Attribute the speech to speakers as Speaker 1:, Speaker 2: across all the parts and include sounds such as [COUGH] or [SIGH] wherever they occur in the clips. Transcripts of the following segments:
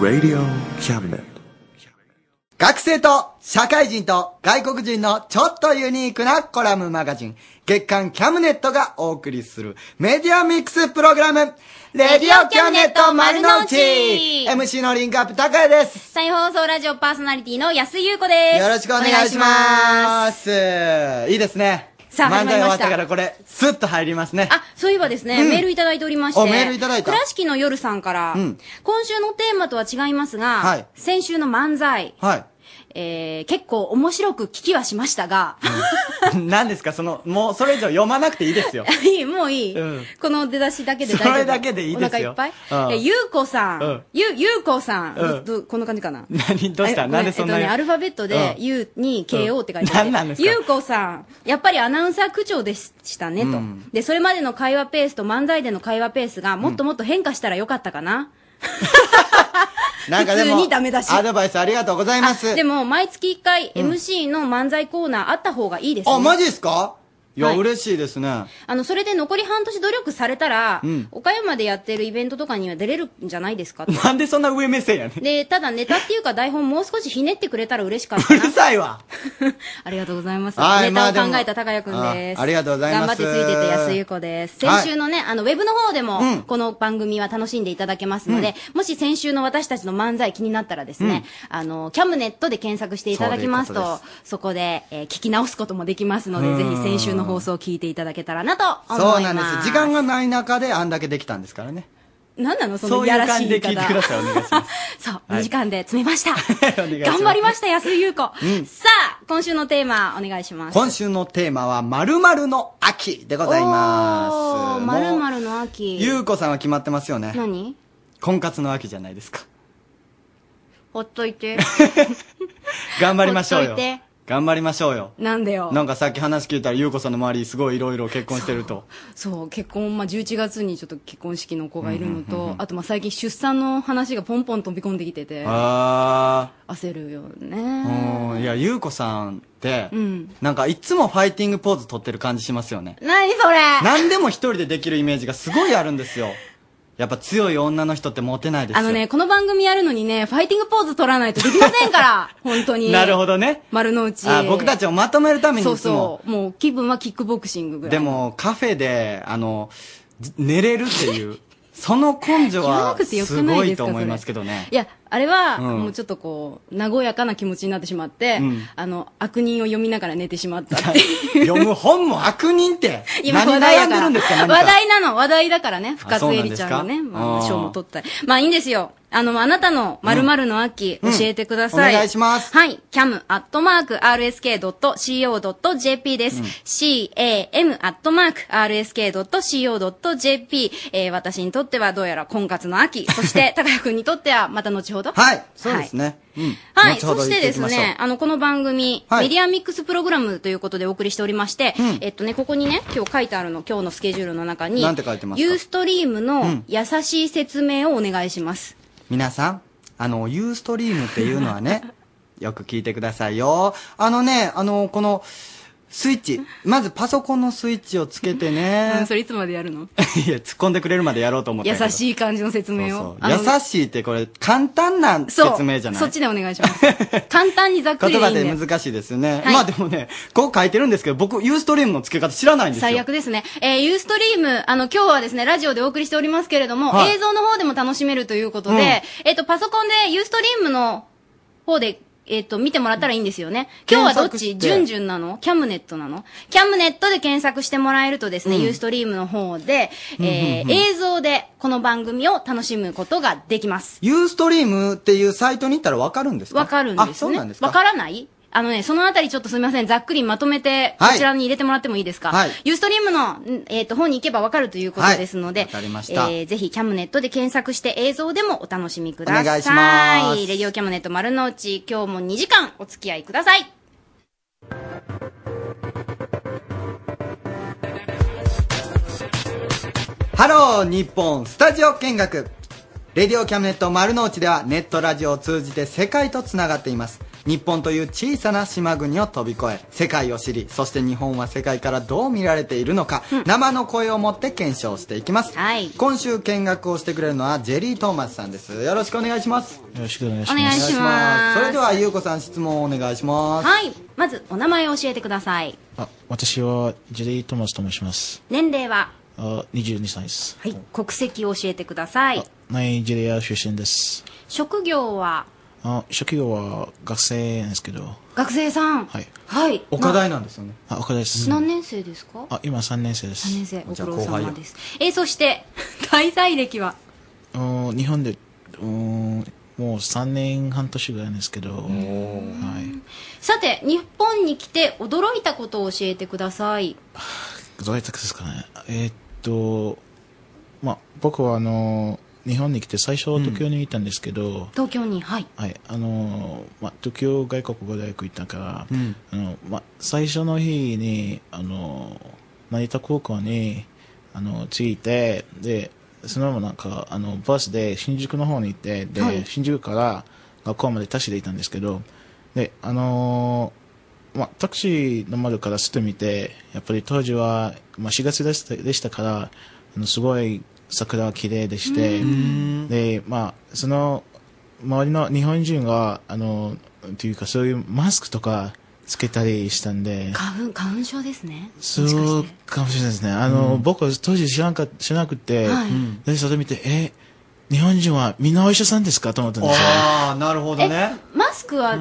Speaker 1: Radio Cabinet.
Speaker 2: 学生と社会人と外国人のちょっとユニークなコラムマガジン月刊キャムネットがお送りするメディアミックスプログラムレディオキャムネット丸の内 MC のリンクアップ高谷です
Speaker 3: 再放送ラジオパーソナリティの安井優子です。
Speaker 2: よろしくお願いしますいいですね
Speaker 3: さあ始
Speaker 2: 漫
Speaker 3: ま
Speaker 2: 才
Speaker 3: り
Speaker 2: 終
Speaker 3: ま
Speaker 2: わ
Speaker 3: し
Speaker 2: ったたからこれスッと入りますね
Speaker 3: あ、そういえばですね、
Speaker 2: うん
Speaker 3: メールいただいておりまして。
Speaker 2: おメールいただいた
Speaker 3: 倉敷の夜さんから、
Speaker 2: うん
Speaker 3: 今週のテーマとは違いますが、
Speaker 2: はい
Speaker 3: 先週の漫才、
Speaker 2: はい [LAUGHS]
Speaker 3: えー、結構面白く聞きはしましたが、
Speaker 2: 何ですかそのもうそれ以上読まなくていい [LAUGHS] ですよ
Speaker 3: いい、 [LAUGHS] もういい、
Speaker 2: うん
Speaker 3: この出だしだけで大丈夫。
Speaker 2: それだけでいいですよ
Speaker 3: お腹いっ
Speaker 2: う
Speaker 3: ぱ
Speaker 2: ん
Speaker 3: い、え、ゆうこさん、
Speaker 2: うん
Speaker 3: ゆ、ゆうこさん、
Speaker 2: うん
Speaker 3: どどこんな感じかな
Speaker 2: 何どうした
Speaker 3: え
Speaker 2: なんでそんな
Speaker 3: ごめえっとね、アルファベットで、
Speaker 2: うん
Speaker 3: U に KO って書いてあって、
Speaker 2: うん何なんですか
Speaker 3: ゆうこさん、やっぱりアナウンサー区長でしたね、と、
Speaker 2: うん
Speaker 3: で、それまでの会話ペースと漫才での会話ペースが、もっともっと変化したらよかったかな。
Speaker 2: なんかで
Speaker 3: 普
Speaker 2: も
Speaker 3: 通にダメ出し
Speaker 2: アドバイスありがとうございます
Speaker 3: でも、毎月1回、
Speaker 2: うん
Speaker 3: MC の漫才コーナーあった方がいいです、ね。
Speaker 2: あマジですかいや、
Speaker 3: はい
Speaker 2: 嬉しいですね
Speaker 3: あの、それで残り半年努力されたら、
Speaker 2: うん
Speaker 3: 岡山でやってるイベントとかには出れるんじゃないですかと
Speaker 2: なんでそんな上目線やねん
Speaker 3: で、ただネタっていうか台本もう少しひねってくれたら嬉しかっ
Speaker 2: う
Speaker 3: たな
Speaker 2: る。さいわ
Speaker 3: ありがとうございます。
Speaker 2: [LAUGHS] はい
Speaker 3: ネタを
Speaker 2: まあでも
Speaker 3: 考えた高谷くんです
Speaker 2: あありがとうございます
Speaker 3: 頑張ってついてて安ゆ子です。
Speaker 2: はい
Speaker 3: 先週のね、あの、ウェブの方でも、
Speaker 2: うん
Speaker 3: この番組は楽しんでいただけますので、もし先週の私たちの漫才気になったらですね、あの、キャムネットで検索していただきますと、
Speaker 2: そういう
Speaker 3: そ
Speaker 2: こ
Speaker 3: こで、えー聞き直すこともできますので、ぜひ先週の放送を聞いていただけたらなと思います。
Speaker 2: そうなんです時間がない中であんだけできたんですからね
Speaker 3: なんなのそ
Speaker 2: そ
Speaker 3: の
Speaker 2: う
Speaker 3: い
Speaker 2: い
Speaker 3: や
Speaker 2: う
Speaker 3: らし
Speaker 2: 感
Speaker 3: い
Speaker 2: じ
Speaker 3: 言
Speaker 2: で
Speaker 3: い方
Speaker 2: 聞いてくださいお願いします
Speaker 3: そう、
Speaker 2: は
Speaker 3: 2
Speaker 2: い
Speaker 3: 時間で詰めました。
Speaker 2: お願いします
Speaker 3: 頑張りました、安井優子。さあ、今週のテーマ、お願いします。
Speaker 2: 今週のテーマは〇〇の秋でございま
Speaker 3: おー
Speaker 2: す
Speaker 3: 〇
Speaker 2: もう
Speaker 3: 〇の秋。
Speaker 2: ゆうこさんは決まってますよね
Speaker 3: 何
Speaker 2: 婚活の秋じゃないですか
Speaker 3: ほっといて。
Speaker 2: 頑張りましょう
Speaker 3: ほ
Speaker 2: よ
Speaker 3: っといて
Speaker 2: 頑張りましょうよ
Speaker 3: なんでよ。
Speaker 2: なんかさっき話聞いたらゆうこさんの周りすごいいろいろ結婚してると
Speaker 3: そう、結婚、まあ、11月にちょっと結婚式の子がいるのと、あと、まあ、最近出産の話がポンポン飛び込んできてて、
Speaker 2: あ
Speaker 3: 焦るよ
Speaker 2: あうんい
Speaker 3: ね。
Speaker 2: やゆうこさんって、
Speaker 3: うん
Speaker 2: なんかいつもファイティングポーズ取ってる感じしますよね
Speaker 3: 何それ
Speaker 2: 何でも一人でできるイメージがすごいあるんですよやっぱ強い女の人ってモテないですよ
Speaker 3: あのね、この番組やるのにね、ファイティングポーズ取らないとできませんから、本当に。
Speaker 2: [LAUGHS] なるほ
Speaker 3: ど。
Speaker 2: どね
Speaker 3: 丸の内。
Speaker 2: あ僕たちをまとめるために
Speaker 3: そ
Speaker 2: いうつも
Speaker 3: そう。もう気分はキックボクシングぐらい。
Speaker 2: で、もカフェであのじ寝れるっていうその根性
Speaker 3: 言わな
Speaker 2: は
Speaker 3: くてよく
Speaker 2: す
Speaker 3: な
Speaker 2: ご
Speaker 3: いで
Speaker 2: い
Speaker 3: すか
Speaker 2: と思います
Speaker 3: それ
Speaker 2: けどね
Speaker 3: いや、あれは、
Speaker 2: うん
Speaker 3: もうちょっとこう、和やかな気持ちになってしまって、
Speaker 2: うん
Speaker 3: あの、悪人を読みながら寝てしまったって
Speaker 2: [LAUGHS]
Speaker 3: いう。
Speaker 2: 読む本も悪人って
Speaker 3: [LAUGHS] 今
Speaker 2: 何
Speaker 3: 話題
Speaker 2: 悩
Speaker 3: や
Speaker 2: ん
Speaker 3: か
Speaker 2: で
Speaker 3: ら。
Speaker 2: るんですか何
Speaker 3: 話
Speaker 2: か
Speaker 3: 題なの、話題だからね。深
Speaker 2: あそう
Speaker 3: 津
Speaker 2: な
Speaker 3: 絵
Speaker 2: んで
Speaker 3: 里
Speaker 2: す
Speaker 3: ち
Speaker 2: か
Speaker 3: ゃんがね、ま
Speaker 2: あー
Speaker 3: あ、賞も取ったり。まあいいんですよ。あの、あなたの〇〇の秋、
Speaker 2: うん
Speaker 3: 教えてください。
Speaker 2: お願いします
Speaker 3: はい。cam.rsk.co.jp です。cam.rsk.co.jp。えー、私にとってはどうやら婚活の秋。そ
Speaker 2: [LAUGHS]
Speaker 3: して、高谷くんにとってはまた後ほど。
Speaker 2: はいそうですね、うん
Speaker 3: はい、
Speaker 2: 後ほ
Speaker 3: そ
Speaker 2: ど
Speaker 3: して
Speaker 2: 言って
Speaker 3: で
Speaker 2: いき
Speaker 3: す
Speaker 2: ましょう
Speaker 3: ね、あの、この番組、
Speaker 2: はい
Speaker 3: メディアミックスプログラムということでお送りしておりまして、
Speaker 2: うん
Speaker 3: えっとね、ここにね、今日書いてあるの、今日のスケジュールの中に、
Speaker 2: なんて書いてますか
Speaker 3: ユーストリーム
Speaker 2: う
Speaker 3: の
Speaker 2: ん
Speaker 3: 優しい説明をお願いします。
Speaker 2: 皆さん、あの、ユーストリームっていうのはね、 [LAUGHS] よく聞いてくださいよ。あのね、あの、この、スイッチ。まずパソコンのスイッチをつけてね。
Speaker 3: れいつまでやるの
Speaker 2: [LAUGHS] いや、突っ込んでくれるまでやろうと思って。
Speaker 3: 優
Speaker 2: い
Speaker 3: しい感じの説明
Speaker 2: そ
Speaker 3: を
Speaker 2: う。
Speaker 3: あの
Speaker 2: そう。優しいってこれ、簡単な
Speaker 3: そう
Speaker 2: 説明じゃない
Speaker 3: そっちでお願いし
Speaker 2: [LAUGHS]
Speaker 3: ます。簡単にざっくり
Speaker 2: 言
Speaker 3: で
Speaker 2: 葉
Speaker 3: いいんで
Speaker 2: で難しいですよね。
Speaker 3: はい
Speaker 2: まあでもね、こう書いてるんですけど、僕、ユーストリームの付け方知らないんですよ。
Speaker 3: 最悪ですね。えー、ユーストリーム、あの、今日はですね、ラジオでお送りしておりますけれども、
Speaker 2: はい
Speaker 3: 映像の方でも楽しめるということで、
Speaker 2: うん
Speaker 3: えっ、と、パソコンでユーストリームの方で、えっ、と、見てもらったらいいんですよね。今日はどっ
Speaker 2: 検索し
Speaker 3: ち
Speaker 2: て
Speaker 3: ジュンジュンなのキャムネットなのキャムネットで検索してもらえるとですね、ユーストリームの方で、えー映像でこの番組を楽しむことができます。
Speaker 2: ユーストリームっていうサイトに行ったらわかるんですか
Speaker 3: わかるんですね。
Speaker 2: あ、そうなんですか
Speaker 3: わからないあのね、そのあたりちょっとすみません、ざっくりまとめて、こ
Speaker 2: はい
Speaker 3: ちらに入れてもらってもいいですか。
Speaker 2: はい
Speaker 3: ユーストリームの、んえっ、と、方に行けばわかるということですので、
Speaker 2: はいわかりました
Speaker 3: えーぜひ、キャムネットで検索して映像でもお楽しみください。
Speaker 2: お願いします
Speaker 3: レディオキャムネット丸の内、今日も2時間お付き合いください。
Speaker 2: ハロー日本スタジオ見学レディオキャムネット丸の内ではネットラジオを通じて世界とつながっています日本という小さな島国を飛び越え、世界を知り、そして日本は世界からどう見られているのか、生の声を持って検証していきます。今週見学をしてくれるのは、ジェリー・トーマスさんです。よろしくお願いします。
Speaker 1: よろしくお願い
Speaker 3: お願いします
Speaker 2: それでは、ゆうこさん質問をお願いします。
Speaker 3: はい。まず、お名前を教えてください。
Speaker 1: あ私はジェリー・トーマスと申します
Speaker 3: 年齢は、
Speaker 1: あ22歳です、
Speaker 3: はい、国籍を教えてください。
Speaker 1: ナイジェリア出身です
Speaker 3: 職業は、
Speaker 1: あ職業は学生なんですけど
Speaker 3: 学生さん。はい。はい。
Speaker 1: なんですよねあ岡大です
Speaker 3: 何年生ですか
Speaker 1: あ今3年生です
Speaker 3: 3年生ご苦労
Speaker 1: 後輩
Speaker 3: 様
Speaker 1: だ
Speaker 3: ですえーそして [LAUGHS] 滞在歴は
Speaker 1: うん日本でうんもう3年半年ぐらいなんですけど、は
Speaker 3: さて日本に来て驚いたことを教えてください
Speaker 1: い、どうやったですかねえーっとまあ僕はあの日本に来て最初東京にいたんですけど、
Speaker 3: 東京にはい
Speaker 1: はい、あのまあ、東京外国語大学行ったから、
Speaker 2: うん
Speaker 1: あのまあ、最初の日に、あの成田空港に、あの着いて、で、そのままなんか、あの、バスで新宿の方に行って、で、
Speaker 4: はい
Speaker 1: 新宿から学校までタクシーで行ったんですけど、で、あのまあ、タクシーの窓から外見て、やっぱり当時は、まあ、4月でしたでしたから、あの、すごい桜が綺麗でして、で、まあ、その、周りの日本人が、あの、というかそういうマスクとかつけたりしたんで、
Speaker 3: 花粉花粉症ですね
Speaker 1: そうかもしれないですね。あの、僕は当時知らんか、知らなくて、
Speaker 3: はい
Speaker 1: で、それ見て、え、日本人はみんなお医者さんですかと思ったんですよ。
Speaker 2: ああ、なるほどね。
Speaker 3: マスクは、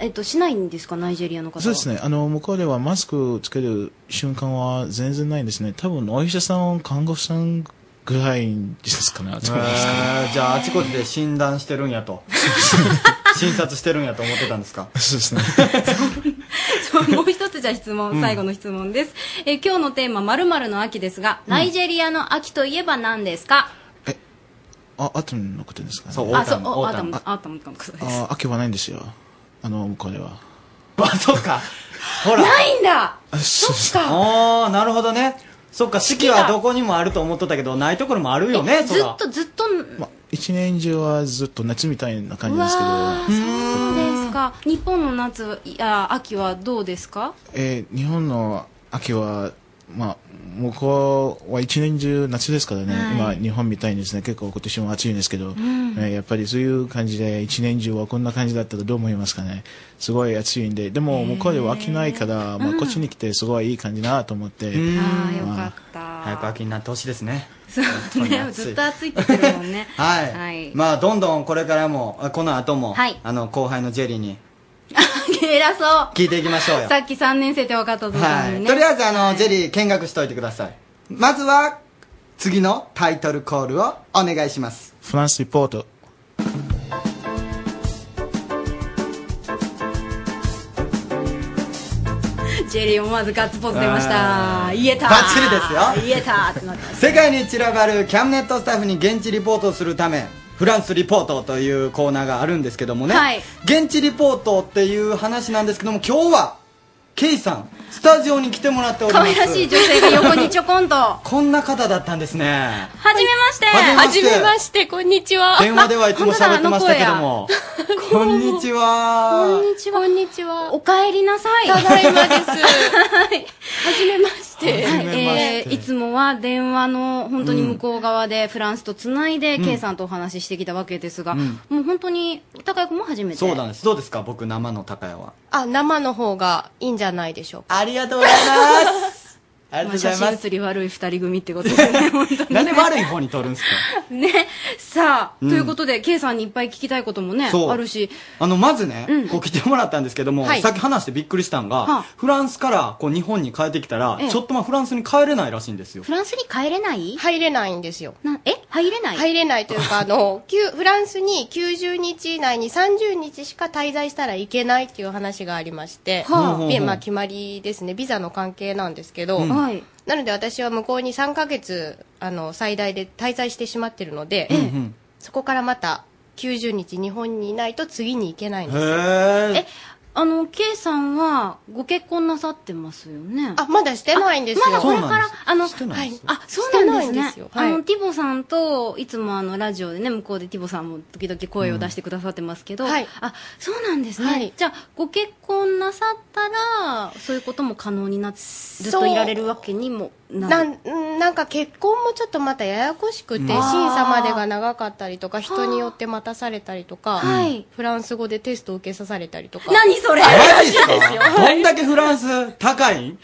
Speaker 3: えっと、しないんですかナイジェリアの方は
Speaker 1: そうですね。あの、向こうではマスクつける瞬間は全然ないんですね。多分、お医者さん、看護婦さんぐらいですかね。と思います
Speaker 2: えー [LAUGHS] じゃあ、あちこちで診断してるんや
Speaker 1: [LAUGHS]
Speaker 2: と。診察してるんやと思ってたんですか
Speaker 1: そうですね。
Speaker 3: [LAUGHS] もう一つじゃあ質問、
Speaker 2: うん
Speaker 3: 最後の質問ですえー今日のテーマ「まるの秋」ですが、ナイジェリアの秋といえば何ですか
Speaker 1: あ、アトムのことですか
Speaker 3: あ
Speaker 1: ね。
Speaker 3: そうおアータムアータムのことです
Speaker 1: あ秋はないんですよ。あの、向こうでは。
Speaker 2: あ、そっか。ほら。
Speaker 3: ないんだ
Speaker 1: そ
Speaker 3: っか
Speaker 2: ああ、なるほどね。そっか、四季はどこにもあると思っとったけど、ないところもあるよね、そ
Speaker 3: ず
Speaker 2: ら
Speaker 3: っ。とずっと
Speaker 1: 一年中はずっと夏みたいな
Speaker 3: う
Speaker 1: 感じで
Speaker 3: わ
Speaker 1: すけど、
Speaker 3: ーそうですか日本の夏いや秋はどうですか
Speaker 1: えー日本の秋は、まあ、向こうは一年中夏ですからね、
Speaker 3: は
Speaker 1: 今、日本みたいにですね、結構今年も暑いんですけど、
Speaker 3: ん
Speaker 1: えーやっぱりそういう感じで、一年中はこんな感じだったらどう思いますかね、すごい暑いんで、でも向こうでは飽きないから、まあ、こっちに来てすごいいい感じだなと思って、、
Speaker 2: あ
Speaker 3: ーよかった
Speaker 2: 早く秋になってほしいですね。
Speaker 3: そう [LAUGHS]
Speaker 2: [LAUGHS]
Speaker 3: ねずっと暑いって言ってるもんね
Speaker 2: はい。
Speaker 3: はい
Speaker 2: まあ、どんどんこれからも、あこの後も、
Speaker 3: はい
Speaker 2: あの、後輩のジェリーに
Speaker 3: 偉そ
Speaker 2: 聞いていきましょう
Speaker 3: う
Speaker 2: よ。
Speaker 3: [LAUGHS] さっき3年生って分かったところ
Speaker 2: は
Speaker 3: に
Speaker 2: い。
Speaker 3: ね
Speaker 2: とりあえず、あの、ジェリー見学しといてください。まずは、次のタイトルコールをお願いします。
Speaker 1: フランスリポート。
Speaker 3: ジェリー思わずガッツポーズ出ました
Speaker 2: あー
Speaker 3: 言えた
Speaker 2: バッチリですよ
Speaker 3: 言えたってなってまし
Speaker 2: 世界に散らばるキャムネットスタッフに現地リポートをするためフランスリポートというコーナーがあるんですけどもね、
Speaker 3: はい
Speaker 2: 現地リポートっていう話なんですけども今日はケイさんスタジオに来てもらってお
Speaker 3: た
Speaker 2: りま
Speaker 3: 可愛
Speaker 2: す
Speaker 3: らしい女性が横にちょこんとは
Speaker 2: こんな方だったんですね
Speaker 3: じめまして
Speaker 2: はじめましてはじめま
Speaker 3: してこんにちは
Speaker 2: 電話ではいつも喋ってましたけどもこ
Speaker 3: [LAUGHS]
Speaker 2: んにちは
Speaker 3: にちはこんにちはおかえりなさいただいまですはいはじめまして
Speaker 5: は
Speaker 3: は
Speaker 5: じめ
Speaker 3: い、
Speaker 5: まして
Speaker 3: えーいつもは電話の本当に向こう側でフランスとつないで、
Speaker 2: うん
Speaker 3: K さんとお話ししてきたわけですが、
Speaker 2: うん
Speaker 3: もう本当に高井君も初めて
Speaker 2: そうなんですどうですか僕生の高谷は
Speaker 5: あ、生の方がいいんじゃないでしょうか。
Speaker 2: ありがとうございます。ありがとうござ
Speaker 3: まあ写
Speaker 2: います
Speaker 3: 真写り悪い二人組ってことですね本当にね
Speaker 2: なんで悪い方に撮るんですか
Speaker 3: [LAUGHS] ねさあ、
Speaker 2: うん
Speaker 3: ということで K さんにいっぱい聞きたいこともね
Speaker 2: そう
Speaker 3: あるし
Speaker 2: あのまずね、こう来てもらったんですけども、
Speaker 3: はい
Speaker 2: さっき話してびっくりしたんが、
Speaker 3: はあ
Speaker 2: フランスからこう日本に帰ってきたら、
Speaker 3: ええ
Speaker 2: ちょっとまあフランスに帰れないらしいんですよ
Speaker 3: フランスに帰れない
Speaker 5: 入れないんですよ。
Speaker 3: なえ入れない
Speaker 5: 入れないというか、あの、きゅフランスに90日以内に30日しか滞在したらいけないっていう話がありまして、
Speaker 3: はあ
Speaker 5: でまあ決まりですね、ビザの関係なんですけど、
Speaker 3: うんはい
Speaker 5: なので私は向こうに3ヶ月、あの、最大で滞在してしまってるので、そこからまた90日日本にいないと次に行けないんですよ。
Speaker 2: へえ
Speaker 3: あの K さんはご結婚なさってますよね
Speaker 5: あ、まだしてないんですよ。
Speaker 3: まだこれからあの
Speaker 2: してないですよ
Speaker 3: あそうな
Speaker 5: して
Speaker 3: んですね
Speaker 5: ないんですよはい
Speaker 3: あのティボさんといつもあのラジオでね向こうでティボさんも時々声を出してくださってますけど、
Speaker 5: うんはい
Speaker 3: あそうなんですね、
Speaker 5: はい
Speaker 3: じゃあご結婚なさったらそういうことも可能になる
Speaker 5: う
Speaker 3: といられるわけにもな
Speaker 5: な
Speaker 3: る
Speaker 5: んうんなんか結婚もちょっとまたややこしくて、
Speaker 2: うん
Speaker 5: 審査までが長かったりとか人によって待たされたりとか、
Speaker 3: はい
Speaker 5: フランス語でテストを受けさされたりとか
Speaker 3: 何それ
Speaker 2: マジですかどんだけフランス高いん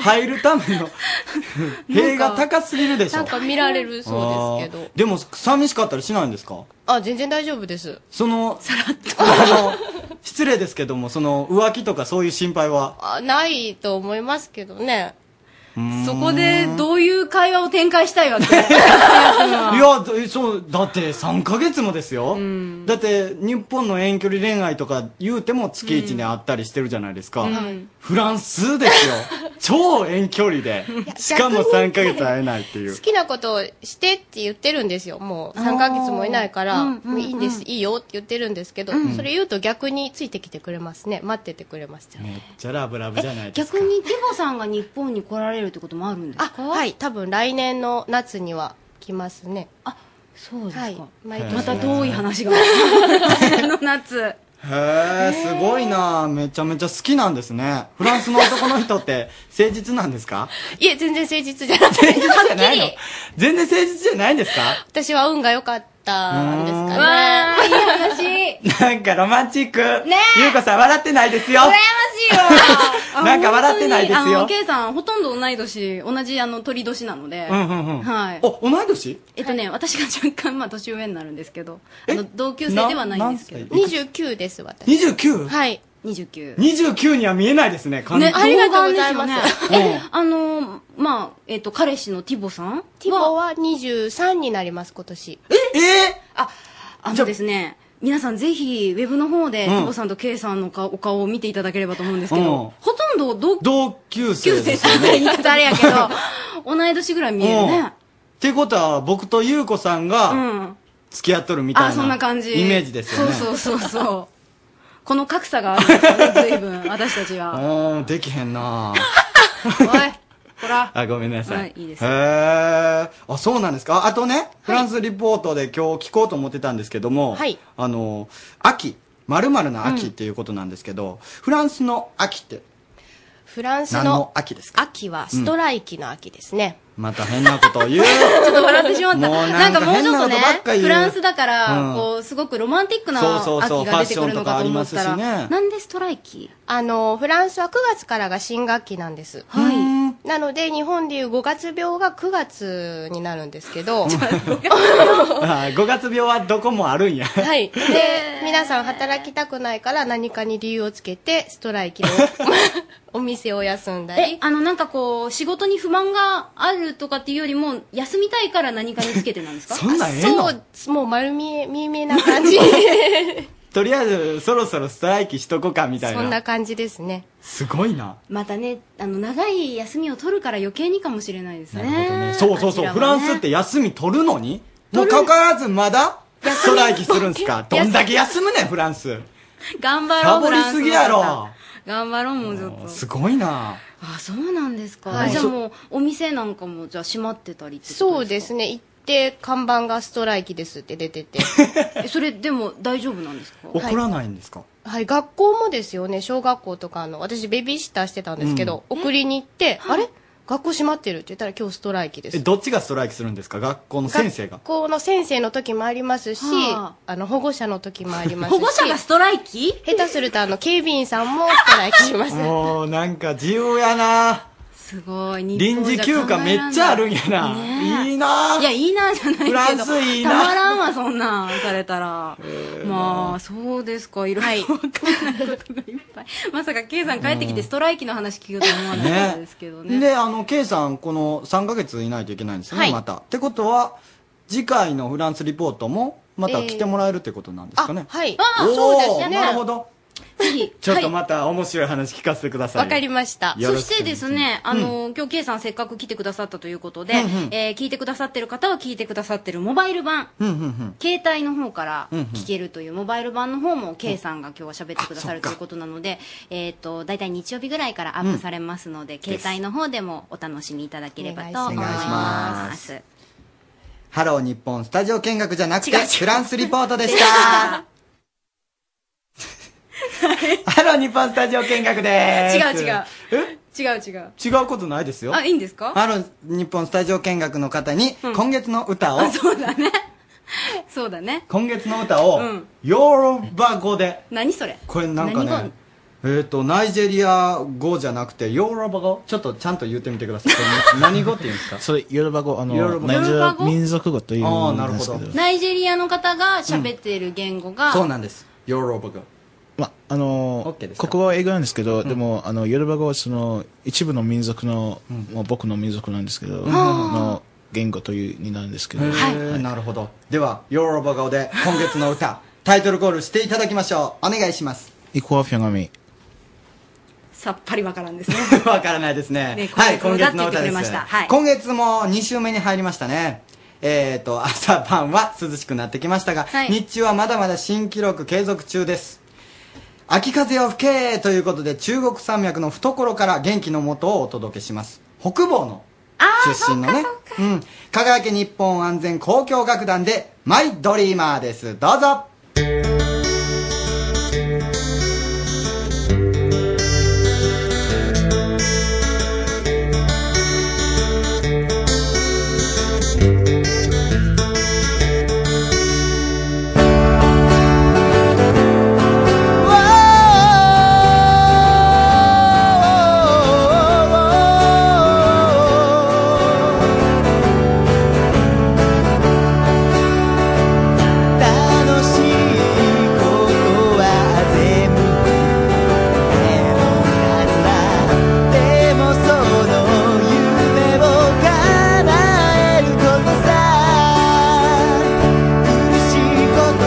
Speaker 2: 入るための塀が高すぎるでしょ
Speaker 5: なんか見られるそうですけ
Speaker 2: あ
Speaker 5: ど
Speaker 2: ーでも寂しかったりしないんですか
Speaker 5: あ全然大丈夫です
Speaker 2: そのあの失礼ですけどもその浮気とかそういう心配は
Speaker 5: あないと思いますけどね
Speaker 3: そこでどういう会話を展開したい
Speaker 5: [LAUGHS]
Speaker 3: わけ
Speaker 2: いやだそうだって3ヶ月もですよ、だって日本の遠距離恋愛とか言うても月1で会ったりしてるじゃないですか、
Speaker 5: ん
Speaker 2: フランスです
Speaker 3: [LAUGHS]
Speaker 2: よ超遠距離でしかも3ヶ月会えないっていう
Speaker 5: 好きなことをしてって言ってるんですよもう3ヶ月もいないから
Speaker 3: うんうんうん
Speaker 5: もういいんですいいよって言ってるんですけど、それ言うと逆についてきてくれますね待っててくれますじゃん
Speaker 2: めっちゃラブラブじゃない
Speaker 3: え
Speaker 2: ですか
Speaker 3: 逆にティボさんが日本に来られるってこともあるんですか
Speaker 5: あはい多分来年の夏には来ますね
Speaker 3: あそうですか、
Speaker 5: はい毎年
Speaker 3: また遠い話が来年の夏
Speaker 2: へえすごいなめちゃめちゃ好きなんですねフランスの男の人って誠実なんですか
Speaker 5: [LAUGHS] いえ全然誠実じゃなく
Speaker 2: 誠
Speaker 5: て
Speaker 2: 実
Speaker 3: [LAUGHS]
Speaker 2: じゃないの全然誠実じゃないんですか
Speaker 5: 私は運が良かったんです
Speaker 3: う
Speaker 5: か
Speaker 3: わ
Speaker 5: ね
Speaker 3: ーいい話羨ま
Speaker 2: なんかロマンチック
Speaker 3: ねえ
Speaker 2: ゆうこさん笑ってないですよ
Speaker 3: しいわあ
Speaker 2: なんか笑ってないですよ
Speaker 3: 本当にあの K さんほとんど同い年同じあの鳥年なので、
Speaker 2: うんうんうん
Speaker 3: はい
Speaker 2: お同い年
Speaker 3: えっとね、私が若干まあ年上になるんですけどあの同級生ではないんですけ
Speaker 2: な
Speaker 3: ど
Speaker 2: 何
Speaker 5: 29です私
Speaker 2: 29?29
Speaker 5: はい
Speaker 3: 29
Speaker 2: 29には見えないですね完全
Speaker 3: ね、
Speaker 2: に
Speaker 5: ありがとうございます
Speaker 3: 童顔ですよねえ、 [LAUGHS] あの、まあ、えっ、と、彼氏のティボさん
Speaker 5: ティボは23になります今年
Speaker 2: ええ
Speaker 3: あ
Speaker 2: じゃ
Speaker 3: の
Speaker 2: あ
Speaker 3: ですね、皆さんぜひ、ウェブの方で、
Speaker 2: うん
Speaker 3: ティボさんとケイさんの顔お顔を見ていただければと思うんですけど、
Speaker 2: うん
Speaker 3: ほとんど同級
Speaker 2: 同級生
Speaker 3: 生
Speaker 2: です
Speaker 3: さ
Speaker 2: よ
Speaker 3: んって
Speaker 2: ね
Speaker 3: 言ったらあれやけど、同い年ぐらい見える
Speaker 2: うん
Speaker 3: ね
Speaker 2: っ。ていうことは僕とゆうこさん
Speaker 3: う
Speaker 2: が
Speaker 3: ん。
Speaker 2: 付き合っとるみた
Speaker 3: あ、
Speaker 2: い
Speaker 3: そん
Speaker 2: な
Speaker 3: な感じ。
Speaker 2: イメージですよね
Speaker 3: そうそうそうそう。この格差があるんですよね、随分、私たちは。
Speaker 2: うんできへんな
Speaker 3: おい、こら。
Speaker 2: [LAUGHS] あごめんなさ
Speaker 3: はいいいいです
Speaker 2: へえあそうなんですかあとねフランスリポートで今日聞こうと思ってたんですけども
Speaker 5: はい
Speaker 2: あの秋まるの秋っていうことなんですけどフランスの秋って
Speaker 5: フランス
Speaker 2: 何の
Speaker 5: の
Speaker 2: 秋ですか
Speaker 5: 秋はストライキの秋ですね、
Speaker 2: また変なことを
Speaker 3: [LAUGHS]
Speaker 2: 言う
Speaker 3: ちょっと笑ってしまった。
Speaker 2: もうな
Speaker 3: なんん
Speaker 2: か
Speaker 3: かもうちょっとね
Speaker 2: 変なことばっか言う
Speaker 3: フランスだから、
Speaker 2: うん
Speaker 3: こう、すごくロマンティックな
Speaker 2: そうそうそう
Speaker 3: 秋が出てくるのかと思った
Speaker 2: ファッショ
Speaker 3: ら、
Speaker 2: ンとかありますしね
Speaker 3: なんでストライキ
Speaker 5: あのフランスは9月からが新学期なんです
Speaker 3: はい。
Speaker 5: なので日本でいう5月病が9月になるんですけ
Speaker 3: [LAUGHS]
Speaker 5: ど
Speaker 2: あ5月病はどこもあるんや [LAUGHS]
Speaker 5: はいで皆さん働きたくないから何かに理由をつけてストラ
Speaker 3: [LAUGHS]
Speaker 5: イキのお店を休んだ
Speaker 3: え
Speaker 5: り、
Speaker 3: あの、なんかこう、仕事に不満があるとかっていうよりも、休みたいから何かにつけてなんですか
Speaker 2: そんなんええ
Speaker 5: そ
Speaker 2: の
Speaker 5: うもう丸見え見え見えな感
Speaker 2: [LAUGHS]
Speaker 5: じ
Speaker 2: とりあえずそろそろストライキしとこかみたい
Speaker 5: そ
Speaker 2: なん
Speaker 5: な感じですね
Speaker 2: すごいな
Speaker 3: またね、あの、長い休みを取るから余計にかもしれないですね。
Speaker 2: そうそうそう、
Speaker 3: あち
Speaker 2: フ
Speaker 3: ら
Speaker 2: ラ
Speaker 3: は
Speaker 2: ン
Speaker 3: ね
Speaker 2: スって休み取るのにもうかかわらずまだストライキするんすかどんだけ休むねんフランス
Speaker 3: 頑張ろう、
Speaker 2: サボりすぎや
Speaker 3: フラ
Speaker 2: ろ
Speaker 3: ンスの方頑張ろう、もうちょっと。
Speaker 2: すごいな
Speaker 3: あ、そうなんですか。
Speaker 2: はい
Speaker 3: じゃあもう、お店なんかも、じゃあ閉まってたりってことですか
Speaker 5: そうですね行って看板がストライキですって出てて
Speaker 3: え [LAUGHS] それでも大丈夫なんですか
Speaker 2: 怒らないんですか、
Speaker 5: はい学校もですよね小学校とかの私ベビーシッターしてたんですけど、送りに行ってあれ学校閉まってるって言ったら今日ストライキです
Speaker 2: えどっちがストライキするんですか学校の先生が
Speaker 5: 学校の先生の時もありますし、
Speaker 3: は
Speaker 5: あ、の保護者の時もありますし
Speaker 3: 保護者がストライキ
Speaker 5: 下手するとあの警備員さんもストライキします
Speaker 2: もうなんか自由やな
Speaker 3: すごい
Speaker 2: 臨時休暇めっちゃあるんやな、
Speaker 3: ねえ
Speaker 2: いいない
Speaker 3: やいいなじゃないけど
Speaker 2: フランスいいな
Speaker 3: たまらんわそんなんされたら、まあそうですかいろいろわかんないことがいっぱいまさか K さん帰ってきてストライキの話聞くと思わなかったですけどね
Speaker 2: であの K さんこの3ヶ月いないといけないんですよね、
Speaker 5: はい
Speaker 2: またってことは次回のフランスリポートもまた来てもらえるってことなんですかね、
Speaker 5: あはい
Speaker 2: おー
Speaker 5: そうですね
Speaker 2: なるほど
Speaker 3: ぜひ。
Speaker 2: ちょっと
Speaker 3: はい
Speaker 2: また面白い話聞かせてください。
Speaker 5: わかりました。
Speaker 2: よ
Speaker 3: そ
Speaker 2: ろし
Speaker 3: し
Speaker 2: く
Speaker 3: てですね、あの、今日、K さんせっかく来てくださったということで、えー聞いてくださってる方は聞いてくださってるモバイル版、
Speaker 2: うんうんうん。
Speaker 3: 携帯の方から
Speaker 2: うんうん
Speaker 3: 聞けるというモバイル版の方も K さんが今日は喋ってくださる
Speaker 2: あそ
Speaker 3: と
Speaker 2: っか
Speaker 3: いうことなので、えっと、大体日曜日ぐらいからアップされますので、携帯の方でもお楽しみいただければと思い
Speaker 2: お願いしま
Speaker 3: ますす。
Speaker 2: ハロー日本スタジオ見学じゃなくて、
Speaker 3: 違う違う
Speaker 2: フランスリポートでした。ハロー日本スタジオ見学でーす。
Speaker 3: 違う違
Speaker 2: 違う。
Speaker 3: う違う。
Speaker 2: え違うことないですよ。
Speaker 3: あ、いいんですか
Speaker 2: ハロー日本スタジオ見学の方に、今月の歌を、
Speaker 3: そうだね。そうだね。
Speaker 2: 今月の歌を
Speaker 3: うん、
Speaker 2: ヨーロッパ語で、
Speaker 3: 何それ
Speaker 2: これなんか
Speaker 3: 何
Speaker 2: ね
Speaker 3: 語、
Speaker 2: えっ、と、ナイジェリア語じゃなくて、ヨーロッパ語ちょっとちゃんと言ってみてください。これ
Speaker 3: [LAUGHS]
Speaker 2: 何語って言うんですか
Speaker 1: それ、ヨーロッパ語、あの
Speaker 2: ヨーロッ、パ語
Speaker 1: ナイジェリ
Speaker 3: ヨーロ
Speaker 1: ア
Speaker 3: ッパ語
Speaker 1: 民族語とい
Speaker 2: あー
Speaker 1: う
Speaker 2: なる
Speaker 1: んで
Speaker 2: ほ
Speaker 1: す
Speaker 2: ど
Speaker 1: けど、
Speaker 3: ナイジェリアの方が喋っている言語が、
Speaker 2: そうなんです。ヨーロッパ語。
Speaker 1: ま、あの
Speaker 2: OK ですか
Speaker 1: ここは英語なんですけど、でも、あの、ヨーロッパ語はその、一部の民族の、もう僕の民族なんですけど、の言語という、になるんですけど、
Speaker 2: へーなるほど。では、ヨーロッパ語で今月の歌、タイトルコールしていただきましょう。お願いします。
Speaker 1: イコアフィアガミ。
Speaker 3: さっぱりわからんですね。
Speaker 2: わからないですね。
Speaker 3: ね
Speaker 2: はい、今
Speaker 3: 今
Speaker 2: 月
Speaker 3: 月
Speaker 2: の
Speaker 3: の歌って言
Speaker 2: 歌
Speaker 3: ってく
Speaker 2: で
Speaker 3: れ
Speaker 2: す。
Speaker 3: ましたはい
Speaker 2: 今月も2週目に入りましたね。えーと、朝晩は涼しくなってきましたが、
Speaker 3: はい
Speaker 2: 日中はまだまだ新記録継続中です。秋風を吹けということで、中国山脈の懐から元気のもとをお届けします。北方の出身のね。うん。香川県日本安全交響楽団で、マイドリーマーです。どうぞ。
Speaker 4: 「楽しいことは全部目の数だ」「でもその夢を叶えることさ」「苦しいこと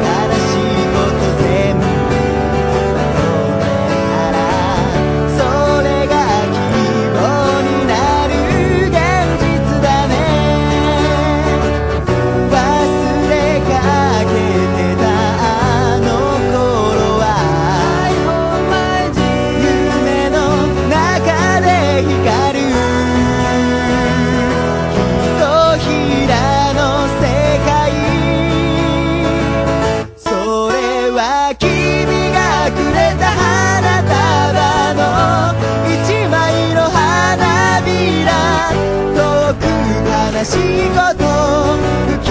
Speaker 4: 悲しいこと全部求めたらそれが希望になる現実だね」忘れかけてたあの頃は夢の中で光るひとひらの世界それは君がくれた花束の一枚の花びら遠く悲しいこと吹き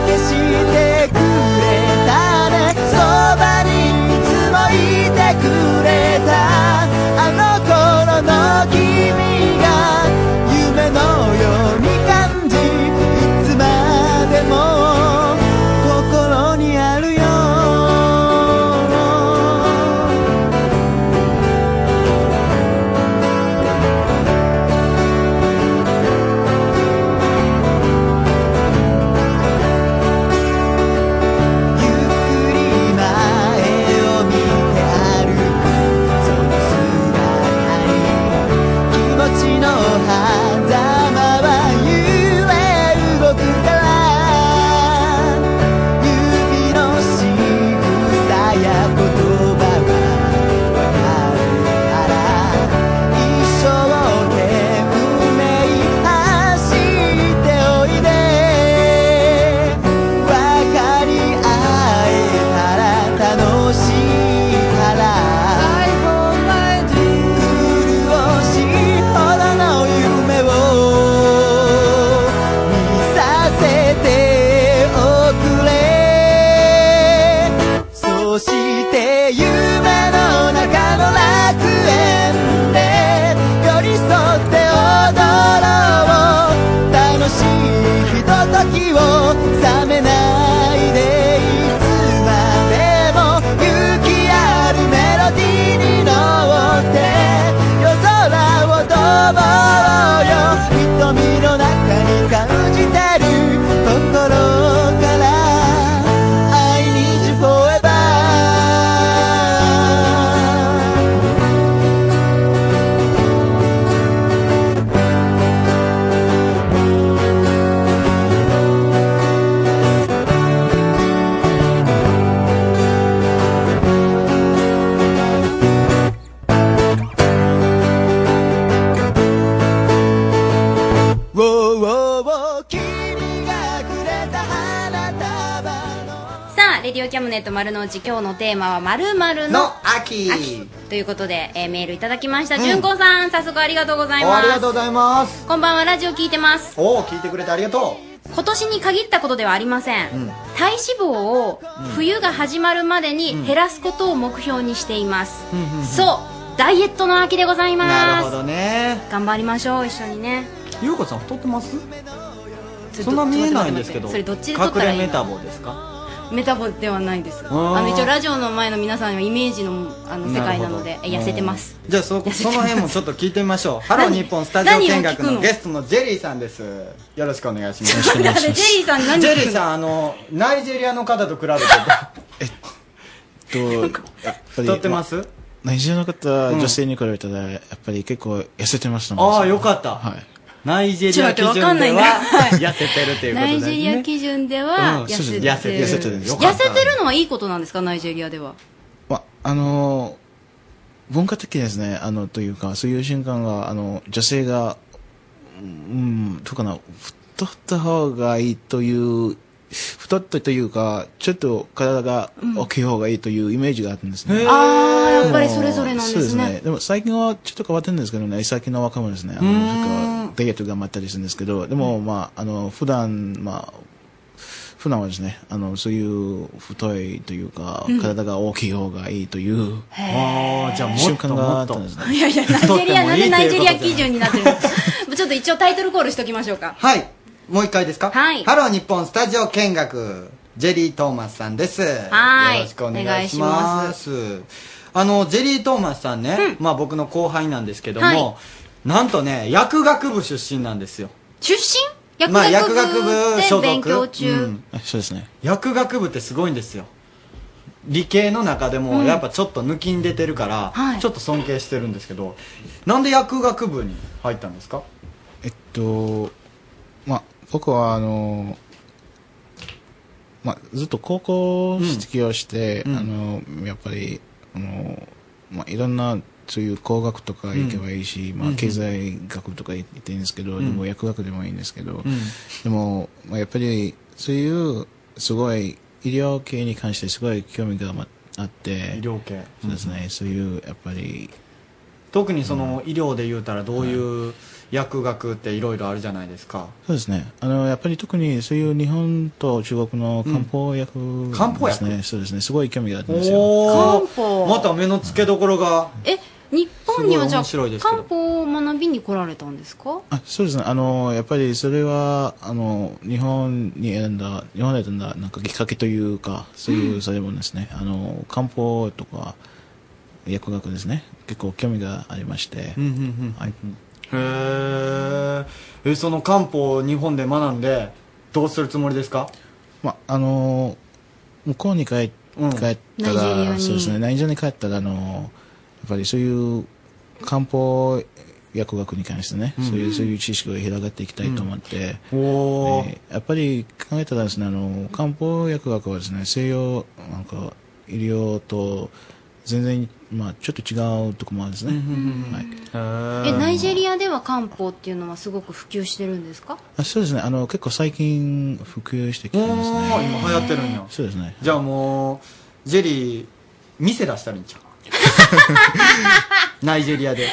Speaker 4: 消してくれたねそばにいつもいてくれたあの頃の君が夢のように感じいつまでも心にあるよ「
Speaker 3: レディオキャムネット丸の内今日のテーマは〇〇の
Speaker 2: の秋
Speaker 3: 秋ということで、えーメールいただきました。
Speaker 2: うん
Speaker 3: じゅんこさん、早速ありがとうござい
Speaker 2: お
Speaker 3: ま
Speaker 2: ありがとうご
Speaker 3: す。
Speaker 2: ざいます
Speaker 3: こんばんは、ラジオ聞いてます。
Speaker 2: おお聞いてくれてありがと
Speaker 3: 今年に限ったことではありません。
Speaker 2: ううん
Speaker 3: 体脂肪を冬が始まるまでに減らすことを目標にしています。
Speaker 2: うんうんうん
Speaker 3: そう、ダイエットの秋でございます。
Speaker 2: なるほどね
Speaker 3: 頑張りましょう、一緒にね。
Speaker 2: ゆうこさん太ってます
Speaker 3: ちょ
Speaker 2: そんな見えないんですけど
Speaker 3: ちょっと待って待ってそれどっちで撮ったらいいの
Speaker 2: 隠れメタボですか
Speaker 3: メタボではないです。
Speaker 2: ー
Speaker 3: あの一応ラジオの前の皆さんはイメージのあの世界なのでえ痩せてます。
Speaker 2: うんじゃあそ
Speaker 3: 痩せて
Speaker 2: そ
Speaker 3: ます
Speaker 2: の辺もちょっと聞いてみ
Speaker 3: [LAUGHS]
Speaker 2: ましょうハロー日本スタジオ見学
Speaker 3: 何を聞く
Speaker 2: の
Speaker 3: の
Speaker 2: ゲストのジェリーさんですよろしくお願いします
Speaker 3: なんで
Speaker 2: [LAUGHS]
Speaker 3: あれジェリーさん何
Speaker 2: ジ
Speaker 3: 聞
Speaker 2: ェ
Speaker 3: く
Speaker 2: リ
Speaker 3: の
Speaker 2: ーさんあのナイジェリアの方と比
Speaker 3: [LAUGHS]
Speaker 2: べて
Speaker 1: とやっぱり
Speaker 2: 太ってま
Speaker 1: あ
Speaker 2: す
Speaker 1: ナイジェリアの方、
Speaker 2: うん
Speaker 1: 女性に比べたらやっぱり結構痩せてましたもん
Speaker 2: ああよかった
Speaker 1: はい
Speaker 2: ナイジェリア基準
Speaker 3: ち
Speaker 2: で
Speaker 3: ょっとわかんないな
Speaker 2: は
Speaker 3: はい
Speaker 2: [LAUGHS] 痩せてるというこ
Speaker 3: ナ
Speaker 2: とで
Speaker 3: イ
Speaker 2: す
Speaker 3: ジ
Speaker 2: ね
Speaker 3: ェリア基準では
Speaker 2: うん
Speaker 3: 痩せてる。
Speaker 2: 痩せてる
Speaker 1: 痩せてる
Speaker 2: よか
Speaker 3: 痩
Speaker 2: った
Speaker 3: せてるのはいいことなんですかナイジェリアで
Speaker 2: [LAUGHS]
Speaker 3: は。
Speaker 1: まあのー文化的ですねあのというかそういう瞬間があの女性がうんどうかな太った方がいいという太ったというかちょっと体が大きい方がいいというイメージがあったんですね、
Speaker 2: へー
Speaker 3: ああやっぱりそれぞれなんで
Speaker 1: そうですすね
Speaker 3: ね。
Speaker 1: でも最近はちょっと変わってるんですけどね最近の若者ですねあの
Speaker 2: うーん
Speaker 1: なんかダイエット頑張ったりするんですけどでもまああの普段まあ普段はですねあのそういう太いというか、体が大きい方がいいという
Speaker 2: ああじゃあも
Speaker 1: 瞬
Speaker 2: っと
Speaker 1: 間
Speaker 2: も
Speaker 1: があ
Speaker 2: っ
Speaker 1: った
Speaker 2: と
Speaker 1: んですね
Speaker 3: いやいやナイジェリアなんでナイジェリア基準になってるんです [LAUGHS] か。ちょっと一応タイトルコールしときましょうか。
Speaker 2: はいもう一回ですか
Speaker 3: はい
Speaker 2: ハロー日本スタジオ見学ジェリー・トーマスさんです
Speaker 3: はい
Speaker 2: よろしくお願いしますあのジェリー・トーマスさんね、まあ僕の後輩なんですけども、
Speaker 3: は
Speaker 2: なんとね薬学部出身なんですよ
Speaker 3: 出身？薬
Speaker 2: まあ薬
Speaker 3: 学
Speaker 2: 学部所
Speaker 3: 部で
Speaker 2: 属
Speaker 3: 勉強
Speaker 2: う
Speaker 3: 中
Speaker 2: ん。
Speaker 1: あそうですね
Speaker 2: 薬学部ってすごいんですよ理系の中でもやっぱちょっと抜きん出てるから、
Speaker 3: はい
Speaker 2: ちょっと尊敬してるんですけどなんで薬学部に入ったんですか
Speaker 1: えっとまあ僕はあのまあずっと高校卒業して、
Speaker 2: うん
Speaker 1: あのやっぱりあのまあいろんなそういう工学とか行けばいいし、ま
Speaker 2: う
Speaker 1: あ
Speaker 2: ん
Speaker 1: 経済学とか行っていいんですけど、
Speaker 2: うん
Speaker 1: でも薬学でもいいんですけど、
Speaker 2: うん
Speaker 1: でも、まあ、やっぱりそういうすごい医療系に関してすごい興味がまあって
Speaker 2: 医療系
Speaker 1: そうですね、そういうやっぱり
Speaker 2: 特にその医療で言うたらどういう薬学っていろいろあるじゃないですか
Speaker 1: そうですね。あの、やっぱり特にそういう日本と中国の漢方薬、ね
Speaker 2: 漢方薬
Speaker 1: そうですね。すごい興味があったんですよ。
Speaker 2: おお
Speaker 3: 漢方
Speaker 2: また目の付けどころが
Speaker 3: え日本にはじゃあ
Speaker 2: すごい面白いですけど
Speaker 3: 漢方を学びに来られたんですか
Speaker 1: あそうですね。あの、やっぱりそれは、あの、日本に選んだ、日本で選んだ、なんかきっかけというか、そういう、そういうものですね。あの、漢方とか、薬学ですね。結構興味がありまして。
Speaker 2: うんうん
Speaker 1: はい。
Speaker 2: うんへーえその漢方を日本で学んでどうするつもりですか
Speaker 1: まあ、あの、向こうに帰っ
Speaker 2: うん
Speaker 1: 帰った
Speaker 3: ナイジェリア
Speaker 1: ら、
Speaker 3: に
Speaker 1: そうですね、ナイジェリアに帰ったら、あの、やっぱりそういう漢方薬学に関してね、そういう、そういう知識が広がっていきたいと思って、
Speaker 2: おおー
Speaker 1: えーやっぱり考えたらですね、あの、漢方薬学はですね、西洋、なんか、医療と全然、まあ、ちょっと違うとこもあるんですね。
Speaker 2: うんうんうん
Speaker 1: はい
Speaker 2: へ
Speaker 3: え
Speaker 2: ー
Speaker 3: ナイジェリアでは漢方っていうのはすごく普及してるんですか
Speaker 1: あそうですね、あの、結構最近普及してきて
Speaker 2: お
Speaker 1: ます
Speaker 2: お
Speaker 1: ね。
Speaker 2: 今流行ってるんや
Speaker 1: そうですね。
Speaker 2: じゃあもうジェリー店出したらいいん
Speaker 1: [LAUGHS]
Speaker 2: ちゃうナイジェリアで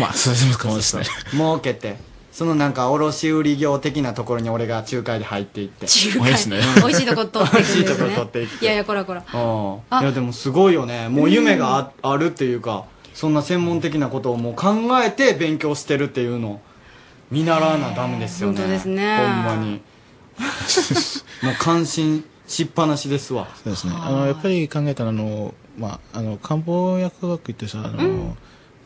Speaker 1: まあ、そうですかもですね。
Speaker 2: 儲けてそのなんか卸売業的なところに俺が仲介で入っていって
Speaker 3: 中
Speaker 1: 華
Speaker 3: 華
Speaker 1: [LAUGHS] 美味しいね
Speaker 3: [LAUGHS] 美味しいとこ取っていくんですね
Speaker 2: 美味しいとこ取っていって
Speaker 3: やいやこらこら
Speaker 2: うん
Speaker 3: あ
Speaker 2: いやでもすごいよねもう夢があ,、るっていうかそんな専門的なことをもう考えて勉強してるっていうの見習わなダメですよね
Speaker 3: 本当ですね
Speaker 2: ほんま
Speaker 3: [LAUGHS]
Speaker 2: にもう感心しっぱなしですわ
Speaker 1: そうですね。あの、やっぱり考えたら、あの、まあ、あの、漢方薬学ってさ、あの、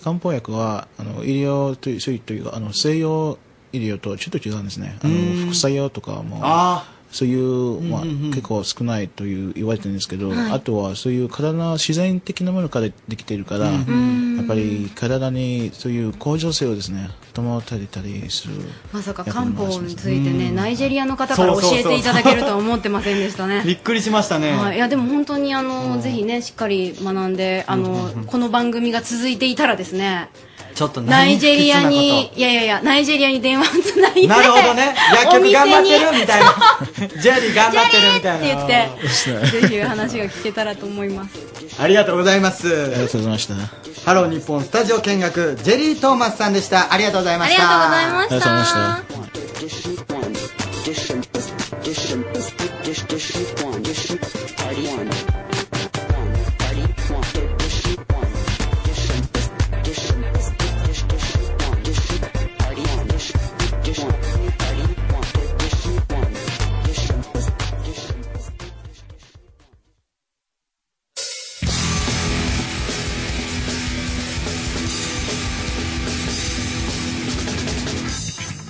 Speaker 1: 漢方薬は、あの、医療という、そういうというか、あの、西洋医療とちょっと違うんですね。あ
Speaker 2: うん
Speaker 1: の、副作用とかも、
Speaker 2: あ
Speaker 1: そういう、まあ、
Speaker 2: うんうんうん
Speaker 1: 結構少ないという言われてるんですけど、
Speaker 3: はい
Speaker 1: あとはそういう体の自然的なものからできているから、
Speaker 3: ん
Speaker 1: やっぱり体にそういう向上性をですね、保たれたりする。
Speaker 3: まさか漢方についてねナイジェリアの方から
Speaker 2: そう
Speaker 3: 教
Speaker 2: そうそう
Speaker 3: えていただけるとは思ってませんでした
Speaker 2: あび
Speaker 3: ね
Speaker 2: っくりしましたね、
Speaker 3: はい、いやでも本当にあの、ぜひねしっかり学んであの、この番組が続いていたらですね
Speaker 2: ちょっと
Speaker 3: ナ
Speaker 2: 何
Speaker 3: イジェリア
Speaker 2: 不
Speaker 3: に、いやいやいや、ナイジェリアに電話をつないで。
Speaker 2: なるほどね薬局頑張ってる
Speaker 3: お店に
Speaker 2: みたいなジェリー頑張ってるみた
Speaker 3: って
Speaker 2: い
Speaker 3: 言
Speaker 2: な
Speaker 3: [LAUGHS] って、ぜひ話が聞けたらと思います。
Speaker 2: ありがとうございます
Speaker 1: ありがとうございました。あ
Speaker 2: ハロー日本スタジオ見学ジェリー・トーマスさんでしたありがとうございま
Speaker 3: あ
Speaker 2: し
Speaker 3: り
Speaker 2: た
Speaker 3: がとうございま
Speaker 1: りがとうご
Speaker 3: し
Speaker 1: ざいましたた。。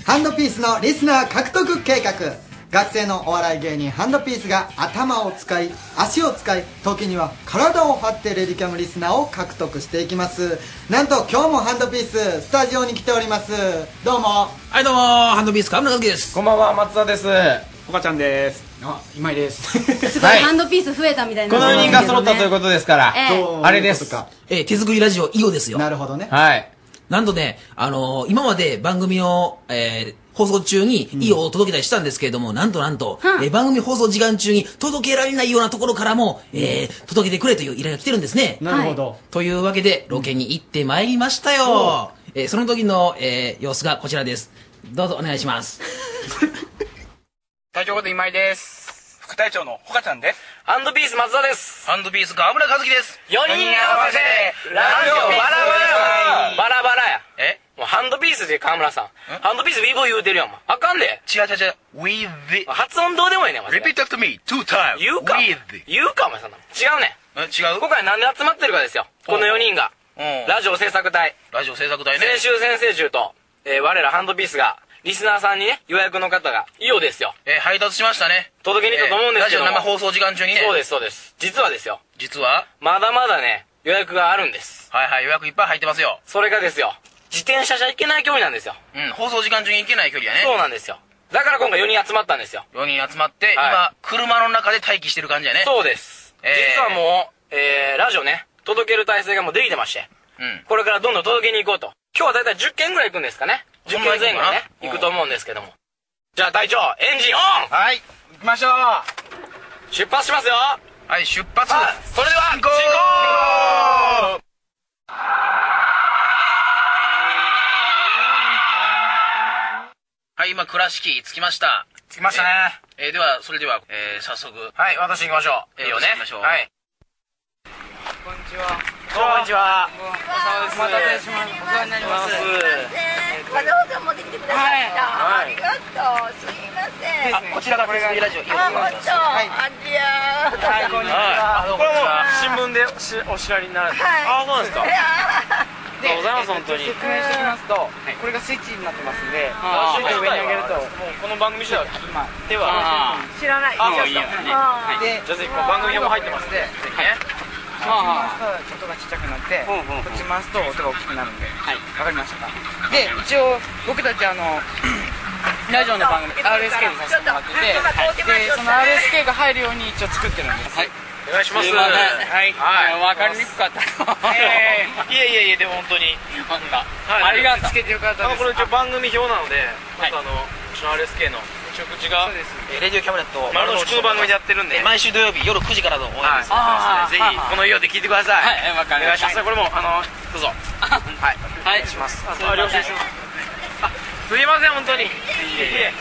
Speaker 2: ハンドピースのリスナー獲得計画学生のお笑い芸人ハンドピースが頭を使い足を使い時には体を張ってレディキャムリスナーを獲得していきますなんと今日もハンドピーススタジオに来ておりますどうも
Speaker 6: はいどうもハンドビース川村和樹です
Speaker 7: こんばんは、松田です。ほかちゃんです。
Speaker 2: あ今井です
Speaker 3: すごい
Speaker 7: はい
Speaker 3: ハンドピース増えたみたいな。
Speaker 7: この4人が揃ったということですから、
Speaker 3: ええ
Speaker 7: あれです
Speaker 2: か
Speaker 6: えー手作りラジオイオですよ
Speaker 2: なるほどね
Speaker 7: はい。
Speaker 6: なんとね、あのー今まで番組を、えー放送中にイオを届けたりしたんですけれども、なんとなんと、
Speaker 3: うん
Speaker 6: えー番組放送時間中に届けられないようなところからも、えー届けてくれという依頼が来てるんですね。
Speaker 2: なるほど、
Speaker 6: というわけで、ロケに行ってまいりましたよ。えーその時の、えー様子がこちらです。どうぞお願いします。
Speaker 8: 隊長こと今井です。副隊長のほかちゃんです。
Speaker 9: ハンドピース松田です。
Speaker 8: ハンドピース川村和樹です。
Speaker 9: 4人合わせて、ラジオバラバラバラバラや。
Speaker 8: え
Speaker 9: もうハンドピースで河村さん。ハンドピースビブー言うてるやん、お前あかんで。
Speaker 8: 違う違う違う。With
Speaker 9: 発音どうでもいいねん、お前
Speaker 8: Repeat after me two times.
Speaker 9: 言うか
Speaker 8: With
Speaker 9: 言うか、お前そんなの違うね
Speaker 8: え
Speaker 9: ん。
Speaker 8: 違う
Speaker 9: 今回なんで集まってるかですよ。この4人が。
Speaker 8: うん
Speaker 9: ラジオ制作隊。
Speaker 8: ラジオ制作隊ね。
Speaker 9: 先週先々週と、えー我らハンドピースが、リスナーさんにね、予約の方が、イオですよ。
Speaker 8: えー配達しましたね。
Speaker 9: 届けに行ったと思うんですけども
Speaker 8: えーラジオ生放送時間中にね。。
Speaker 9: そうですす、そうです。実はですよ。
Speaker 8: 実は、
Speaker 9: まだまだね、予約があるんです。
Speaker 8: はいはい、予約いっぱい入ってますよ。
Speaker 9: それがですよ、自転車じゃ行けない距離なんですよ。
Speaker 8: うん、放送時間中に行けない距離やね。
Speaker 9: そうなんですよ。だから今回4人集まったんですよ。
Speaker 8: 4人集まって、
Speaker 9: は
Speaker 8: 今、車の中で待機してる感じやね。
Speaker 9: そうです。
Speaker 8: えー
Speaker 9: 実はもう、えー、ラジオね、届ける体制がもうできてまして、
Speaker 8: うん。
Speaker 9: これからどんどん届けに行こうと。今日はだいたい10件ぐらい行くんですかね。10
Speaker 8: ほん
Speaker 9: 件
Speaker 8: まに
Speaker 9: 前後ね、
Speaker 8: うん
Speaker 9: 行くと思うんですけども。じゃあ隊長、エンジンオン
Speaker 8: はい、行きましょう。
Speaker 9: 出発しますよ
Speaker 8: はい、出発。
Speaker 9: さあ、それでは、
Speaker 8: 行こうはい、今、倉敷着きました。
Speaker 9: 着きましたね。
Speaker 8: えーでは、それでは、えー早速。
Speaker 9: はい、私行きましょう。
Speaker 8: えー
Speaker 9: いいよね。
Speaker 8: 私行きましょう
Speaker 9: はい。こんにちは。どうも、こんにちは。お待たせしました。お世話になります。
Speaker 10: わざわざ持ってきてくださった、
Speaker 9: は
Speaker 10: あ
Speaker 9: い
Speaker 10: りがとうすいませんあ
Speaker 9: こちらがこれがラジオ。
Speaker 10: 本当、ありゃーはい
Speaker 9: こんにちは。これも新聞でお知られになられた。あ、そうなんですか。ありがとうございます、本当に。説明しておきますと、これがスイッチになってますんで、スイッチを上に上げると、もうこの番組自体は聞きまでは、
Speaker 10: 知らない
Speaker 9: あ、もういいや。
Speaker 10: あー
Speaker 9: で、じゃあぜひこう番組表も入ってますんで、ぜひね。は
Speaker 11: 音がちっちゃくなって、
Speaker 9: うんうんうん
Speaker 11: こっち回すと音が大きくなるんで、
Speaker 9: い。
Speaker 11: わかりましたかで、一応、僕たちあ [COUGHS] の、ラジオの番組、RSK でさせてもらってて、で、その RSK が入るように一応作ってるんです。はい。
Speaker 9: お願いします。はい。わかりにくかった。いやいやいや、でも本当に。ありがとう。
Speaker 11: つけてよかった
Speaker 9: あ
Speaker 11: で
Speaker 9: の
Speaker 11: す。
Speaker 9: これ一応番組表なので、ちょっとあのうちの RSK の一応口が
Speaker 11: そうです。
Speaker 9: えーレディオキャムネット丸の内の番組でやってるんで毎週土曜日夜9時からの応援です
Speaker 11: あー
Speaker 9: ぜひこの夜で聞いてください
Speaker 11: はいわかり
Speaker 9: お願
Speaker 11: ま
Speaker 9: い
Speaker 11: し
Speaker 9: しま
Speaker 11: た
Speaker 9: すこれもあのど [LAUGHS] うぞはいお願いしますあ領収書あすいません本当にいえいえ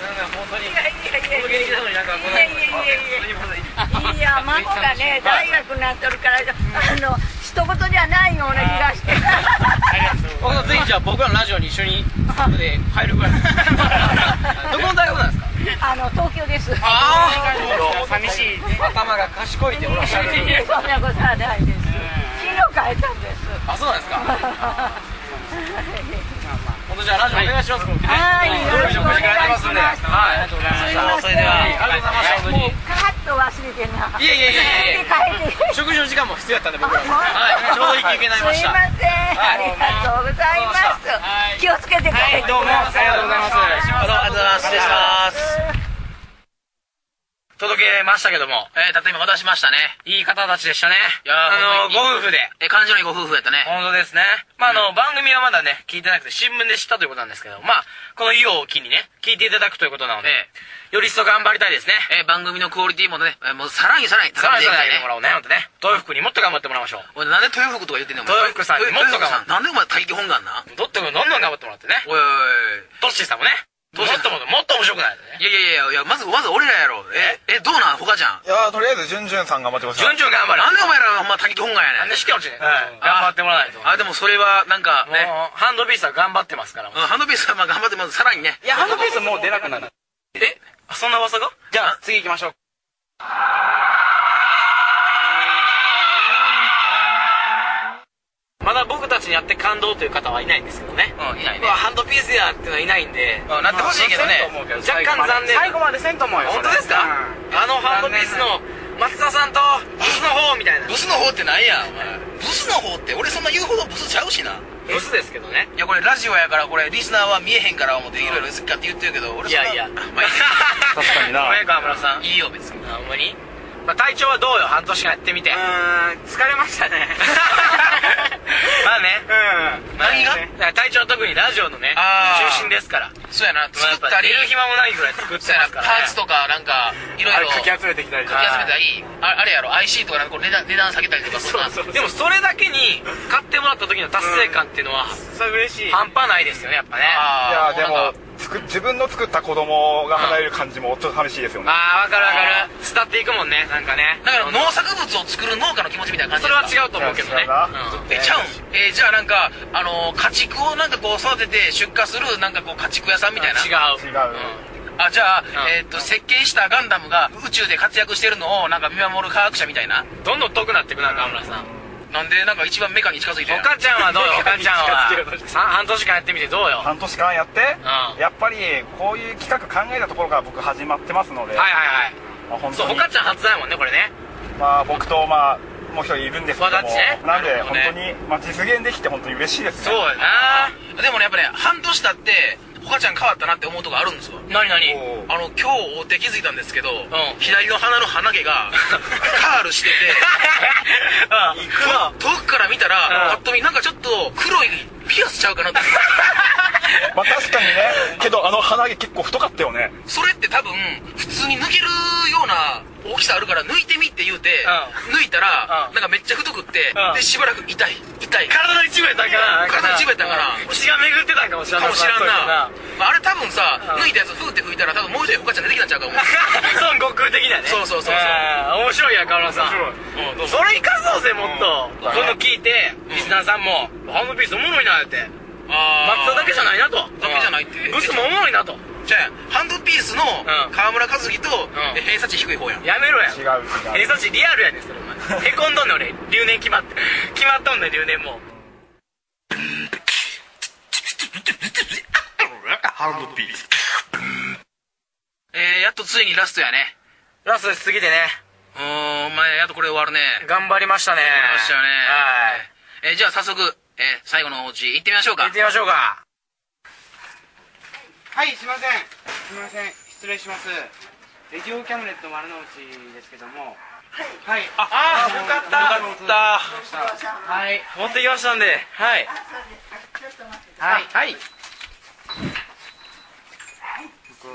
Speaker 9: なんか本当に届けに来たのになんかこんなこと
Speaker 10: いや孫がね大学になっとるから、あの一言じゃないような気がして
Speaker 9: あぜひじゃあ僕らのラジオに一緒にで入るぐらいどこの大学なんですか
Speaker 10: あの東京です
Speaker 9: [LAUGHS] ああ寂しい
Speaker 11: 頭が賢いでおらっしゃる。
Speaker 10: そんなことはないです昨日変えたんです
Speaker 9: あそうなんですか [LAUGHS] 本当じゃあラジオお願いします、
Speaker 10: はいよろしくお願いします
Speaker 9: はいありがとうございましたそれではありがとうございました本当に
Speaker 10: もうカラッと忘れてない
Speaker 9: えいえいえいえ
Speaker 10: 帰って帰って
Speaker 9: 食事の時間も必要だったんで僕ら
Speaker 10: あ
Speaker 9: ははいちょうどいい休憩になりま
Speaker 10: す
Speaker 9: し
Speaker 10: い
Speaker 9: た
Speaker 10: ません、ありがとうございます、気をつけてください、
Speaker 9: どうもありがとうございますどうもありがとうございます失礼します届けましたけども、えー、たった今渡しましたね。いい方たちでしたね。いや
Speaker 10: あのーご夫婦で。
Speaker 9: えー、感じのいいご夫婦やったね。
Speaker 10: 本当ですね。まあ、あの、番組はまだね、聞いてなくて、新聞で知ったということなんですけど、まあ、この意を機にね、聞いていただくということなので、より一層頑張りたいですね。
Speaker 9: えー、番組のクオリティもね、えーもうさらにさらに
Speaker 10: さら
Speaker 9: 高め
Speaker 10: に
Speaker 9: ていき
Speaker 10: 上げても。
Speaker 9: たいね
Speaker 10: らおうね、ほんとね。豊福にもっと頑張ってもらいましょう。
Speaker 9: おいなんで豊福とか言ってんねん、お前
Speaker 10: 豊福さんにもっと頑張って。
Speaker 9: [LAUGHS] なんでお前大気本願な
Speaker 10: どってくどんどん頑張ってもらってね。
Speaker 9: おいおいおい。
Speaker 10: トッシーさんもね、もっともっと、もっと面白くないとね。
Speaker 9: いやいやいやいや、まず、まず俺らやろ。え、え、どうなんほかちゃん。
Speaker 7: いやーとりあえず、じゅんじゅんさん頑張ってください。
Speaker 10: 順々頑張れ
Speaker 9: なんでお前ら、ほんま、滝本願やねん。
Speaker 10: なんで試験落ちねん
Speaker 9: はい
Speaker 10: 頑張ってもらわないと。
Speaker 9: あ、でもそれは、なんか、ね。
Speaker 10: もうハンドピースは頑張ってますから。
Speaker 9: うん、ハンドピースはまあ頑張って、まずさらにね。
Speaker 10: いや、ハンドピースもう出なくなる。えそんな噂がじゃあ、次行きましょう。まだ僕たちにやって感動という方はいないんですけどね。うん、いないね。ハンドピースやってのはいないんで。
Speaker 11: なってほしいけどね
Speaker 10: 若干残念。
Speaker 11: 最後までせんと思うよ
Speaker 10: 本当ですかあのハンドピースの松田さんとブスの方みたいな。
Speaker 9: ブスの方ってなんや、お前。ブスの方って、俺そんな言うほどブスちゃうしな。
Speaker 10: ブスですけどね。
Speaker 9: いや、これラジオやから、これリスナーは見えへんから思って、いろいろ好きかって言ってるけど、俺そんな。
Speaker 10: いやいや
Speaker 9: まあいい
Speaker 10: [LAUGHS]
Speaker 9: や。
Speaker 10: 確かにな。ごめん、川村さん。
Speaker 9: いいよ、別に。
Speaker 10: あ、ほんまにまあ、体調はどうよ、半年間やってみて。うーん、疲れましたね。 [LAUGHS] まあね。うん。何が体調は特にラジオのね、
Speaker 9: あー
Speaker 10: 中心ですから。
Speaker 9: そうやな、
Speaker 10: まあやっ
Speaker 9: 作
Speaker 10: ぱ
Speaker 9: ったり
Speaker 10: 寝。る暇もないぐらい作ってますからね。
Speaker 9: パーツとか、なんか、いろい
Speaker 10: あ
Speaker 9: ろ。
Speaker 10: れかき集めてきたりと
Speaker 9: か
Speaker 10: か
Speaker 9: き集めたり。ああれやろ、IC とか、なんかこう値段、値段下げたりとか、そんな。
Speaker 10: でもそれだけに買ってもらった時の達成感っていうのは、それ嬉しい。半端ないですよね、やっぱね。
Speaker 7: いやーでも、つく自分の作った子供が離れる感じもちょっと寂しいですよね。。
Speaker 10: ああ、わかるわかる。伝っていくもんね、なんかね。
Speaker 9: だから農作物を作る農家の気持ちみたいな感じですか
Speaker 10: それは違うと思うけどね
Speaker 9: いや
Speaker 10: う
Speaker 9: 違うな
Speaker 10: ん
Speaker 9: えちゃうんえーじゃあなんか、あのー家畜をなんかこう育てて出荷するなんかこう家畜屋さんみたいな
Speaker 10: 違う違う
Speaker 9: あじゃあ、えーっと設計したガンダムが宇宙で活躍してるのをなんか見守る科学者みたいな
Speaker 10: どんどん遠くなっていくな河村さん
Speaker 9: なんでなんか一番メカに近づいてる
Speaker 10: おかちゃんはどうよ、おかちゃんはさ半年間やってみてどうよ。
Speaker 7: 半年間やって、やっぱりこういう企画考えたところから僕始まってますので、
Speaker 10: はいはい
Speaker 7: まあ、
Speaker 10: は
Speaker 7: 本
Speaker 10: い。そう、
Speaker 7: 当
Speaker 10: お
Speaker 7: に
Speaker 10: かちゃん初だもんね、これね。
Speaker 7: まあ僕とまあもう一人いるんですけども、
Speaker 10: わだちね
Speaker 7: なん
Speaker 10: な
Speaker 7: で
Speaker 10: るほ
Speaker 7: 本
Speaker 10: どね
Speaker 7: 当に、まあ、実現できて本当に嬉しいです
Speaker 10: そ
Speaker 7: ね。
Speaker 10: うや
Speaker 9: なでもねやっぱね半年経っておかちゃん変わったなって思うとこあるんですよ
Speaker 10: 何何
Speaker 9: あの今日追って気づいたんですけど、左の鼻の鼻毛
Speaker 10: [LAUGHS]
Speaker 9: がカールしててと遠くから見たら、ぱっと見なんかちょっと黒いピアスちゃうかなって
Speaker 7: まあ確かにね、けどあの鼻毛結構太かったよね。
Speaker 9: それって多分普通に抜けるような大きさあるから抜いてみって言うて、抜いたら、なんかめっちゃ太くって、
Speaker 10: うん
Speaker 9: でしばらく痛い痛い
Speaker 10: 体の一部やったんかな
Speaker 9: 体の一部やったんかな、
Speaker 10: うん血が巡ってたんかもしれんな
Speaker 9: かもしらんな
Speaker 10: そ
Speaker 9: まああれ多分さ、
Speaker 10: うん
Speaker 9: 抜いたやつふーって吹いたら多分もう一人ほかちゃん出てきたんちゃうかも
Speaker 10: [LAUGHS] 孫悟空的なね。
Speaker 9: そうそうそうそう
Speaker 10: あー面白いや、河村さん。
Speaker 9: 面白いうんどうぞ
Speaker 10: それ生かそうぜ、もっ
Speaker 9: うん
Speaker 10: と。この聞いて、リスナーさんも、ハンドピースおもろいなって。松田だけじゃないなと。
Speaker 9: だけじゃないって
Speaker 10: ブスもおもろいなと。
Speaker 9: じゃあハンドピースの河村和樹と、え偏差値低い方やん
Speaker 10: やめろや。
Speaker 7: 違う違
Speaker 10: 偏差値リアルやねん、それ、お前。へこんどんねん、俺。留年決まって。決まっとんねん、留年もう。
Speaker 7: ハンドピース。
Speaker 9: えー、やっとついにラストやね
Speaker 10: ラストです、次でね。
Speaker 9: うーんお前やっとこれ終わるね
Speaker 10: 頑張りましたね。
Speaker 9: 頑張りましたよね
Speaker 10: はい。
Speaker 9: えーじゃあ早速、えー最後のお家行ってみましょうか
Speaker 10: 行ってみましょうか
Speaker 11: はい、すいません。すいません。失礼します。レジオキャムネット丸の内ですけども。はい。あ、
Speaker 10: あ
Speaker 11: あ
Speaker 10: ー
Speaker 11: の
Speaker 10: よかった
Speaker 11: よかった。はい。
Speaker 10: 持ってきましたんで、はい。
Speaker 11: はい。
Speaker 10: はい。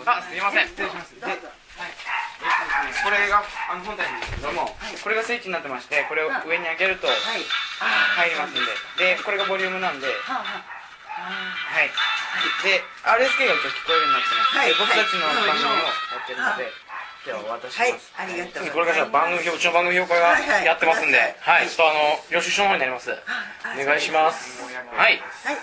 Speaker 11: あ、すいません。失礼します。で、はい。えっとですねこれが、あの、本体なんですけども、これがスイッチになってまして、これを上に上げると、入りますんで。で、これがボリュームなんで、はい。で、RSK が今日聞こえるようになってます。
Speaker 12: はい
Speaker 11: で、僕たちの
Speaker 12: はい
Speaker 11: 番組をやってるので、今日はお渡しします。
Speaker 12: ありがとう
Speaker 11: こ
Speaker 12: ご
Speaker 11: れが
Speaker 12: ざ
Speaker 11: じゃ
Speaker 12: い
Speaker 11: あ
Speaker 12: ま
Speaker 11: 番組表、うちの番組表から
Speaker 12: はいはい
Speaker 11: やってますんで、
Speaker 12: は
Speaker 11: はいい、ちょっとあの、領収書の方になります。お願いします。はい。
Speaker 12: す。は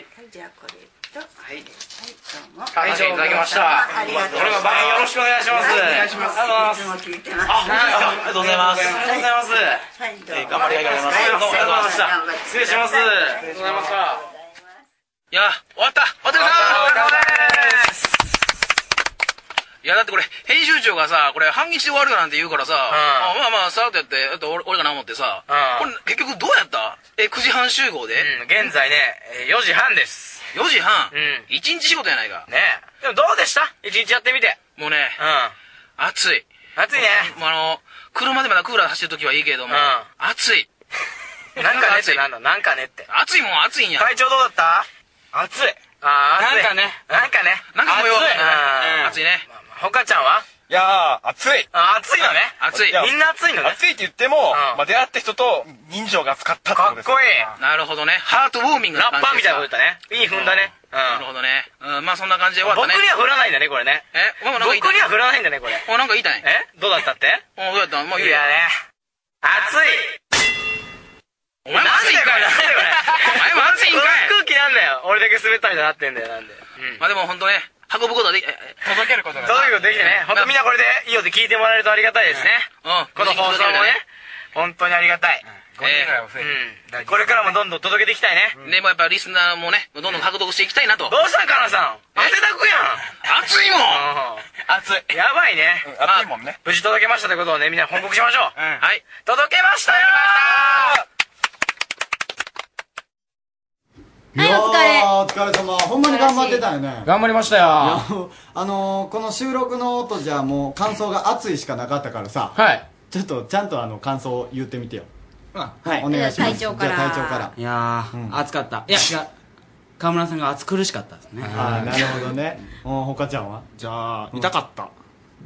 Speaker 12: い。はい。じゃあこれと。はい。はい。どうも。
Speaker 11: はい、じゃあいただきました。
Speaker 12: ありがとう
Speaker 11: これも番組よろしくお願いします。
Speaker 12: はいお願いします。
Speaker 11: ありがとうございま
Speaker 12: い
Speaker 11: す。
Speaker 12: つも聞いてます。
Speaker 11: あ本当ですかありがとうございま
Speaker 12: は
Speaker 11: すありがとうございます
Speaker 12: はい、どうも。
Speaker 11: 頑張りたい
Speaker 12: は頑張ってくださいはい
Speaker 11: と思いますどうもありがとうございました失礼しますありがとうございました
Speaker 9: いや終わったお疲れ様ですいやだってこれ編集長がさこれ半日で終わるなんて言うからさ、あまあまあさーっとやってだって俺俺が何思ってさ、
Speaker 10: う
Speaker 9: これ結局どうやったえ9時半集合で、
Speaker 10: うん、現在ね、えー4時半です。
Speaker 9: 4時半、
Speaker 10: うん。
Speaker 9: 一1日仕事やないか
Speaker 10: ねえ。でもどうでした一日やってみて。
Speaker 9: もうね
Speaker 10: うん。
Speaker 9: 暑い
Speaker 10: 暑いね。もうあの、車でまだクーラー走るときはいいけれども、暑い。
Speaker 9: なんかねって
Speaker 10: なんだ、なんかねって。暑いもん、暑いんや。体調どうだった暑い。
Speaker 9: あー暑い
Speaker 10: なんかね
Speaker 9: なんかね
Speaker 10: なんかもうよ
Speaker 9: 暑い
Speaker 10: うん暑いね。
Speaker 9: ほかちゃんはい
Speaker 7: やー、暑い。
Speaker 9: あ暑いのね
Speaker 7: 暑い。
Speaker 9: みんな暑いのね
Speaker 7: 暑いって言っても、まあ出会った人と人情が使ったってことです
Speaker 9: かっこいい
Speaker 10: なるほどね。ハートウォーミングな感じですか
Speaker 9: ラッパーみたいなことだねいい踏んだね。
Speaker 10: うんなるほどね。うん、まあそんな感じで終わったね。
Speaker 9: 僕には振らないんだねこれね
Speaker 10: え、お前もなんか言いた
Speaker 9: 僕には振らないんだねこれ
Speaker 10: お、なんか言いたい
Speaker 9: えどうだったって
Speaker 10: お、どうやったもう言
Speaker 9: い
Speaker 10: え
Speaker 9: や
Speaker 10: や。
Speaker 9: ね暑い
Speaker 10: お前も暑いんかい
Speaker 9: なんだよこれ
Speaker 10: お前も暑いんかい
Speaker 9: この空気なんだよ俺だけ滑ったみたいになってんだよなんで
Speaker 10: まあでも本当ね、運ぶことはでき、届けること
Speaker 9: どういうことできてね本当みんなこれでいいよって聞いてもらえるとありがたいですね
Speaker 10: うん。
Speaker 9: この放送もね本当にありがたい
Speaker 10: 5人ぐらいは増え
Speaker 9: うんこれからもどんどん届けていきたいね
Speaker 10: でもやっぱリスナーもね、どんどん獲得していきたいなと。
Speaker 9: どうしたんかなさん汗だくやん
Speaker 10: 暑いもん
Speaker 9: 暑いやばいね暑いもんね無事届けましたってことをねみんな報告しましょう
Speaker 10: はい
Speaker 9: 届けましたよ
Speaker 2: はい、お疲れ。お疲れ様。ほんまに頑張ってたよね。
Speaker 13: 頑張りました
Speaker 2: い
Speaker 13: よ
Speaker 2: や。あのー、この収録の音じゃもう感想が熱いしかなかったからさ。
Speaker 13: はい。
Speaker 2: ちょっとちゃんとあの感想を言ってみてよ。
Speaker 14: はい
Speaker 2: お願いします。
Speaker 14: 隊長から
Speaker 2: じゃあ隊長から。
Speaker 14: いやー、暑かったいや違う川村さんが暑苦しかったですね
Speaker 2: ああ、なるほど
Speaker 14: [LAUGHS]
Speaker 2: ね。うん、ほかちゃんは
Speaker 14: じゃあ痛かった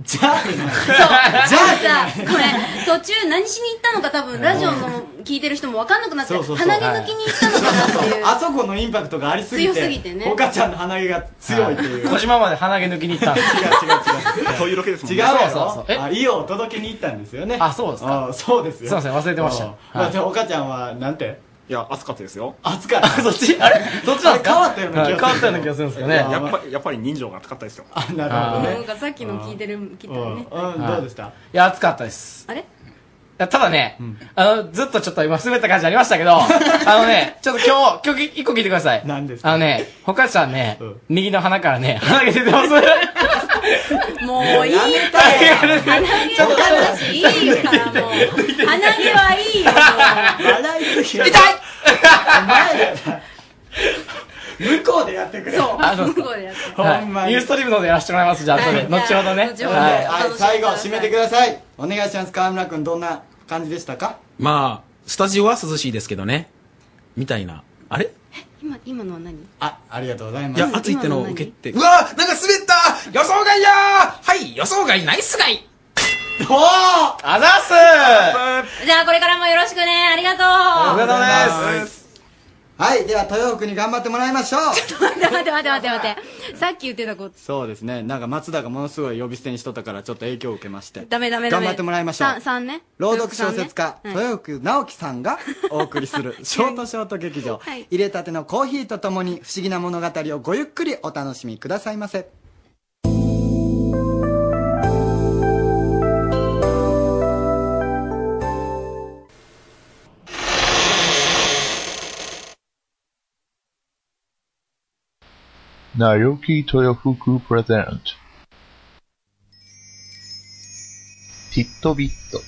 Speaker 2: じゃあ
Speaker 3: じ
Speaker 2: じ
Speaker 3: ゃ
Speaker 2: ゃ
Speaker 3: あさ、これ、途中何しに行ったのか多分、ラジオの聞いてる人も分かんなくなって、
Speaker 2: そうそう
Speaker 3: 鼻
Speaker 2: そう
Speaker 3: 毛抜きに行ったのかなっていう。
Speaker 2: あそこのインパクトがありすぎて。
Speaker 3: 強すぎてね
Speaker 2: ほかちゃんの鼻毛が強いっていう。
Speaker 13: 小島まで鼻毛抜きに行ったんです
Speaker 2: そういうロケです
Speaker 13: もんね
Speaker 2: 違うよ
Speaker 13: そうそうそうえ
Speaker 2: あ家を届けに行ったんですよね
Speaker 13: あそうですか
Speaker 2: あそうですよ
Speaker 13: すいません忘れてました
Speaker 2: あまあじゃあ岡ちゃんはなんて
Speaker 14: いや暑かったですよ
Speaker 2: 暑
Speaker 13: [LAUGHS]
Speaker 2: かったそっち
Speaker 13: あれ
Speaker 2: そっちなんですか変わったような気がする
Speaker 13: はい変わったような気がするんですけどね
Speaker 14: やっぱりやっぱり人情が高かったですよ
Speaker 2: あ
Speaker 13: なるほどね
Speaker 3: なんかさっきの聞いてる、聞いたらね。
Speaker 13: はい
Speaker 2: どうでした
Speaker 13: いや、暑かったです。
Speaker 3: あれ
Speaker 13: いやただね、あの、ずっとちょっと今滑った感じありました
Speaker 2: [LAUGHS]
Speaker 13: けど、あのね、ちょっと今日、今日一個聞いてください。何ですかあのね、ほかちゃんね、右の鼻からね、鼻毛出てます。
Speaker 3: もういい
Speaker 13: やめたよ
Speaker 3: 鼻毛の話いいからもう。鼻毛はいいよ。
Speaker 2: 笑いすぎ痛いお前らな向こうでやってくれ
Speaker 3: そう
Speaker 13: あそう
Speaker 3: 向こうでやって
Speaker 2: ほんま
Speaker 13: はい
Speaker 2: に
Speaker 13: ユーストリームの方でやらせてもらいます。じゃあ、後で。後ほどね。
Speaker 2: はい
Speaker 13: はい
Speaker 2: はい最後締めてくださいお願いします川村君どんな感じでしたか
Speaker 15: まあ、スタジオは涼しいですけどね。みたいな。あれ
Speaker 3: 今、今のは何
Speaker 2: あ、ありがとうございま
Speaker 15: いや、暑いってのを受けて。うわ
Speaker 3: わ
Speaker 15: なんか滑った予想外やーはい、予想外ナイス外
Speaker 2: おーあざ
Speaker 13: っ
Speaker 3: じゃあこれからもよろしくね。ありがとう。
Speaker 2: ありがとうござ
Speaker 3: す。
Speaker 2: いますはいでは豊福に頑張ってもらいましょう
Speaker 3: 待って待って待って待って待って。さっき言ってたこと。
Speaker 14: そうですねなんか松田がものすごい呼び捨てにしとったからちょっと影響を受けまして
Speaker 3: ダメダメダメ。
Speaker 14: 頑張ってもらいましょう
Speaker 3: さんさんね。
Speaker 14: 朗読小説
Speaker 2: 家
Speaker 3: はい
Speaker 2: 豊福直樹さんがお送りす
Speaker 3: [LAUGHS]
Speaker 2: るショートショート劇場、
Speaker 3: はい
Speaker 2: 入れたてのコーヒーとともに不思議な物語をごゆっくりお楽しみくださいませ
Speaker 16: Naoki Toyofuku present ティットビット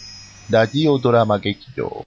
Speaker 16: ラジオドラマ劇場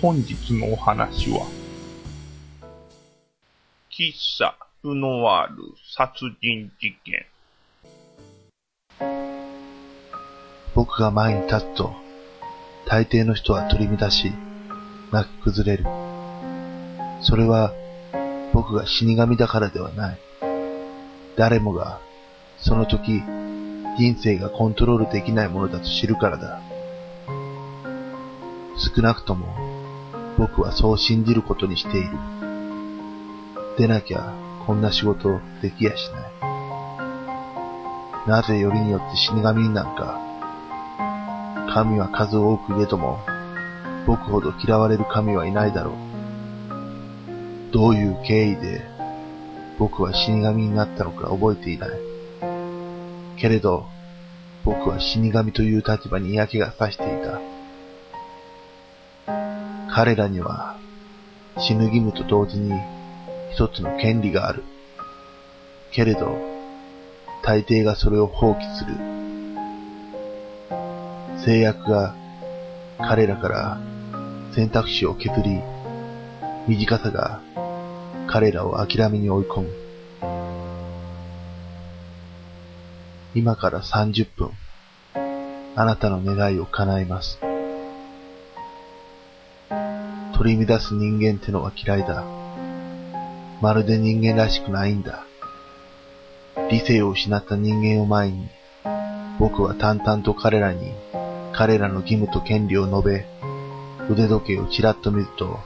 Speaker 16: 本日のお話は、喫茶ルノワール殺人事件。
Speaker 17: 僕が前に立つと、大抵の人は取り乱し、泣き崩れる。それは、僕が死神だからではない。誰もが、その時、人生がコントロールできないものだと知るからだ。少なくとも、
Speaker 18: 僕はそう信じることにしている。でなきゃ、こんな仕事できやしない。なぜよりによって死神になんか、神は数多くいえども、僕ほど嫌われる神はいないだろう。どういう経緯で、僕は死神になったのか覚えていない。けれど、僕は死神という立場に嫌気がさしていた。彼らには死ぬ義務と同時に一つの権利がある。けれど、大抵がそれを放棄する。制約が彼らから選択肢を削り、短さが彼らを諦めに追い込む。今から30分、あなたの願いを叶えます。取り乱す人間ってのは嫌いだ。まるで人間らしくないんだ。理性を失った人間を前に、僕は淡々と彼らに、彼らの義務と権利を述べ、腕時計をちらっと見ると、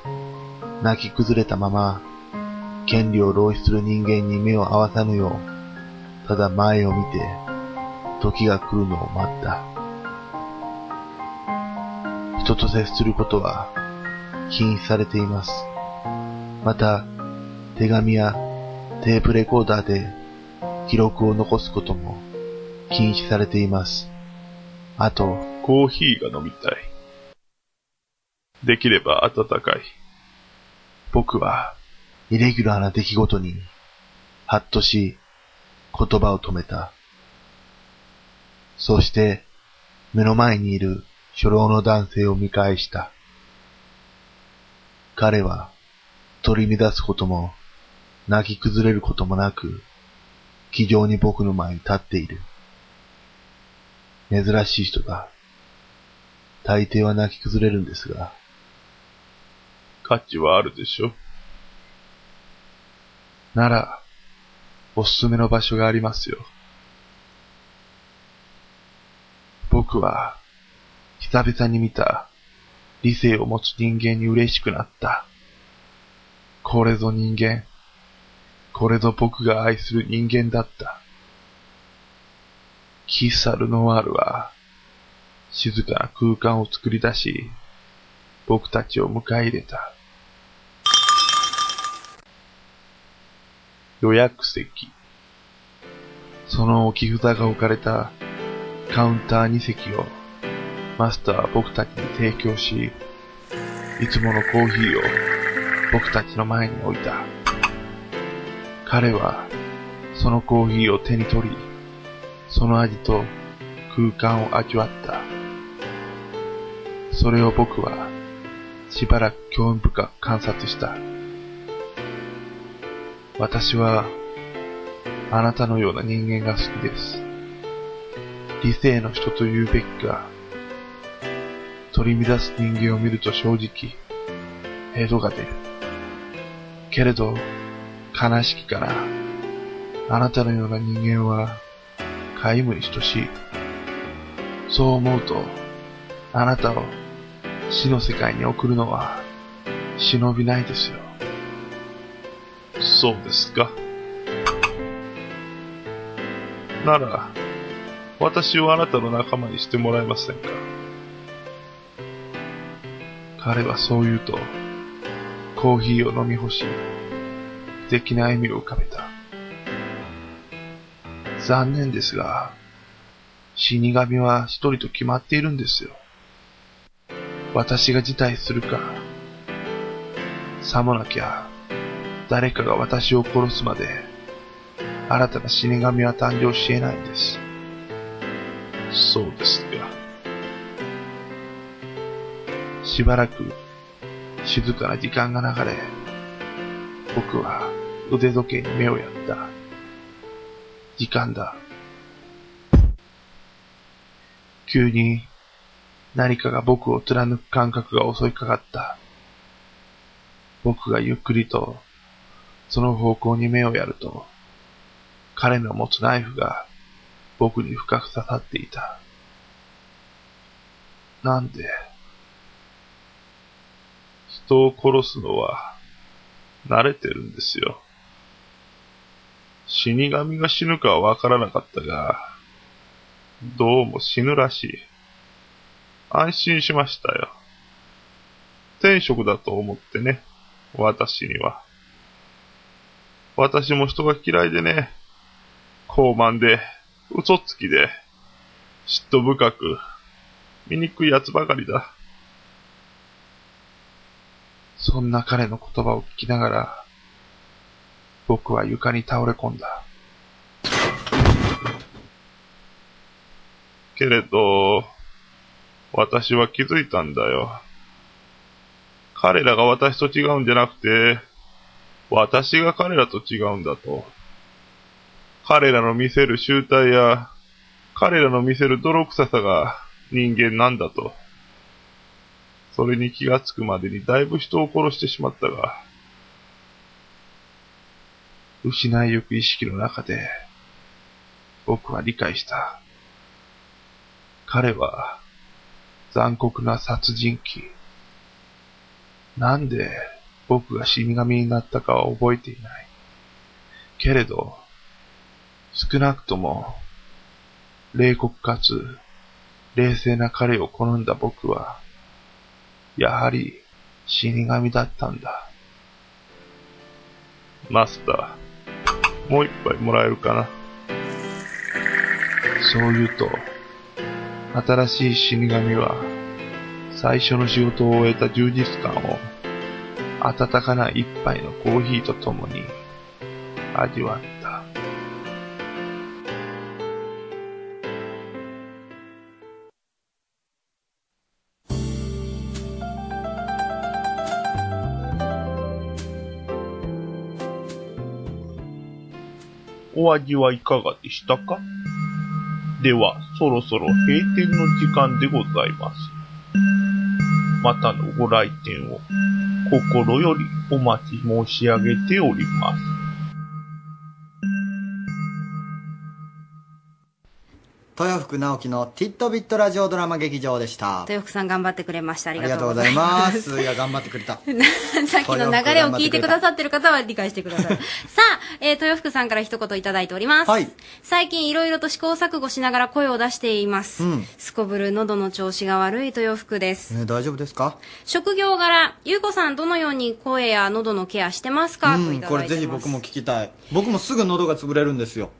Speaker 18: 泣き崩れたまま、権利を浪費する人間に目を合わさぬよう、ただ前を見て、時が来るのを待った。人と接することは、禁止されています。また、手紙やテープレコーダーで記録を残すことも禁止されています。あと、
Speaker 19: コーヒーが飲みたい。できれば温かい。
Speaker 18: 僕は、イレギュラーな出来事に、ハッとし、言葉を止めた。そして、目の前にいる初老の男性を見返した。彼は、取り乱すことも、泣き崩れることもなく、気丈に僕の前に立っている。珍しい人だ。大抵は泣き崩れるんですが、
Speaker 19: 価値はあるでしょ
Speaker 18: なら、おすすめの場所がありますよ。僕は、久々に見た、理性を持つ人間に嬉しくなった。これぞ人間。これぞ僕が愛する人間だった。
Speaker 19: キーサルノワールは、静かな空間を作り出し、僕たちを迎え入れた。
Speaker 18: 予約席。その置き札が置かれたカウンター2席をマスターは僕たちに提供し、
Speaker 19: いつものコーヒーを僕たちの前に置いた。
Speaker 18: 彼はそのコーヒーを手に取り、その味と空間を味わった。それを僕はしばらく興味深く観察した。私はあなたのような人間が好きです。理性の人と言うべきか、取り乱す人間を見ると正直、ヘドが出る。けれど、悲しきから、あなたのような人間は、皆無に等しい。そう思うと、あなたを死の世界に送るのは、忍びないですよ。
Speaker 19: そうですか。なら、私をあなたの仲間にしてもらえませんか
Speaker 18: 彼はそう言うと、コーヒーを飲み干し、素敵な笑みを浮かべた。残念ですが、死神は一人と決まっているんですよ。私が辞退するか、さもなきゃ、誰かが私を殺すまで、新たな死神は誕生し得ないんです。
Speaker 19: そうですか。
Speaker 18: しばらく静かな時間が流れ、僕は腕時計に目をやった。時間だ。急に何かが僕を貫く感覚が襲いかかった。僕がゆっくりとその方向に目をやると、彼の持つナイフが僕に深く刺さっていた。なんで、
Speaker 19: 人を殺すのは、慣れてるんですよ。死神が死ぬかはわからなかったが、どうも死ぬらしい。安心しましたよ。天職だと思ってね、私には。私も人が嫌いでね、傲慢で、嘘つきで、嫉妬深く、醜い奴ばかりだ。
Speaker 18: そんな彼の言葉を聞きながら、僕は床に倒れ込んだ。
Speaker 19: けれど、私は気づいたんだよ。彼らが私と違うんじゃなくて、私が彼らと違うんだと。彼らの見せる醜態や、彼らの見せる泥臭さが人間なんだと。それに気がつくまでにだいぶ人を殺してしまったが、
Speaker 18: 失いゆく意識の中で、僕は理解した。彼は、残酷な殺人鬼。なんで、僕が死神になったかは覚えていない。けれど、少なくとも、冷酷かつ、冷静な彼を好んだ僕は、やはり、死神だったんだ。
Speaker 19: マスター、もう一杯もらえるかな。
Speaker 18: そう言うと、新しい死神は、最初の仕事を終えた充実感を、温かな一杯のコーヒーとともに、味わった。
Speaker 19: お味はいかがでしたかでは、そろそろ閉店の時間でございます。またのご来店を心よりお待ち申し上げております。
Speaker 2: 豊福直樹のティットビットラジオドラマ劇場でした。
Speaker 3: 豊福さん頑張ってくれました。あ
Speaker 2: あ
Speaker 3: り
Speaker 2: り
Speaker 3: が
Speaker 2: が
Speaker 3: と
Speaker 2: と
Speaker 3: う
Speaker 2: う
Speaker 3: ござ
Speaker 2: ござ
Speaker 3: い
Speaker 2: い
Speaker 3: ま。
Speaker 2: ますす。いや、頑張ってく
Speaker 3: [LAUGHS]
Speaker 2: れた。
Speaker 3: さっきの流れを聞いてくださってる方は理解してくだ [LAUGHS] さい。さあ、えー豊福さんから一言いただいております。
Speaker 2: はい
Speaker 3: 最近いろいろと試行錯誤しながら声を出しています。
Speaker 2: うん
Speaker 3: すこぶる喉の調子が悪い豊福です。
Speaker 2: ね大丈夫ですか
Speaker 3: 職業柄、ゆうこさんどのように声や喉のケアしてますか、と
Speaker 2: う
Speaker 3: い
Speaker 2: ん、
Speaker 3: た
Speaker 2: こ
Speaker 3: だ
Speaker 2: れ
Speaker 3: いて
Speaker 2: ぜひ僕も聞きたい。僕もすぐ喉が潰れるんですよ。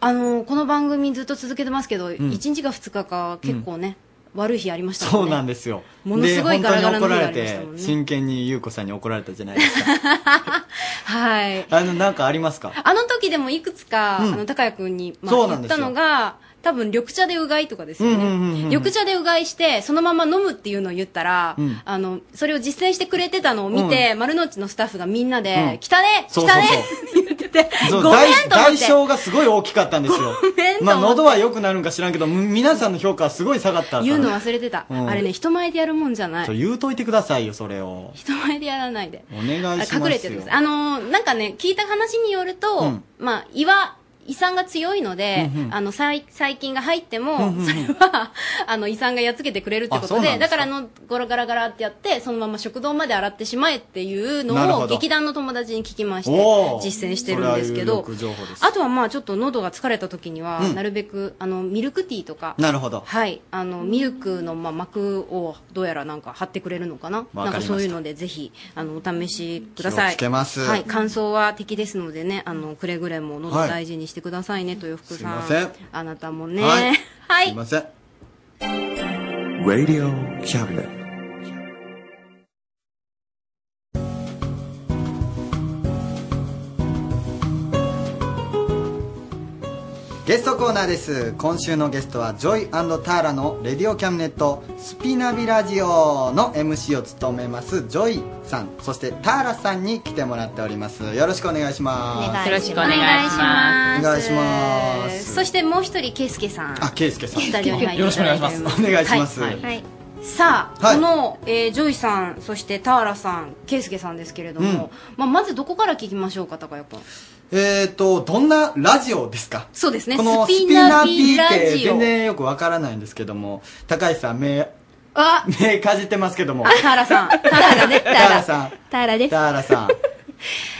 Speaker 3: あのーこの番組ずっと続けてますけど、一
Speaker 2: ん
Speaker 3: 1日か2日か結構ね、悪い日ありましたもんね。
Speaker 2: そうなんですよ。
Speaker 3: ものすごいガラガラの
Speaker 2: で本当に怒
Speaker 3: 日が
Speaker 2: ら
Speaker 3: あ
Speaker 2: れ
Speaker 3: りましたもん
Speaker 2: て
Speaker 3: ね、
Speaker 2: 真剣に優子さんに怒られたじゃない
Speaker 3: [LAUGHS]
Speaker 2: です
Speaker 3: はい。
Speaker 2: か。あの、なんかありますか
Speaker 3: あの時でもいくつか、
Speaker 2: うん
Speaker 3: あの、高谷くんに、まあ、
Speaker 2: そうな
Speaker 3: 言
Speaker 2: ん
Speaker 3: っ
Speaker 2: です
Speaker 3: た
Speaker 2: よ
Speaker 3: のが、多分、緑茶でうがいとかですよね。
Speaker 2: うんうんうんうん
Speaker 3: 緑茶でうがいして、そのまま飲むっていうのを言ったら、
Speaker 2: うん
Speaker 3: あの、それを実践してくれてたのを見て、丸の内のスタッフがみんなで、
Speaker 2: うん
Speaker 3: 来たね来
Speaker 2: そうそう
Speaker 3: たね
Speaker 2: そう
Speaker 3: ごめん
Speaker 2: 代
Speaker 3: と思って
Speaker 2: 代償がすごい大きかったんです
Speaker 3: め
Speaker 2: よ。
Speaker 3: んと思って
Speaker 2: まあ、喉は良くなるんか知らんけど、む皆さんの評価はすごい下がったから
Speaker 3: 言うの忘れてた。
Speaker 2: うん
Speaker 3: あれね、人前でやるもんじゃない
Speaker 2: ちょ。言うといてくださいよ、それを。
Speaker 3: 人前でやらないで。
Speaker 2: お願いし
Speaker 3: あ
Speaker 2: ますよ。
Speaker 3: 隠れてるんです。あのーなんかね、聞いた話によると、
Speaker 2: うん
Speaker 3: まあ、胃は、胃酸が強いので、
Speaker 2: うんうん
Speaker 3: あの、細細菌が入っても、
Speaker 2: うんうんうん
Speaker 3: それは、あの、胃酸がやっつけてくれるってこ
Speaker 2: あそ
Speaker 3: と
Speaker 2: う
Speaker 3: で、
Speaker 2: なん
Speaker 3: だ
Speaker 2: ですか
Speaker 3: からあの、ゴロガラガラってやって、そのまま食堂まで洗ってしまえっていう
Speaker 2: なる
Speaker 3: のを、
Speaker 2: ほど
Speaker 3: 劇団の友達に聞きまして
Speaker 2: お、ー
Speaker 3: 実践してるんですけど
Speaker 2: それは有、力情報です
Speaker 3: あとはまあ、ちょっと喉が疲れた時には、
Speaker 2: うん
Speaker 3: なるべく、あの、ミルクティーとか、
Speaker 2: なるほど。
Speaker 3: はい、あのミルクのまあ膜をどうやらなんか貼ってくれるのかな、
Speaker 2: わ
Speaker 3: なん
Speaker 2: かりました
Speaker 3: かそういうのでぜひあのお試しください。
Speaker 2: 気をつけます
Speaker 3: はい、乾燥は敵ですのでね、あのくれぐれも喉
Speaker 2: はい
Speaker 3: 大事にしてくださいね、という福さん。
Speaker 2: すいません
Speaker 3: あなたもね。
Speaker 2: は
Speaker 3: はいい。
Speaker 2: すいません。
Speaker 20: Radio Cabinet.
Speaker 2: ゲストコーナーです。今週のゲストは、ジョイターラのレディオキャムネットスピナビラジオの MC を務めます、ジョイさん、そしてターラさんに来てもらっております。よろしくお願いします。
Speaker 3: よろしくお願いします。
Speaker 2: お願いします。
Speaker 3: そしてもう一人ケイスケさん。
Speaker 2: あ、ケイスケさん。
Speaker 3: スタジオに入っていただいております
Speaker 2: お願いします。
Speaker 3: はいはいさあ、この、えージョイさんそして田原さん圭介さんですけれども、
Speaker 2: うん
Speaker 3: まあ、まずどこから聞きましょうか高谷君
Speaker 2: えっと、どんなラジオですか
Speaker 3: そうですね
Speaker 2: このス
Speaker 3: スピ
Speaker 2: ピナ
Speaker 3: ナ
Speaker 2: ビ
Speaker 3: ビ
Speaker 2: っ
Speaker 3: ラ
Speaker 2: て
Speaker 3: ジオ
Speaker 2: 全然よくわからないんですけども、高橋さん目
Speaker 3: あ
Speaker 2: 目かじってますけども。
Speaker 3: あ、ターラさん。ターラね。ター
Speaker 2: タ
Speaker 3: ラ
Speaker 2: ラさん。
Speaker 20: [LAUGHS] ターラです。
Speaker 2: タ
Speaker 3: [LAUGHS]
Speaker 2: ラさ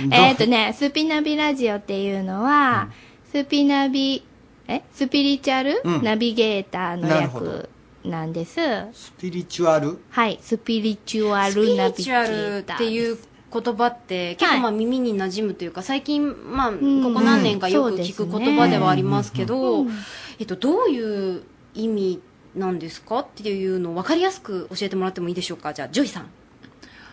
Speaker 2: ん。
Speaker 20: えっとね、スピナビラジオっていうのは、スピナビ、えスピリチュアル、
Speaker 2: うん
Speaker 20: ナビゲーターの
Speaker 2: なるほど
Speaker 20: 略なんです。
Speaker 2: スピリチュアル
Speaker 20: はい、スピリチュア
Speaker 3: スピ
Speaker 20: ルナ
Speaker 3: リ
Speaker 20: ビ
Speaker 3: チ
Speaker 20: ゲ
Speaker 3: ュアルっ
Speaker 20: ーター。
Speaker 3: ていう言葉って結構まあ耳に馴染むというか最近まあここ何年かよく聞く言葉ではありますけどえっとどういう意味なんですかっていうのを分かりやすく教えてもらってもいいでしょうかじゃあジョイさん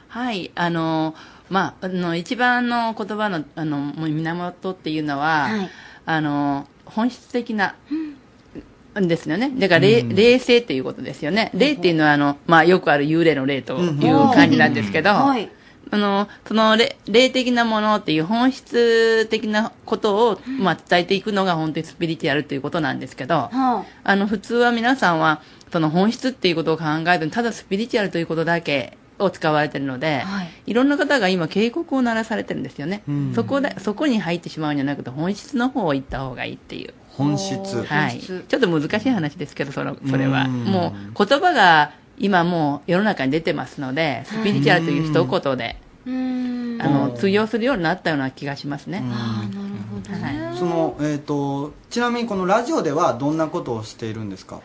Speaker 21: はい、あの、まあ、あの、一番の言葉の、あの、もう源っていうのは、あの、本質的な、んですよね。だから、霊
Speaker 20: うん
Speaker 21: 霊性っていうことですよね。霊っていうのは、あの、まあ、よくある幽霊の霊という感じなんですけど、
Speaker 20: うんうんはい
Speaker 21: あの、その霊、霊的なものっていう本質的なことを、まあ、伝えていくのが本当にスピリチュアルということなんですけど、あの、普通は皆さんは、その本質っていうことを考えずに、ただスピリチュアルということだけを使われてるので、い、ろんな方が今警告を鳴らされてるんですよね。
Speaker 2: うん
Speaker 21: そこで、そこに入ってしまうんじゃなくて、本質の方を行った方がいいっていう。
Speaker 2: 本質
Speaker 21: はい。
Speaker 2: 本
Speaker 21: ちょっと難しい話ですけど、その、それは。
Speaker 2: うん
Speaker 21: もう、言葉が今もう世の中に出てますので、スピリチュアルという一言で、あの、通用するようになったような気がしますね。
Speaker 2: その、えっ、と、ちなみにこのラジオではどんなことをしているんですか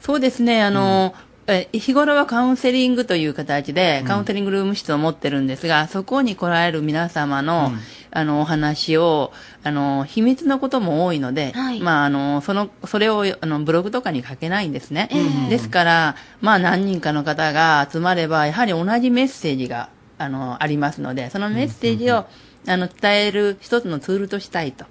Speaker 21: そうですね、あの、え日頃はカウンセリングという形で、カウンセリングルーム室を持ってるんですが、そこに来られる皆様の、あの、お話を、あの、秘密のことも多いので、まあ、あの、その、それを、あの、ブログとかに書けないんですね。ですから、まあ、何人かの方が集まれば、やはり同じメッセージが、あの、ありますので、そのメッセージを、あの、伝える一つのツールとしたいと。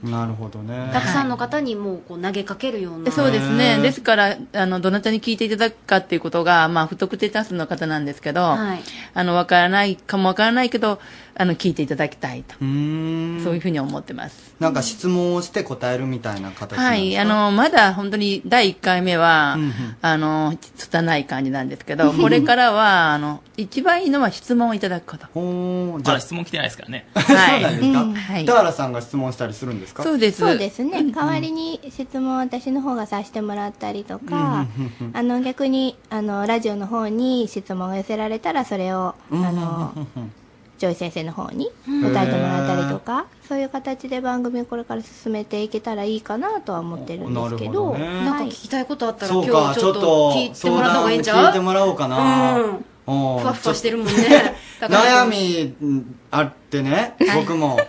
Speaker 2: なるほどね
Speaker 3: たくさんの方にもうこう投げかけるような
Speaker 21: そうですね。ですすから、あの、どなたに聞いていただくかっていうことが、まあ、不特定多数の方なんですけど、
Speaker 3: はい
Speaker 21: あの、わからないかもわからないけど、あの、聞いていただきたいと、
Speaker 2: うーん。
Speaker 21: そういうふうに思ってます。
Speaker 2: なんか質問をして答えるみたいな形な
Speaker 21: は
Speaker 2: んで
Speaker 21: い。
Speaker 2: す
Speaker 21: あ
Speaker 2: か
Speaker 21: の、まだ本当に第1回目は、あの、拙い感じなんですけど、これからは、あの、一番いいのは質問をいただくこと。
Speaker 2: ほ
Speaker 21: じゃ
Speaker 9: まだ質問来てないですからね。
Speaker 21: はい。
Speaker 2: [LAUGHS] そうなんですか、
Speaker 21: はい
Speaker 2: 田原さんが質問したりするんですか
Speaker 20: そうですね。代わりに質問を私の方がさせてもらったりとか、あの逆にあのラジオの方に質問が寄せられたらそれをあのジョイ先生の方に答えてもらったりとか、そういう形で番組をこれから進めていけたらいいかなとは思ってるんですけど
Speaker 2: おなるほどね
Speaker 3: なんか聞きたいことあったら今
Speaker 2: そう
Speaker 3: 日
Speaker 2: か
Speaker 3: は
Speaker 2: ち
Speaker 3: ち
Speaker 2: ょ
Speaker 3: ょ
Speaker 2: っ
Speaker 3: っ
Speaker 2: と
Speaker 3: と聞いてもらった方がいいんちゃう
Speaker 2: 相談聞いてもらおうかな、
Speaker 3: うん
Speaker 2: おー
Speaker 3: ふわふわしてるもんね
Speaker 2: ちょっと
Speaker 3: だから
Speaker 2: 悩みんあってね僕
Speaker 21: [LAUGHS]
Speaker 2: も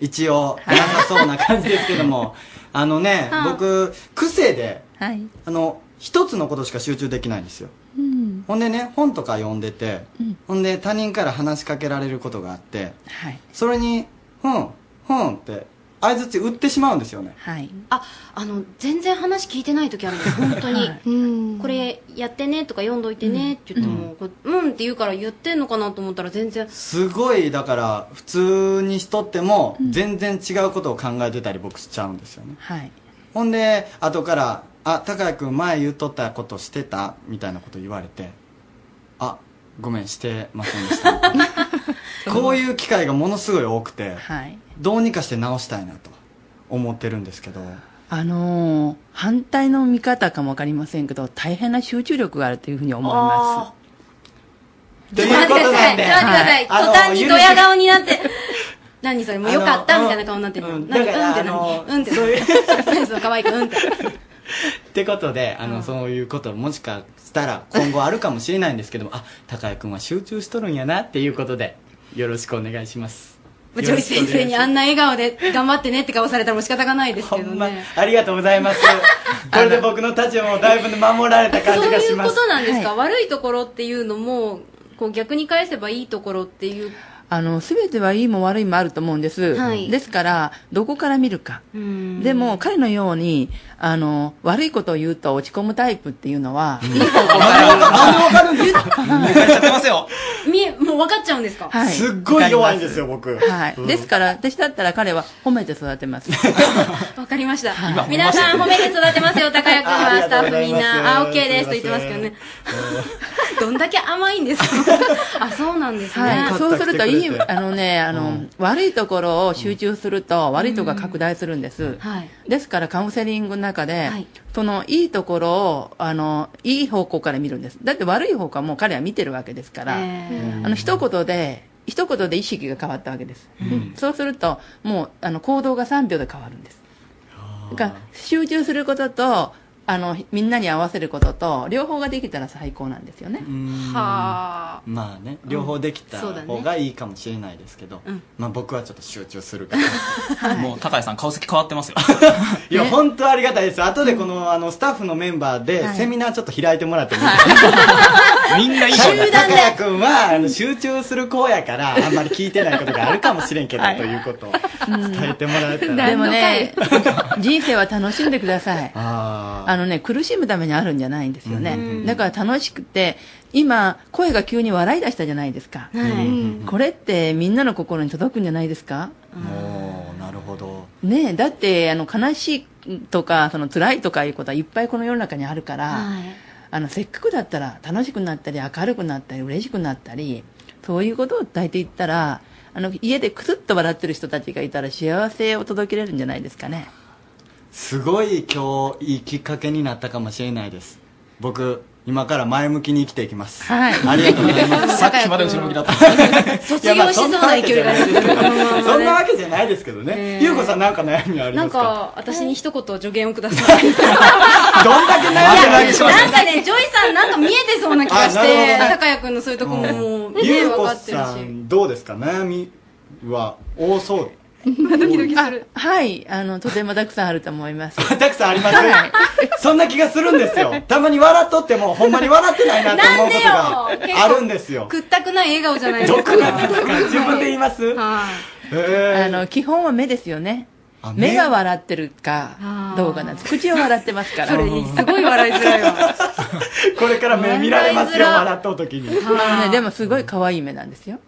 Speaker 2: 一応なさそうな感じですけどもあのね
Speaker 4: はあ
Speaker 2: 僕癖で
Speaker 21: はい。
Speaker 2: あの一つのことしか集中できないんですよ
Speaker 21: うん。
Speaker 2: ほんでね本とか読んでて、
Speaker 21: うん
Speaker 2: ほんで他人から話しかけられることがあって
Speaker 21: はい。
Speaker 2: それに「ふんふん」って相づち打ってしまうんですよね
Speaker 21: はい。
Speaker 3: ああの全然話聞いてない時あるんです本当に、これやってねとか読んどいてねって言っても、こううんって言うから言ってんのかなと思ったら全然
Speaker 2: すごいだから普通にしとっても全然違うことを考えてたり僕しちゃうんですよね、
Speaker 21: はい。
Speaker 2: ほんで後から「あ高谷君前言っとったことしてた?」みたいなこと言われて「あごめんしてません
Speaker 3: [LAUGHS]
Speaker 2: でした」こういう機会がものすごい多くて、
Speaker 21: はい。
Speaker 2: どうにかして直したいなと思ってるんですけど
Speaker 21: あのー反対の見方かもわかりませんけど、大変な集中力があるというふうに思います。
Speaker 2: という
Speaker 3: 待ってくださいちょっと待ってください途端にドヤ顔になって何それもうよかった
Speaker 2: あの
Speaker 3: みたいな顔になってるの
Speaker 2: だ
Speaker 3: 何
Speaker 2: か
Speaker 3: う
Speaker 2: ら
Speaker 3: んって
Speaker 2: あの
Speaker 3: 何うんって
Speaker 2: そういう
Speaker 3: 何 [LAUGHS] そう可愛いくうんっ
Speaker 2: [LAUGHS]
Speaker 3: て
Speaker 2: ってことであの、そういうこともしかしたら今後あるかもしれないんですけどもあ高井君は集中しとるんやなっていうことでよろしくお願いします
Speaker 3: ジョイ先生に
Speaker 2: よろしくお願いし
Speaker 3: あんな笑顔で頑張ってねって顔されたらもう仕方がないですけどね
Speaker 2: ますありがとうござ
Speaker 3: [LAUGHS]
Speaker 2: いますこれで僕の立場もだいぶ守られた感
Speaker 3: そう
Speaker 2: じが
Speaker 3: い
Speaker 2: し
Speaker 3: う
Speaker 2: ます
Speaker 3: ことなんですか、悪いところっていうのもこう逆に返せばいいところっていう
Speaker 21: あの、すべてはいいも悪いもあると思うんです。
Speaker 3: はい
Speaker 21: ですから、どこから見るか。でも、彼のように、あの、悪いことを言うと落ち込むタイプっていうのは、いい方向
Speaker 2: から
Speaker 21: るんですか
Speaker 3: 見えもう分かっちゃうんですか、
Speaker 21: はい
Speaker 2: すっごい弱いんですよ僕
Speaker 21: は
Speaker 2: う
Speaker 21: い。
Speaker 2: ん
Speaker 21: ですから、私だったら彼は褒めて育
Speaker 2: [LAUGHS]
Speaker 21: てます。
Speaker 3: わかりました
Speaker 21: 今。褒めま
Speaker 3: 皆
Speaker 21: した
Speaker 3: さん褒めて育てますよ、高谷君
Speaker 21: あり
Speaker 3: は
Speaker 21: が
Speaker 3: スタ
Speaker 21: と
Speaker 3: ッ
Speaker 21: うござ
Speaker 3: フ
Speaker 21: い
Speaker 3: みん
Speaker 21: ます
Speaker 3: な。あ、OK ですと言ってます
Speaker 21: [LAUGHS]
Speaker 3: けどね。どんだけ甘いんですかあ、そうなんですね。
Speaker 21: はい。そうするといいいい、あのね、あの、悪いところを集中すると、悪いところが拡大するんです。
Speaker 3: はい。
Speaker 21: ですからカウンセリングの中で、そのいいところをあのいい方向から見るんですだって悪い方向はもう彼は見てるわけですから、
Speaker 3: え
Speaker 21: あの一言で一言で意識が変わったわけです、そうするともうあの行動が3秒で変わるんですだから集中することとあのみんなに合わせることと両方ができたら最高なんですよね
Speaker 3: はあ
Speaker 2: まあね両方できた
Speaker 21: そうだね
Speaker 2: 方がいいかもしれないですけど、
Speaker 21: うん
Speaker 2: まあ僕はちょっと集中するから
Speaker 22: もう、高井さん、顔先変わってますよ。
Speaker 2: いや、本当ありがたいです。後でこの、あの、スタッフのメンバーで、
Speaker 22: はい
Speaker 2: セミナーちょっと開いてもらってもいい [LAUGHS]
Speaker 22: みんな
Speaker 2: で
Speaker 22: いい
Speaker 2: すか
Speaker 22: 集団で
Speaker 2: 高谷くんは、あの、集中する子やから、あんまり聞いてないことがあるかもしれんけど、ということを伝えてもらえたら。
Speaker 21: でもね人生は楽しんでください
Speaker 2: あ
Speaker 21: あのね、苦しむためにあるんじゃないんですよね。
Speaker 2: うんうんうん
Speaker 21: だから楽しくて、今、声が急に笑い出したじゃないですか。
Speaker 2: はいうん
Speaker 21: これってみんなの心に届くんじゃないですか
Speaker 2: ー。もう、なるほど。
Speaker 21: ねえ、だって、あの、悲しいとか、その辛いとかいうことはいっぱいこの世の中にあるから、あの、せっかくだったら楽しくなったり、明るくなったり、嬉しくなったり、そういうことを伝えていったら、あの、家でクスッと笑ってる人たちがいたら幸せを届けれるんじゃないですかね。
Speaker 2: すごい今日、いいきっかけになったかもしれないです。僕、今から前向きに生きていきます。
Speaker 21: はい
Speaker 2: ありがとうございます。
Speaker 22: さっきまで後ろ向きだった
Speaker 2: いやまあ
Speaker 3: 卒業
Speaker 2: んなわけじゃないですけど
Speaker 3: しそうな勢いがね
Speaker 2: そんなわけじゃないですけどね。ゆうこさんなんか悩みあり
Speaker 3: な
Speaker 2: ま
Speaker 3: ん
Speaker 2: すか
Speaker 3: か、私に一言助言をくだ
Speaker 2: [LAUGHS]
Speaker 3: さい。どん
Speaker 2: だけ悩んでないですか
Speaker 3: なんかね、ジョイさんなんか見えてそうな気がし
Speaker 2: あなる
Speaker 3: て、
Speaker 2: ほどね
Speaker 3: 高谷くんのそういうとこももう、ね、
Speaker 2: ゆう
Speaker 3: 分
Speaker 2: こ
Speaker 3: かってる
Speaker 2: さ
Speaker 3: し。
Speaker 2: んどうですか悩みは多そう
Speaker 21: あはい、あの、とてもたくさんあると思います。
Speaker 2: たくさんありますそんな気がするんですよたまに笑っとってもほんまに笑ってないなって思うことがあるんですよ
Speaker 3: くったくない笑顔じゃないですか。
Speaker 2: 自分で言います
Speaker 21: あの、基本は目ですよね。目が笑ってるかどうかなんです。口は笑ってますから。
Speaker 2: それ
Speaker 21: すごい笑いづらいわ。
Speaker 2: これから目見られますよ笑っとう時に
Speaker 21: あのね、でもすごい可愛い目なんですよ。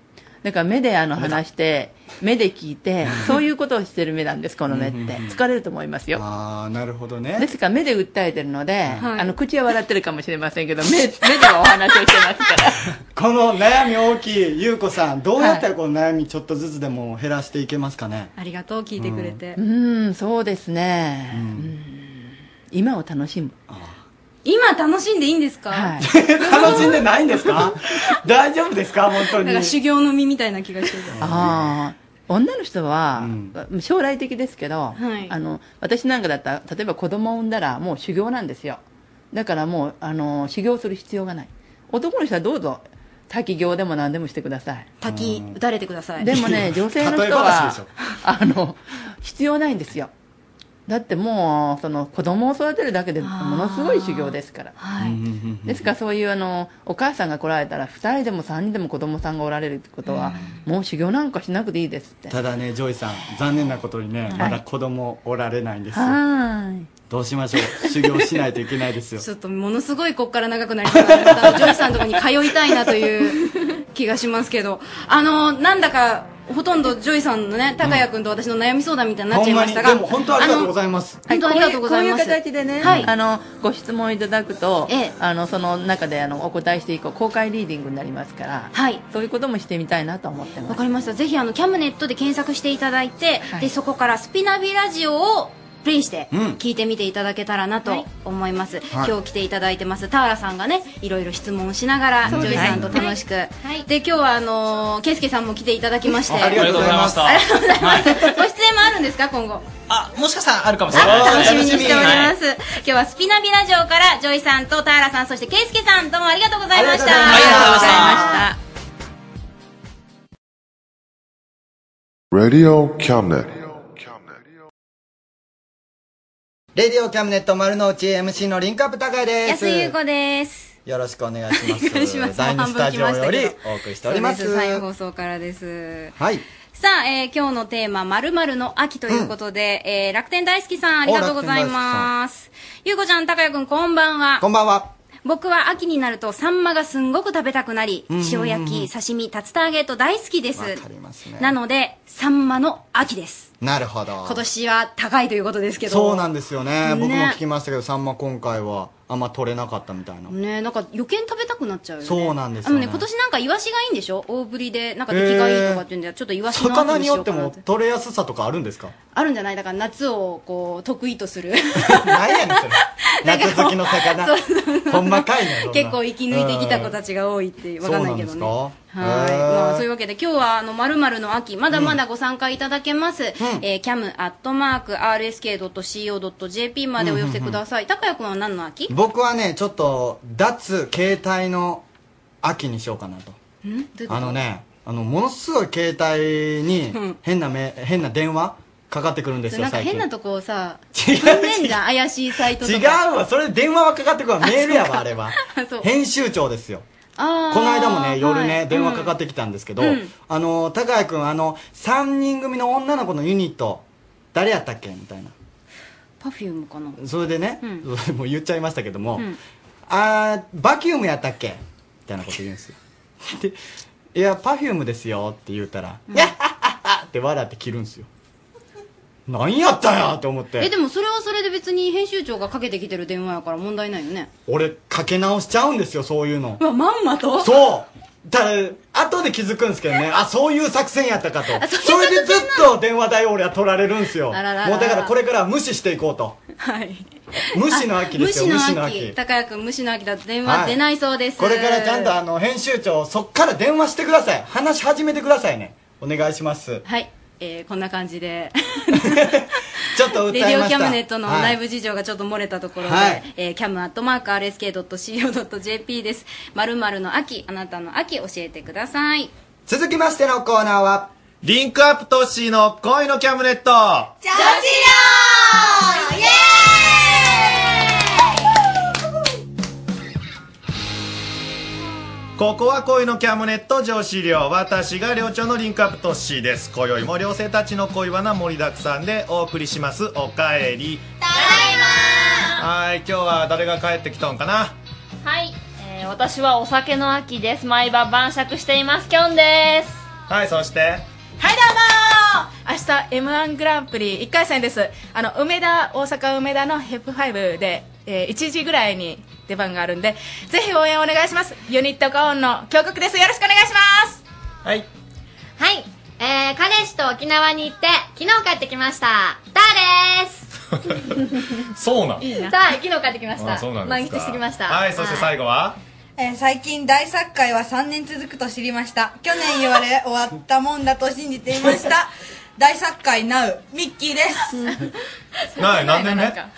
Speaker 21: だから目であの話して、目で聞いて、そういうことをしてる目なんです、この目って。疲れると思いますよ。
Speaker 2: ああなるほど
Speaker 21: で
Speaker 2: ね
Speaker 21: すから目で訴えてるので、
Speaker 2: はい
Speaker 21: あの、口は笑ってるかもしれませんけど、目、目ではお話をしてますから。
Speaker 2: この悩み大きいゆうこさんどうやったらこの悩みちょっとずつでも減らしていけますかね
Speaker 21: ありがとう、聞
Speaker 2: いてくれて
Speaker 21: うん、そうですね。うん今を楽しむ。
Speaker 3: 今楽しんでいいんですか、
Speaker 2: [LAUGHS] 楽しんでないんです
Speaker 21: [LAUGHS]
Speaker 2: か大丈夫ですか本当
Speaker 3: なんか
Speaker 2: に
Speaker 3: 修行の身みたいな気がしてる。
Speaker 21: ああ女の人は、将来的ですけ
Speaker 3: は
Speaker 21: ど、
Speaker 3: い
Speaker 21: あの私なんかだったら例えば子供を産んだらもう修行なんですよだからもうあの修行する必要がない男の人はどうぞ滝行でも何でもしてください
Speaker 3: 滝、打たれてください。
Speaker 21: で
Speaker 3: [LAUGHS]
Speaker 21: もね女性の人はあの必要ないんですよだってもうその子供を育てるだけでものすごい修行ですからですからそういうあのお母さんが来られたら2人でも3人でも子供さんがおられるってことは、もう修行なんかしなくていいですって
Speaker 2: ただねジョイさん残念なことにね、
Speaker 21: はい
Speaker 2: まだ子供おられないんですよ
Speaker 21: はーい
Speaker 2: どうしましょう修行しないといけない
Speaker 3: [LAUGHS]
Speaker 2: ですよ
Speaker 3: ちょっとものすごいここから長くなりそうなんですけど、ジョイさんのところに通いたいなという気がしますけど、あの、なんだか、ほとんどジョイさんのね、高谷君と私の悩み相談みたいになっちゃいましたが、
Speaker 2: ほんまにでも本当ありがとうございます
Speaker 3: 本当ありがとうございます
Speaker 21: こういうこういう形でね、
Speaker 3: はい
Speaker 21: あのご質問いただくと、あのその中であのお答えしていこう公開リーディングになりますから、そういうこともしてみたいなと思ってます。
Speaker 3: わかりました。ぜひあの、キャムネットで検索していただいて、で、そこからスピナビラジオをプレイして、
Speaker 21: うん
Speaker 3: 聞いてみていただけたらなと思います。
Speaker 21: はい
Speaker 3: 今日来ていただいてます、田原さんがね、いろいろ質問をしながら、ジ
Speaker 21: そう
Speaker 3: ョ
Speaker 21: です
Speaker 3: イさんと楽しく。で、今日はあのー、ケイスケさんも来ていただきまして。
Speaker 22: あありがとうございました
Speaker 3: ありがとうございます。ご出演もあるんですか、今後。あ、もしかしたら
Speaker 22: あるかもしれない。
Speaker 3: 楽しみにしております、今日はスピナビラジオからジョイさんと田原さんそしてケイスケさんどうもありがとうございました
Speaker 4: ありがとうございました
Speaker 3: ありがとうございました
Speaker 23: Radio Cabinet.
Speaker 2: レディオキャムネット丸の内 MC のリンクアップ高いです
Speaker 3: 安井優子です
Speaker 2: よろしくお願いします
Speaker 3: お [LAUGHS] 願いします
Speaker 2: 第二スタジオよ
Speaker 3: もう半分来まし
Speaker 2: り
Speaker 3: たけど
Speaker 2: お送りしておりま
Speaker 3: そ
Speaker 2: す
Speaker 3: うです再放送からです
Speaker 2: はい
Speaker 3: さあ、えー今日のテーマ、まるの秋ということで、えー楽天大好きさん、ありがとうございます。ゆうこちゃん、たかやくん、こんばんは。
Speaker 2: こんばんは。
Speaker 3: 僕は秋になるとサンマがすんごく食べたくなり、
Speaker 2: うんうんうん
Speaker 3: 塩焼き、刺身、竜田揚げと大好きです。
Speaker 2: ますね
Speaker 3: なので、サンマの秋です。
Speaker 2: なるほど
Speaker 3: 今年は高いということですけど。
Speaker 2: そうなんですよ
Speaker 3: ね
Speaker 2: ね僕も聞きましたけどさんま今回はあんま取れなかったみたいな
Speaker 3: ねなんか余計に食べたくなっちゃうよね。
Speaker 2: そうなんで
Speaker 3: あ
Speaker 2: すよ
Speaker 3: の
Speaker 2: ね
Speaker 3: ね、今年なんかイワシがいいんでしょ大ぶりで、なんか出来がいいとかっていうんで、ちょっとイワシの後
Speaker 2: 魚
Speaker 3: に
Speaker 2: に
Speaker 3: しよ
Speaker 2: よ
Speaker 3: う
Speaker 2: っ
Speaker 3: か
Speaker 2: て
Speaker 3: なっ
Speaker 2: も
Speaker 3: て。
Speaker 2: 取れやすさとかあるんですか
Speaker 3: あるんじゃないだから夏をこう、得意とする。 [LAUGHS]
Speaker 2: 夏好きの魚
Speaker 3: そうそう
Speaker 2: ほんまかいねそんな
Speaker 3: 結構生き抜いてきた子たちが多いっていうわかんないけどね。
Speaker 2: そうな
Speaker 3: はい
Speaker 2: んですかへー
Speaker 3: まあ、そういうわけで今日はあの〇〇の秋まだまだご参加いただけます、えー、cam.rsk.co.jp までお寄せください、高谷君は何の秋
Speaker 2: 僕はねちょっと脱携帯の秋にしようかなと
Speaker 3: んどういうこと
Speaker 2: あのねあのものすごい携帯に変なめ変な電話かかってくるんですよ
Speaker 3: なんか
Speaker 2: 最近
Speaker 3: 変なとこをさ
Speaker 2: 違う
Speaker 3: 飛んでんじゃん怪しいサイトと
Speaker 2: 違う
Speaker 3: か
Speaker 2: わそれ電話はかかってくるわメールやわあれは
Speaker 3: あそう
Speaker 2: 編集長ですよ
Speaker 3: あー
Speaker 2: この間もね夜ね、
Speaker 3: はい
Speaker 2: 電話かかってきたんですけど、
Speaker 3: うん
Speaker 2: あの高谷君あの3人組の女の子のユニット誰やったっけみたいな
Speaker 3: パフュームかな
Speaker 2: それでね、もう言っちゃいましたけども、
Speaker 3: うん
Speaker 2: あーバキュームやったっけみたいなこと言うん
Speaker 3: [LAUGHS]
Speaker 2: ですよで「いやパフュームですよ」って言うたら「やっはっはっは」って笑って切るんですよ何やったんやって思って
Speaker 3: えでもそれはそれで別に編集長がかけてきてる電話やから問題ないよね
Speaker 2: 俺かけ直しちゃうんですよそういうの
Speaker 3: うわまんまと
Speaker 2: そうだから後で気づくんですけどねあそういう作戦やったかと
Speaker 3: あ
Speaker 2: それでずっと電話代を俺は取られるんですよ
Speaker 3: あららら
Speaker 2: もうだからこれからは無視していこうと
Speaker 3: はい
Speaker 2: 無視の秋ですよ無
Speaker 3: 無
Speaker 2: 視
Speaker 3: 視
Speaker 2: の
Speaker 3: の
Speaker 2: 秋
Speaker 3: 秋高谷君無視の秋だと電
Speaker 2: は
Speaker 3: 話
Speaker 2: い
Speaker 3: 出ないそうです、
Speaker 2: これからちゃんとあの編集長そっから電話してください話し始めてくださいねお願いします
Speaker 3: はい、えー、こんな感じで
Speaker 2: ちょっと歌い
Speaker 3: レ
Speaker 2: ました
Speaker 3: ディオキャムネットの
Speaker 2: はい
Speaker 3: 内部事情がちょっと漏れたところで、
Speaker 2: はい
Speaker 3: えー、キャムアットマーク RSK.CO.JP です。まるまるの秋、あなたの秋教えてください。
Speaker 2: 続きましてのコーナーは
Speaker 13: リンクアップトッシーの恋のキャムネット
Speaker 3: ジャジ
Speaker 10: イエ
Speaker 13: ここは恋のキャムネット上司寮私が寮長のリンクアップトッシーです今宵も寮生たちの恋バナ盛りだくさんでお送りしますおかえりただいまはい今日は誰が帰ってきたんかな
Speaker 23: はい、えー私はお酒の秋です。毎晩晩酌しています。きょんです。
Speaker 13: はいそして
Speaker 24: [LAUGHS] 明日 M1 グランプリ1回戦です。あの、梅田、大阪梅田のヘップ5で、えー1時ぐらいに出番があるんで、ぜひ応援お願いします。ユニットカオンの強国です。よろしくお願いします。
Speaker 13: はい。
Speaker 23: はい、えー彼氏と沖縄に行って、昨日帰ってきました。ターです。
Speaker 13: そうな
Speaker 23: さあ、昨日帰ってきました。満喫してきました。
Speaker 13: はいそして最後は
Speaker 25: えー最近大作界は3年続くと知りました去年言われ終わったもんだと信じてい
Speaker 3: [LAUGHS]
Speaker 25: ました大作界ナウミッキーです
Speaker 13: な何年目
Speaker 24: か
Speaker 25: だか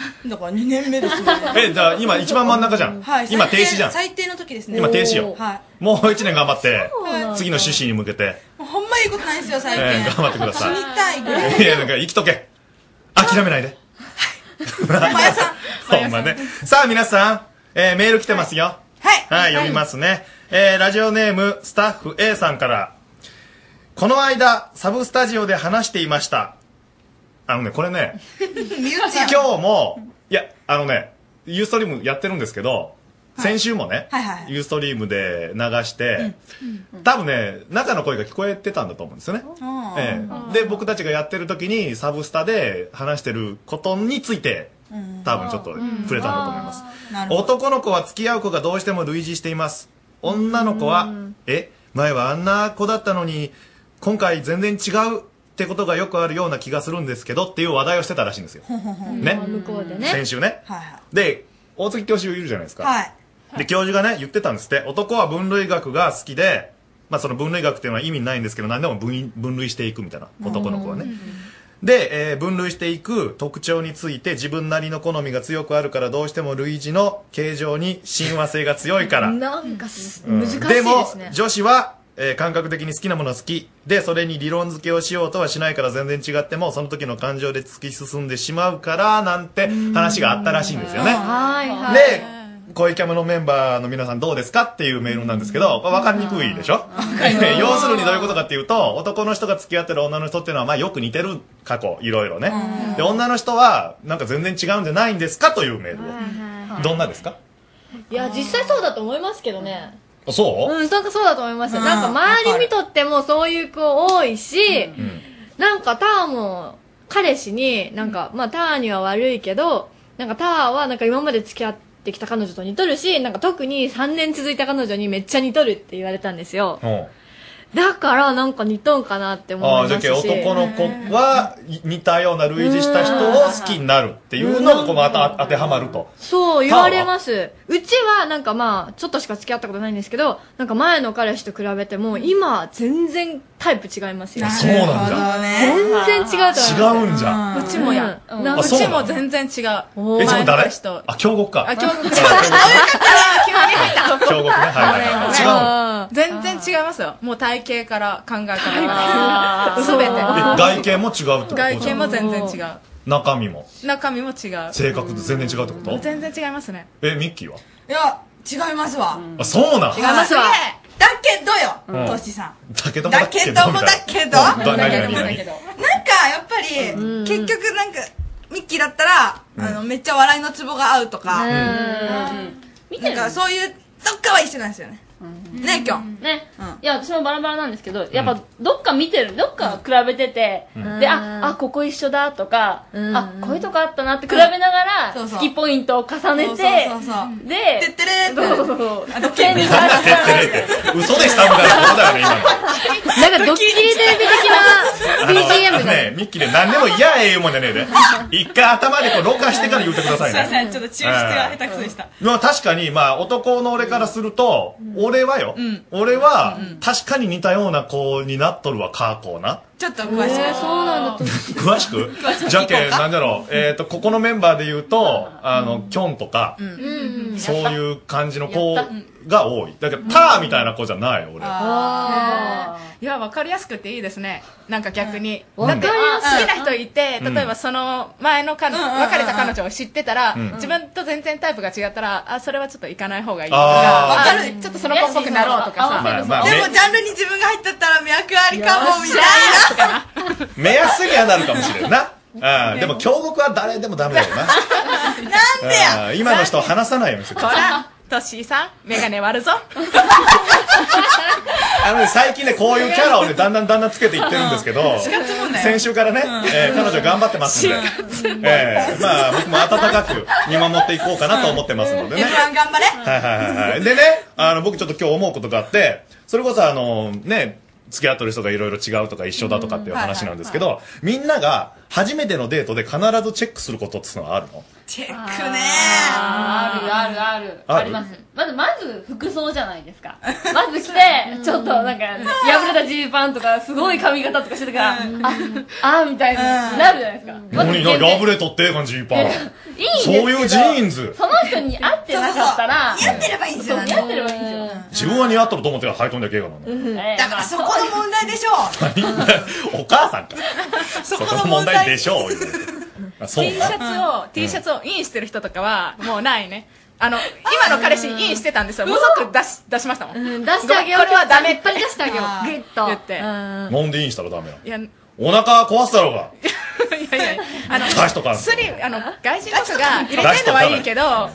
Speaker 25: ら2年目ですよね
Speaker 13: えじゃあ今一番真ん中じゃん
Speaker 25: はい
Speaker 13: 今
Speaker 25: 最
Speaker 13: 停止じゃん
Speaker 25: 最低の時ですね
Speaker 13: 今停止よ
Speaker 25: は
Speaker 13: もう1年頑張って
Speaker 25: そうなんだ
Speaker 13: 次の趣旨に向けて
Speaker 25: いもうほんまいいことないですよ最近、
Speaker 13: ええ頑張ってください
Speaker 25: 死にたいぐらい
Speaker 13: いや、なんか生きとけ。諦めないで。ほんまね。さあ、皆さん、えーメール来てますよ。はい。はい、読みますね。えーラジオネーム、スタッフ A さんから。この間、サブスタジオで話していました。あのね、これね、
Speaker 25: 身内やん
Speaker 13: 今日も、いや、あのね、ユーストリームやってるんですけど、先週もね、
Speaker 25: はいはい
Speaker 13: ユーストリームで流して、多分ね、中の声が聞こえてたんだと思うんですよね。
Speaker 25: うん
Speaker 13: ええ、で僕たちがやってる時にサブスタで話してることについて多分ちょっと触れたんだと思います、
Speaker 25: なるほど
Speaker 13: 男の子は付き合う子がどうしても類似しています女の子は、え前はあんな子だったのに今回全然違うってことがよくあるような気がするんですけどっていう話題をしてたらしいんですよ、ね
Speaker 23: 向こうでね。
Speaker 13: 先週ね、
Speaker 25: はい
Speaker 13: で大月教授いるじゃないですか、
Speaker 25: はい
Speaker 13: で教授がね言ってたんですって男は分類学が好きで、まあ、その分類学っていうのは意味ないんですけど何でも分分類していくみたいな男の子はね、で、えー分類していく特徴について自分なりの好みが強くあるからどうしても類似の形状に親和性が強いから、
Speaker 26: なんかす、
Speaker 13: うん
Speaker 26: 難しい
Speaker 13: でも
Speaker 26: ですね。
Speaker 13: 女子は、えー感覚的に好きなものは好きでそれに理論付けをしようとはしないから全然違ってもその時の感情で突き進んでしまうからなんて話があったらしいんですよね
Speaker 23: はいはい。
Speaker 13: で、恋キャムのメンバーの皆さんどうですかっていうメールなんですけど、わかりにくいでしょ [LAUGHS] 要するにどういうことかっていうと、男の人が付き合ってる女の人っていうのは、まあよく似てる過去、いろいろね。で、女の人は、なんか全然違うんじゃないんですかというメールを。どんなですか
Speaker 1: いや実際そうだと思いますけどね
Speaker 13: あそう、
Speaker 1: うんそうかそうだと思いますなんか周り見とってもそういう子多いし、なんかターも彼氏になんか、まあターには悪いけどなんかターはなんか今まで付き合ってきた彼女と似とるしなんか特に3年続いた彼女にめっちゃ似とるって言われたんですよ
Speaker 13: うん
Speaker 1: だからなんか似とんかなって思
Speaker 13: あ
Speaker 1: い
Speaker 13: あ
Speaker 1: ま
Speaker 13: じゃ
Speaker 1: す
Speaker 13: あ
Speaker 1: し
Speaker 13: け男の子は似たような類似した人を好きになるっていうのがこうまた当てはまると
Speaker 1: そう言われますうちはなんかまあちょっとしか付き合ったことないんですけどなんか前の彼氏と比べても今全然タイプ違いますよ
Speaker 13: そうなんだ
Speaker 1: 全然違うと思います
Speaker 13: 違うんじゃ
Speaker 24: う
Speaker 13: ん
Speaker 24: ちもや、
Speaker 1: う
Speaker 24: うんんう
Speaker 13: あそうな
Speaker 24: ち
Speaker 13: の
Speaker 24: も全然違う
Speaker 13: えそれ誰
Speaker 24: の人
Speaker 13: あ京極か
Speaker 24: あ京極
Speaker 13: あ
Speaker 24: [LAUGHS] 急に入った
Speaker 13: 京極ねはいはいはい違うの
Speaker 24: 全然違いますよもう体型から考え
Speaker 1: あ
Speaker 24: から全
Speaker 1: ー
Speaker 24: て
Speaker 13: え外見も違うってこと
Speaker 24: 外見も全然違
Speaker 13: 中身も
Speaker 24: う中身も違う
Speaker 13: 性格と全然違うってこと
Speaker 24: 全然違いますね
Speaker 13: えミッキーはい
Speaker 25: や違いますわ
Speaker 13: あそうなん
Speaker 25: 違いますわだけどよ、
Speaker 13: うん
Speaker 25: トシさん
Speaker 13: だけども
Speaker 25: だけどもだけど
Speaker 13: みたいな何何何
Speaker 25: なんかやっぱり、結局なんかミッキーだったら、あのめっちゃ笑いのツボが合うとか、なんかそういうどっかは一緒なんですよね、ねえきょん
Speaker 1: ね、
Speaker 25: うん
Speaker 1: いや私もバラバラなんですけどやっぱどっか見てるどっか比べてて、
Speaker 25: うん
Speaker 1: でああここ一緒だとか、あこういうとこあったなって比べながら、
Speaker 25: そうそう
Speaker 1: 好きポイントを重ねて
Speaker 25: そうそうそうそう
Speaker 1: で
Speaker 25: てってれーって
Speaker 1: そうそうそう
Speaker 25: あド
Speaker 1: キリ
Speaker 13: 嘘でしたみたいなことだよね今の
Speaker 1: なんかドッキリテレビ
Speaker 13: あ
Speaker 1: 的
Speaker 13: の
Speaker 1: な BGM が、
Speaker 13: ねミッキーで何でも「いやええ」言うもんじゃねえ
Speaker 25: [LAUGHS]
Speaker 13: で一回頭でこうろ過してから言ってくださいね
Speaker 25: ちょっと抽
Speaker 13: 出が
Speaker 25: 下手くそでした
Speaker 13: まあ確かに、まあ男の俺からすると、俺はよ、俺は確かに似たような子になっとるわ、カーコーな。
Speaker 25: ちょっと詳しく、そうなんだ
Speaker 13: 詳しく
Speaker 25: 詳しく
Speaker 13: じゃ
Speaker 25: 聞こ
Speaker 13: け、
Speaker 25: うか
Speaker 13: なんだろう、えっ、と、ここのメンバーで言うと、あの、キョンとか、
Speaker 25: うん
Speaker 13: そう
Speaker 25: う
Speaker 13: いう感じの子が多い。だけど、ターみたいな子じゃない、俺。
Speaker 24: あーいや分かりやすくていいですねなんか逆に、
Speaker 13: うん
Speaker 24: だって好
Speaker 13: わかりやすい
Speaker 24: きな人いて、
Speaker 13: うん
Speaker 24: 例えばその前の彼女、
Speaker 25: うん
Speaker 24: 別れた彼女を知ってたら、
Speaker 13: うん
Speaker 24: 自分と全然タイプが違ったらあそれはちょっと行かない方がいいと
Speaker 13: あ
Speaker 24: か
Speaker 25: ー
Speaker 24: あ
Speaker 25: わかる
Speaker 24: ちょっとその子っぽくなろうとかさ、
Speaker 13: まあまあ、
Speaker 25: でも
Speaker 13: め
Speaker 25: ジャンルに自分が入っちゃっ
Speaker 24: [LAUGHS]
Speaker 25: たら脈ありかもみたい
Speaker 13: 目安にはなるかもしれんな。あーでも、京極は誰でもダメだよな。
Speaker 25: なんでや
Speaker 13: あー今の人は話さないようにしてくだ
Speaker 24: こ
Speaker 13: さい
Speaker 24: らトッシーさん眼鏡割るぞ
Speaker 13: あのね、最近ね、こういうキャラをね、だんだんだんだんつけていってるんですけど、
Speaker 25: 死活問題
Speaker 13: 先週からね、えー彼女頑張ってますんで、えーまあ、僕も温かく見守っていこうかなと思ってますのでね。
Speaker 25: M1 頑張れ
Speaker 13: はいはいはいはい。でね、あの、僕ちょっと今日思うことがあって、それこそあの、ね、付き合ってる人がいろいろ違うとか一緒だとかっていう話なんですけど、みんなが初めてのデートで必ずチェックすることってのはあるの
Speaker 25: チェックね
Speaker 1: あるあるある
Speaker 13: ある
Speaker 1: ありますまずまず服装じゃない
Speaker 25: [LAUGHS]
Speaker 1: ですかまず着てちょっとなんか破れたジーパンとかすごい髪型とかしてたから、ああーみたいになるじゃないですか、まず
Speaker 13: 何何ラブレットってえ感じ、パン。
Speaker 1: いいんです
Speaker 13: そう
Speaker 1: けど
Speaker 13: いうジーンズ。
Speaker 1: その人に合ってなかったら
Speaker 25: そうそう似合ってればいいんですよ
Speaker 1: そう似合ってればいいんですよ
Speaker 13: 自分は似合っとると思ってから履いとんじゃけえがな。
Speaker 25: だからそこの問題でしょ
Speaker 13: お母さんか。 [LAUGHS] そこの問題でしょう。あそう
Speaker 24: T シャツを、T シャツをインしてる人とかはもうないねあの今の彼氏インしてたんですよもう即出し出しましたもん、
Speaker 1: 出してあげよう
Speaker 24: これはダメって
Speaker 1: 引っ張り出してあげようグッと
Speaker 24: 言って
Speaker 13: 飲んでいいんしたらダメよ。
Speaker 24: いや
Speaker 13: お腹壊すだろうが。
Speaker 24: あの、
Speaker 13: 出しとかんと
Speaker 24: スリム、あの、外人の人が入れてんのはいいけど、なん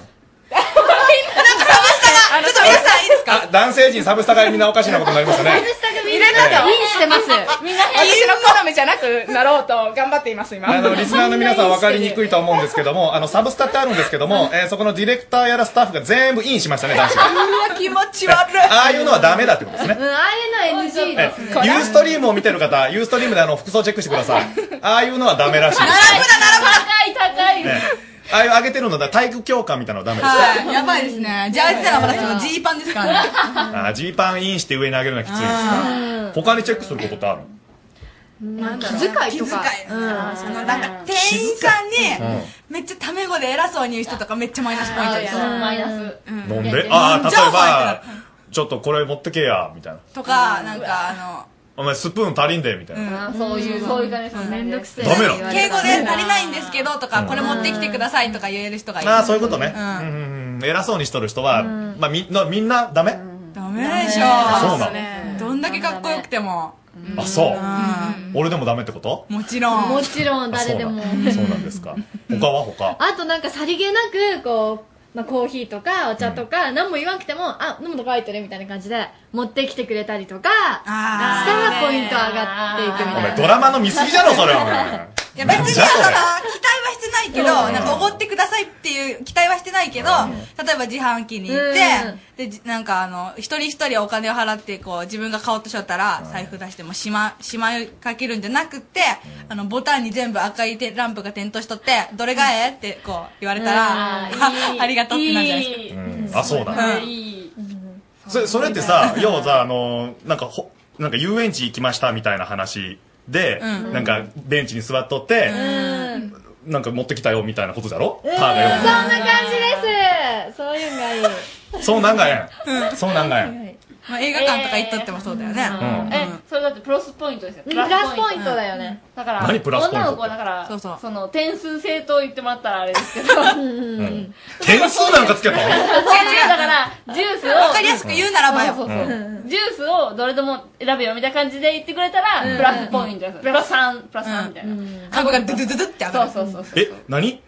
Speaker 24: か探したら、ちょっと皆さんいいですか
Speaker 13: あ、男性陣サブスタがみんなおかしなことになりましたね。
Speaker 24: [LAUGHS] 入れたと。
Speaker 1: インしてます
Speaker 24: みんな、私の好みじゃなくなろうと頑張っています、今。
Speaker 13: あの、リスナーの皆さん分かりにくいと思うんですけども、あの、サブスタってあるんですけども、えーそこのディレクターやらスタッフが全部インしましたね、男子が。
Speaker 25: うわ気持ち悪い
Speaker 13: ああいうのはダメだってことですね。
Speaker 1: うん、ああいうのは NG
Speaker 13: え
Speaker 1: です
Speaker 13: ーユーストリームを見てる方、ユーストリームであの、服装チェックしてください。ああいうのはダメらしいです。
Speaker 1: 高い高い、
Speaker 13: ねああいう上げてるのだ、体育教官みたいなのはダメです。
Speaker 25: はいやばいですねジャージならまだしもジーパンですからね
Speaker 13: あージーパンインして上に上げるのはきついですね。他にチェックすることってある
Speaker 25: なんだろう
Speaker 1: 気遣いとか
Speaker 25: 気遣いうんそのなんか店員さんに
Speaker 13: う
Speaker 25: めっちゃタメ語で偉そうに言う人とかめっちゃマイナスポイントです
Speaker 1: うんマイナス
Speaker 25: うん
Speaker 13: 飲んでああ、例えば
Speaker 25: ば、
Speaker 13: ちょっとこれ持ってけや、みたいな。
Speaker 25: とかなんかあ
Speaker 13: お前スプーン足りんで、みたいな。
Speaker 1: あーそういうそういう感じですねめんどくせ
Speaker 13: えダメな
Speaker 25: の敬語で足りないんですけどとかこれ持ってきてくださいとか言える人がいる
Speaker 13: ああ、そういうことね。
Speaker 25: う
Speaker 13: うんんうんうん偉そうにしとる人は、まあみんな、みんなダメ
Speaker 25: ダメでしょ
Speaker 13: そうな
Speaker 25: どんだけかっこよくても
Speaker 24: [LAUGHS]
Speaker 13: あ、そう。俺でもダメってこと
Speaker 25: もちろん
Speaker 1: もちろん誰でも
Speaker 13: [LAUGHS] あそうなんそうなんですか。他は他。
Speaker 1: あとなんかさりげなくこう
Speaker 23: まあ、コーヒーとかお茶とか、何も言わなくても、あ、飲むとこ入ってるみたいな感じで、持ってきてくれたりとか、したらポイント上がっていくみ
Speaker 13: お
Speaker 23: たい
Speaker 13: 前
Speaker 23: な。
Speaker 13: ドラマの見過ぎじゃろそれお [LAUGHS] 前
Speaker 25: いや別に
Speaker 13: じゃ
Speaker 25: そ
Speaker 13: そ
Speaker 25: の
Speaker 13: れ
Speaker 25: 期待はしてないけど、
Speaker 13: うん
Speaker 25: なんかおごってくださいっていう期待はしてないけど、例えば自販機に行って、で、じなんかあの、一人一人お金を払って、こう、自分が買おうとしよったら、財布出してもしま、しまいかけるんじゃなくて、あの、ボタンに全部赤いてランプが点灯しとって、どれがええってこう、言われたら、あ
Speaker 23: うんいい
Speaker 25: ありがとうってなるじゃないですか。
Speaker 13: うんあそうだ
Speaker 25: うん
Speaker 13: それそれってさ要はさあのなんかほなんか遊園地行きましたみたいな話で、
Speaker 23: うん
Speaker 13: なんかベンチに座っとって、なんか持ってきたよみたいなことだろ、ターが
Speaker 23: そんな
Speaker 13: よ
Speaker 23: 感じです。そういうのがいい。
Speaker 13: そうなんかやん、そうなんかやん、
Speaker 25: まあ、映画館とか行っとってもそうだよね。
Speaker 13: うん
Speaker 11: え、それだってプラスポイントですよ。
Speaker 23: うんプラスポイントだよね。
Speaker 11: だから、
Speaker 13: 何プラスポイント
Speaker 11: 女の子はだから、その、点数制と言ってもらったらあれですけど。
Speaker 13: うん点数なんかつけたの
Speaker 11: 違う [LAUGHS] 違う、だから、ジュースを。
Speaker 25: わかりやすく言うならばよ
Speaker 11: そうそうそう
Speaker 13: う
Speaker 11: ジュースをどれでも選べよみたいな感じで言ってくれたら、
Speaker 25: うん
Speaker 11: プラスポイントです。プラス3、プラス3みたいな。
Speaker 25: 株がドゥドゥドゥドゥって上がる。
Speaker 11: そうそうそう。
Speaker 13: え何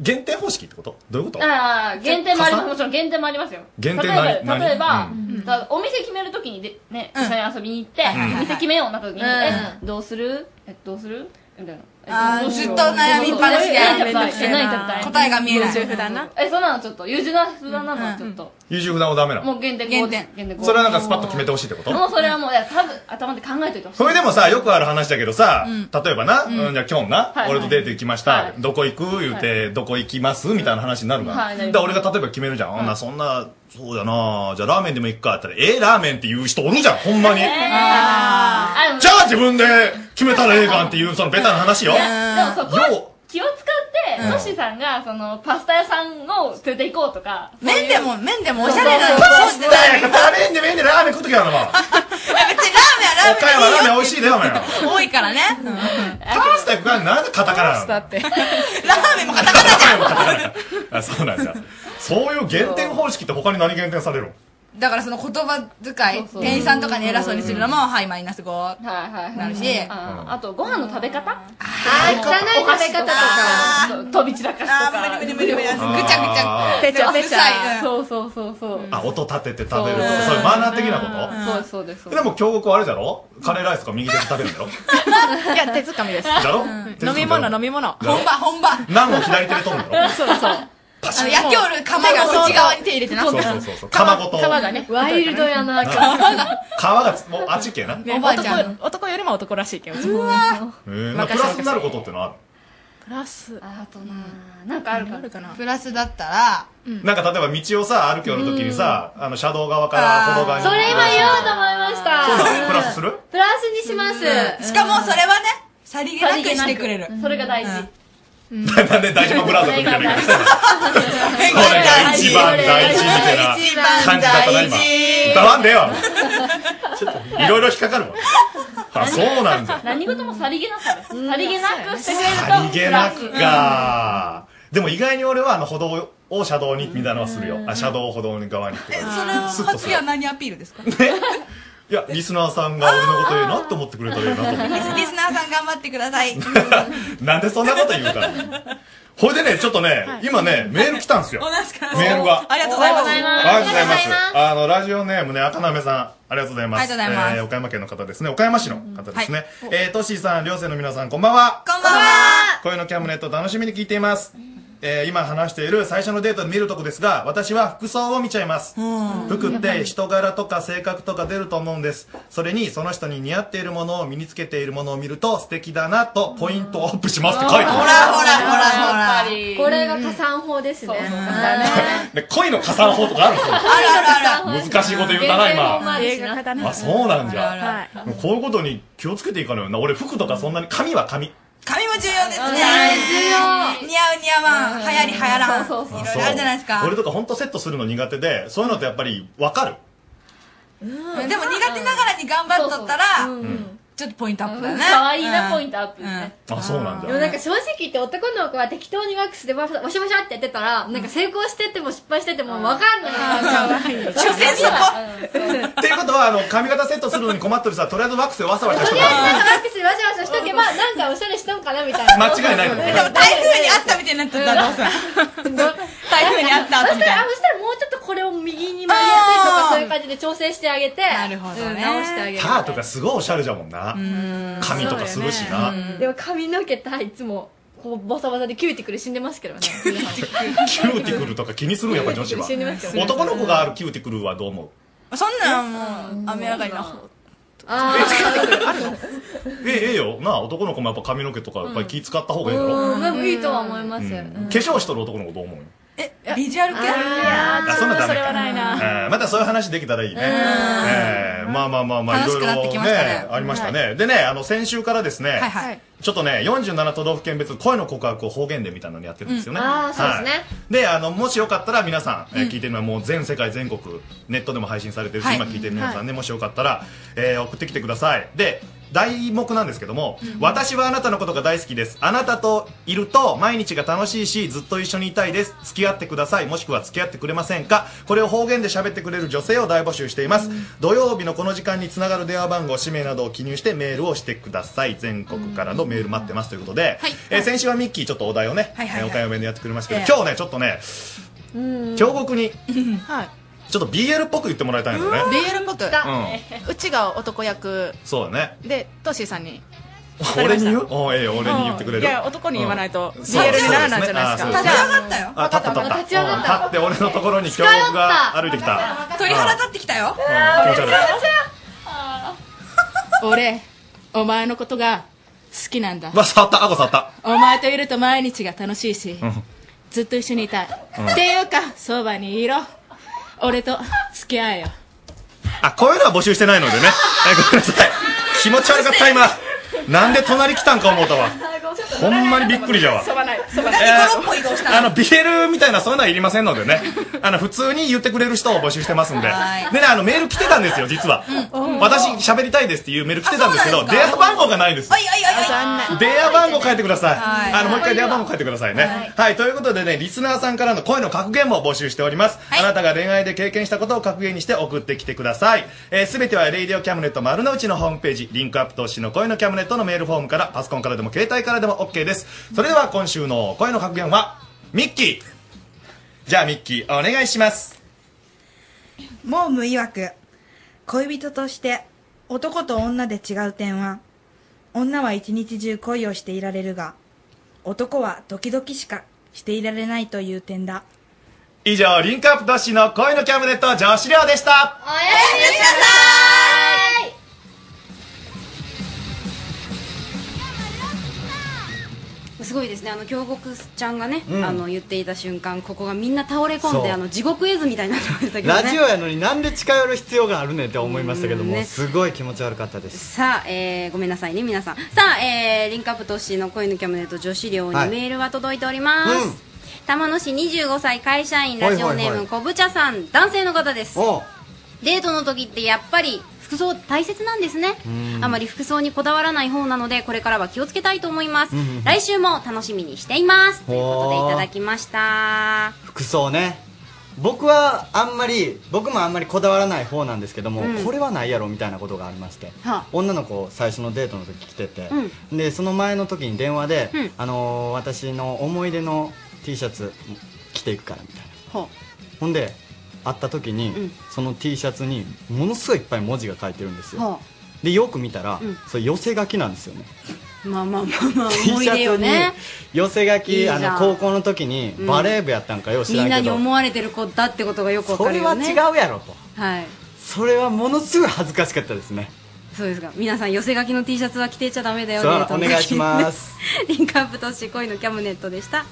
Speaker 13: 減点方式ってことどういうこと
Speaker 11: ああ、限定もあります。
Speaker 13: 加算
Speaker 11: もちろん限定もありますよ。
Speaker 13: 限定な
Speaker 11: 例えば、
Speaker 13: 何
Speaker 11: 例えば
Speaker 13: う
Speaker 11: だからお店決めるときにで、ね、一緒に遊びに行って、
Speaker 25: うん
Speaker 11: お店決めようになったときに、
Speaker 25: うん
Speaker 11: え、どうするえ、どうするみたいな。え
Speaker 25: あー
Speaker 11: どうしよう
Speaker 25: ずっと悩みっぱなしで
Speaker 11: 何食べた
Speaker 25: め
Speaker 11: い
Speaker 25: んどくせえな
Speaker 11: 何食べたい
Speaker 25: 答えが見えない
Speaker 11: 優柔不断な。え、そんなのちょっと、優柔不断なのはちょっと。
Speaker 13: 優柔不断はダメな
Speaker 11: も
Speaker 13: の
Speaker 11: う限定5です。限定5
Speaker 13: それはなんかスパッと決めてほしいってこと
Speaker 11: もうそれはもう、いや多分頭で考えといてほしい。
Speaker 13: それでもさ、よくある話だけどさ、
Speaker 11: うん
Speaker 13: 例えばな、
Speaker 11: うん
Speaker 13: うんじゃあ今日な、
Speaker 11: はいはい
Speaker 13: 俺とデート行きました、どこ行く言うて、どこ行きますみたいな話になるから。
Speaker 11: はいなり
Speaker 13: で、
Speaker 11: ます
Speaker 13: 俺が例えば決めるじゃん。あんな、そんな、そうだなじゃあラーメンでも行くかって言ったら、えー、ラーメンって言う人おるじゃん、ほんまに。じゃ
Speaker 11: あーあでも
Speaker 13: あ自分で決めたらええがんっていう、そのベタな話よ。
Speaker 11: いやでもそこ
Speaker 13: よ
Speaker 11: は気を使って、
Speaker 13: うん
Speaker 11: ヨッシーさんが、その、パスタ屋さんを連れて行こうとか。
Speaker 25: 麺でも、麺でもお
Speaker 11: そう
Speaker 25: し
Speaker 11: そ
Speaker 25: ゃれ
Speaker 11: う
Speaker 25: なの。
Speaker 13: パスタやから食べんでもええねんラーメン食っと
Speaker 11: [LAUGHS]
Speaker 13: きゃな、お前。
Speaker 25: 別
Speaker 13: 岡
Speaker 25: にラーメンはラーメン
Speaker 13: 山ラーメン
Speaker 25: よ
Speaker 13: 美味しいで、お前。パ
Speaker 25: 多いからね。 [LAUGHS]
Speaker 13: スタやからなんでカタカナなの
Speaker 25: だ [LAUGHS] って。
Speaker 13: あそうなんだ。そういう減点方式って他に何減点されるの
Speaker 25: だからその言葉遣い、
Speaker 11: う
Speaker 25: 店員さんとかに偉そうにするのも、はい、マイナス5。
Speaker 11: はいはいはい。
Speaker 25: なるし
Speaker 11: あーあと、ご飯の食べ方あ
Speaker 25: ー汚い食べ方とか
Speaker 11: か。飛び散らかしとか。無理無理無理無理。ぐ
Speaker 13: ぐちゃぐちゃ
Speaker 11: ぺちゃぺち
Speaker 25: ゃ。
Speaker 11: そうそうそうそう。
Speaker 13: あ、音立てて食べ
Speaker 11: そ
Speaker 13: ると
Speaker 11: う
Speaker 13: か、そういうマナー的なこ
Speaker 11: そう
Speaker 13: と
Speaker 11: ですそうです。そう
Speaker 13: でも京極あれだろカレーライスとか右手で食べるんだろ
Speaker 24: いや、手づかみです。
Speaker 13: だろ
Speaker 24: うん
Speaker 13: 手づかみだろ
Speaker 24: 飲み物、飲み物。
Speaker 13: だろ本場
Speaker 25: 本場。
Speaker 13: 何も左手で取るんだろ
Speaker 24: そうそう。
Speaker 25: あの、焼きおる釜が内側に手入れてな。
Speaker 13: そうそうそうそう釜ごと
Speaker 24: ね
Speaker 23: ワイルドやな、
Speaker 13: 皮
Speaker 23: 皮が。
Speaker 13: がつもうあっち系な、
Speaker 24: ね
Speaker 25: おばあちゃん
Speaker 24: 男男よりも男らしいけど。
Speaker 23: うわ
Speaker 13: えーまあプラスになることってのはあ
Speaker 24: プラス。
Speaker 11: あとな、なんかある
Speaker 25: かな。プラスだったら、
Speaker 13: る、なんか例えば道をさ歩き寄るときにさ、あの車道側から歩道側に
Speaker 23: それ今言おうと思いました。
Speaker 13: そうだねプラスする
Speaker 23: プラスにします。
Speaker 25: しかもそれはね、さりげなくしてくれる。
Speaker 11: それが大事。
Speaker 13: なんで大事なブラザーズみたいな言い方してる
Speaker 25: そ
Speaker 13: れが一番大事みたいな感じだったな今歌わんでよいろいろ引っかかるわあそうなんだ
Speaker 11: 何事もさりげなさです。さりげなくしてくれると。
Speaker 13: さりげなくか、でも意外に俺はあの歩道を車道にみたいなのはするよ、あ車道を歩道側にって感じ
Speaker 25: それ、初は何アピールですかリス
Speaker 13: いやリスナーさんが俺のこと言うなって思ってくれたらいいなと思って
Speaker 25: リスナーさん頑張ってください。同
Speaker 13: なんでそんなこと言うからほいでねちょっとね、今ねメール来たんですよ
Speaker 25: じから
Speaker 13: メールが
Speaker 25: ありがとうございます。
Speaker 13: ありがとうございます。あの、ラジオネームね、赤なめさん、ありがとうございます。
Speaker 25: ありがとうございます
Speaker 13: えー岡山県の方ですね。岡山市の方ですね。えー、トッシーさん、りょうせいの皆さん、こんばんは。
Speaker 25: こんばんは。
Speaker 13: 声のキャムネット楽しみに聞いています。えー、今話している最初のデートで見るとこですが、私は服装を見ちゃいます。服って人柄とか性格とか出ると思うんです。それに、その人に似合っているものを身につけているものを見ると素敵だなとポイントをアップしますって書いてある。
Speaker 23: ら
Speaker 11: ほら
Speaker 23: これが加算法ですね。
Speaker 13: で恋の加算法とかあるんですよ。難しいこと言うたな、今。
Speaker 23: 映画化だ
Speaker 13: あ、そうなんじゃ。
Speaker 23: はい。
Speaker 13: もうこういうことに気をつけていかないよな。俺服とかそんなに、髪は髪。
Speaker 25: 髪も重要ですね。
Speaker 23: 重
Speaker 25: 要。似合う似合わん、流行り流行らん。いろいろあるじゃないですか。
Speaker 13: 俺とかほんとセットするの苦手で、そういうのってやっぱりわかる。
Speaker 25: でも苦手ながらに頑張っとったら、
Speaker 10: ちょっとポイントアップだね。
Speaker 23: 可愛いな
Speaker 10: うん
Speaker 23: ポイントアップね
Speaker 13: あ、そうなん
Speaker 23: でもなんか正直言って男の子は適当にワックスでわしゃわしゃってやってたら、なんか成功してても失敗しててもわかんない。所詮そこ。
Speaker 13: っていうことは、あの、髪型セットするのに困ってる人は、とりあえずワックスでわさわさ
Speaker 23: と
Speaker 13: しと
Speaker 23: り
Speaker 13: か
Speaker 23: あえずなんかワックスでわしゃわしゃしとけば、なんかおしゃれしとんかなみたいな。
Speaker 13: 間違いないもんねでも
Speaker 10: 台風にあったみたいになっちゃったらどうする台風にあった後みたいな
Speaker 23: そしたらもうちょっとこれを右に曲げやすいとかそういう感じで調整してあげて、なるほどね。直してあげる。
Speaker 13: ターとかすごいおしゃれじゃもんな。髪とかするしな。
Speaker 23: でも髪の毛たいつもこうボサボサでキューティクル死んでますけどね
Speaker 13: キューティクルとか気にするんやっぱ女子は
Speaker 23: 気にしますよ。ね
Speaker 13: 男の子があるキューティクルはどう思う
Speaker 10: そんなんもう、雨上がりの方。
Speaker 23: あ
Speaker 13: ええよ。なあ男の子もやっぱ髪の毛とかやっぱり気使った方がいいだろ。
Speaker 23: うん、でもいいとは思います。
Speaker 13: 化粧しとる男の子どう思うよ
Speaker 10: ビジュアル系いや
Speaker 13: あそんなダメか
Speaker 10: ないな
Speaker 13: えーまたそういう話できたらいいね。えーまあまあまあまあ、い
Speaker 10: 楽し
Speaker 13: ろ
Speaker 10: く
Speaker 13: い
Speaker 10: な
Speaker 13: ろ
Speaker 10: ってきましたね
Speaker 13: ね、ありましたね。でね、あの、先週からですね、
Speaker 10: はいはい。
Speaker 13: ちょっとね、47都道府県別恋の告白を方言でみたいなのやってるんですよね。
Speaker 10: うんあーそうですね
Speaker 13: はいで、あの、もしよかったら皆さん、えー聞いてるのはもう全世界全国、ネットでも配信されてるし、
Speaker 27: はい
Speaker 13: 今聞いてる皆さんね、もしよかったら、えー送ってきてください。で、題目なんですけども、私はあなたのことが大好きです。あなたといると毎日が楽しいし、ずっと一緒にいたいです。付き合ってください。もしくは付き合ってくれませんかこれを方言で喋ってくれる女性を大募集しています。土曜日のこの時間につながる電話番号、氏名などを記入してメールをしてください。全国からのメール待ってますということで、えー先週はミッキーちょっとお題をね、
Speaker 10: はいはいはい
Speaker 13: えーお買い物でやってくれましたけど、
Speaker 10: ええ
Speaker 13: 今日ね、ちょっとね、京極に、
Speaker 10: はい。
Speaker 13: ちょっと BL っぽく言ってもらいたいのね。
Speaker 10: BL っぽくうちが男役
Speaker 13: そうだね。
Speaker 10: でトッシーさんに
Speaker 13: 俺に言うおうええよ、俺に言ってくれる。
Speaker 10: いや男に言わないと
Speaker 13: うん
Speaker 10: BL にならないじゃないですか
Speaker 13: そう
Speaker 10: 立ち上
Speaker 13: そう
Speaker 10: がったよ
Speaker 13: あ、立った立った。
Speaker 10: 立ち上がった
Speaker 13: うん立って俺のところに京極が歩いてきた。
Speaker 10: 鳥肌立ってきたよ
Speaker 13: うん気持ち悪い
Speaker 24: 俺、お前のことが好きなんだ
Speaker 13: う。わ、触った、顎触った。
Speaker 24: お前といると毎日が楽しいし、
Speaker 13: うん
Speaker 24: ずっと一緒にいたい。
Speaker 13: うん
Speaker 24: っていうか、そばにいろ。俺と付き合えよ。
Speaker 13: あ、こういうのは募集してないので
Speaker 10: [LAUGHS]
Speaker 13: ね。えごめんなさい。気持ち悪かった、今。なんで隣来たんか思ったわ。ほんまにびっくりじゃわ。
Speaker 24: ばない。
Speaker 10: そばない
Speaker 13: えー
Speaker 10: ゴロッポ移動した
Speaker 13: あの、BL みたいなそういうのはいりませんので
Speaker 10: [LAUGHS]
Speaker 13: ね。あの、普通に言ってくれる人を募集してますんで。でね
Speaker 10: はい、
Speaker 13: あの、メール来てたんですよ、実は。
Speaker 10: うん
Speaker 13: 私、喋りたいですっていうメール来てたんですけ
Speaker 10: あそ
Speaker 13: ど、
Speaker 10: うなん
Speaker 13: 電
Speaker 10: ですか
Speaker 13: 話番号がないんです
Speaker 10: おいお。いおいおい
Speaker 13: [LAUGHS] 電話番号書いてくださ
Speaker 10: はい
Speaker 13: い。あの、もう一回電話番号書いてくださいね。
Speaker 10: は
Speaker 13: はいい、ということでね、リスナーさんからの声の格言も募集しております。あなたが恋愛で経験したことを格言にして送ってきてください。えすべては、レイディオキャムネット丸の内のホームページ、リンクアップ投資の声のキャムネットのメールフォームから、パソコンからでも携帯からでも OK です。それでは、今週の声の格言は、ミッキーじゃあ、ミッキー、お願いします。
Speaker 25: もう無曰く恋人として男と女で違う点は女は一日中恋をしていられるが男はドキドキしかしていられないという点だ
Speaker 13: 以上、リンクアップ投資の声のキャムネット女子寮でした。
Speaker 25: おやすみなさ
Speaker 3: すごいですねあの京極ちゃんがね、
Speaker 2: うん
Speaker 3: あの言っていた瞬間ここがみんな倒れ込ん
Speaker 2: そう
Speaker 3: であの地獄絵図みたいになってましたけどね
Speaker 2: ラジオやのになんで近寄る必要があるねんって思いましたけど
Speaker 3: うん
Speaker 2: も、
Speaker 3: ね
Speaker 2: すごい気持ち悪かったです。
Speaker 3: さあ、えー、ごめんなさいね皆さんさあ、えー、リンクアップ投資の恋のキャムネット女子寮に
Speaker 24: はい
Speaker 3: メールが届いております、
Speaker 24: うん
Speaker 3: 玉野市25歳会社員ラジオネ
Speaker 24: はいはいは
Speaker 3: ー
Speaker 24: い
Speaker 3: ムこぶ茶さん男性の方ですデートの時ってやっぱり服装大切なんですね
Speaker 24: うん
Speaker 3: あまり服装にこだわらない方なのでこれからは気をつけたいと思います、
Speaker 2: うんうんうん
Speaker 3: 来週も楽しみにしていますということ
Speaker 2: ほ
Speaker 3: で
Speaker 2: ー
Speaker 3: いただきました
Speaker 2: 服装ね。僕はあんまり、僕もあんまりこだわらない方なんですけども、
Speaker 3: うん
Speaker 2: これはないやろみたいなことがありまして。
Speaker 3: は
Speaker 2: 女の子最初のデートの時来てて、でその前の時に電話で、
Speaker 3: うん
Speaker 2: あのー私の思い出の T シャツ着ていくからみたいな
Speaker 3: ほ
Speaker 2: ほんで会った時に、その T シャツにものすごいいっぱい文字が書いてるんです
Speaker 3: う
Speaker 2: よ、
Speaker 3: ほ
Speaker 2: でよく見たら、
Speaker 3: うん
Speaker 2: それ寄せ書きなんですよね
Speaker 3: うまあまあまあまあ思い出よね
Speaker 2: 寄せ書
Speaker 3: いい
Speaker 2: き
Speaker 3: じ
Speaker 2: あ
Speaker 3: ゃん
Speaker 2: の高校の時に
Speaker 3: うん
Speaker 2: バレー部やったんかよ、知
Speaker 3: み
Speaker 2: らん
Speaker 3: んな
Speaker 2: け
Speaker 3: に
Speaker 2: ど
Speaker 3: 思われてる子だってことがよくわ
Speaker 2: そ
Speaker 3: かる
Speaker 2: れ
Speaker 3: よ
Speaker 2: は
Speaker 3: ね
Speaker 2: 違うやろと
Speaker 3: はい
Speaker 2: それはものすごい恥ずかしかったですね
Speaker 3: そうですか皆さん寄せ書きの T シャツは着てちゃダメだよ
Speaker 2: さ
Speaker 3: デー
Speaker 2: あ
Speaker 3: ト
Speaker 2: お
Speaker 3: の時
Speaker 2: 願いします
Speaker 3: [LAUGHS] リンクアップ都市恋のキャムネットでした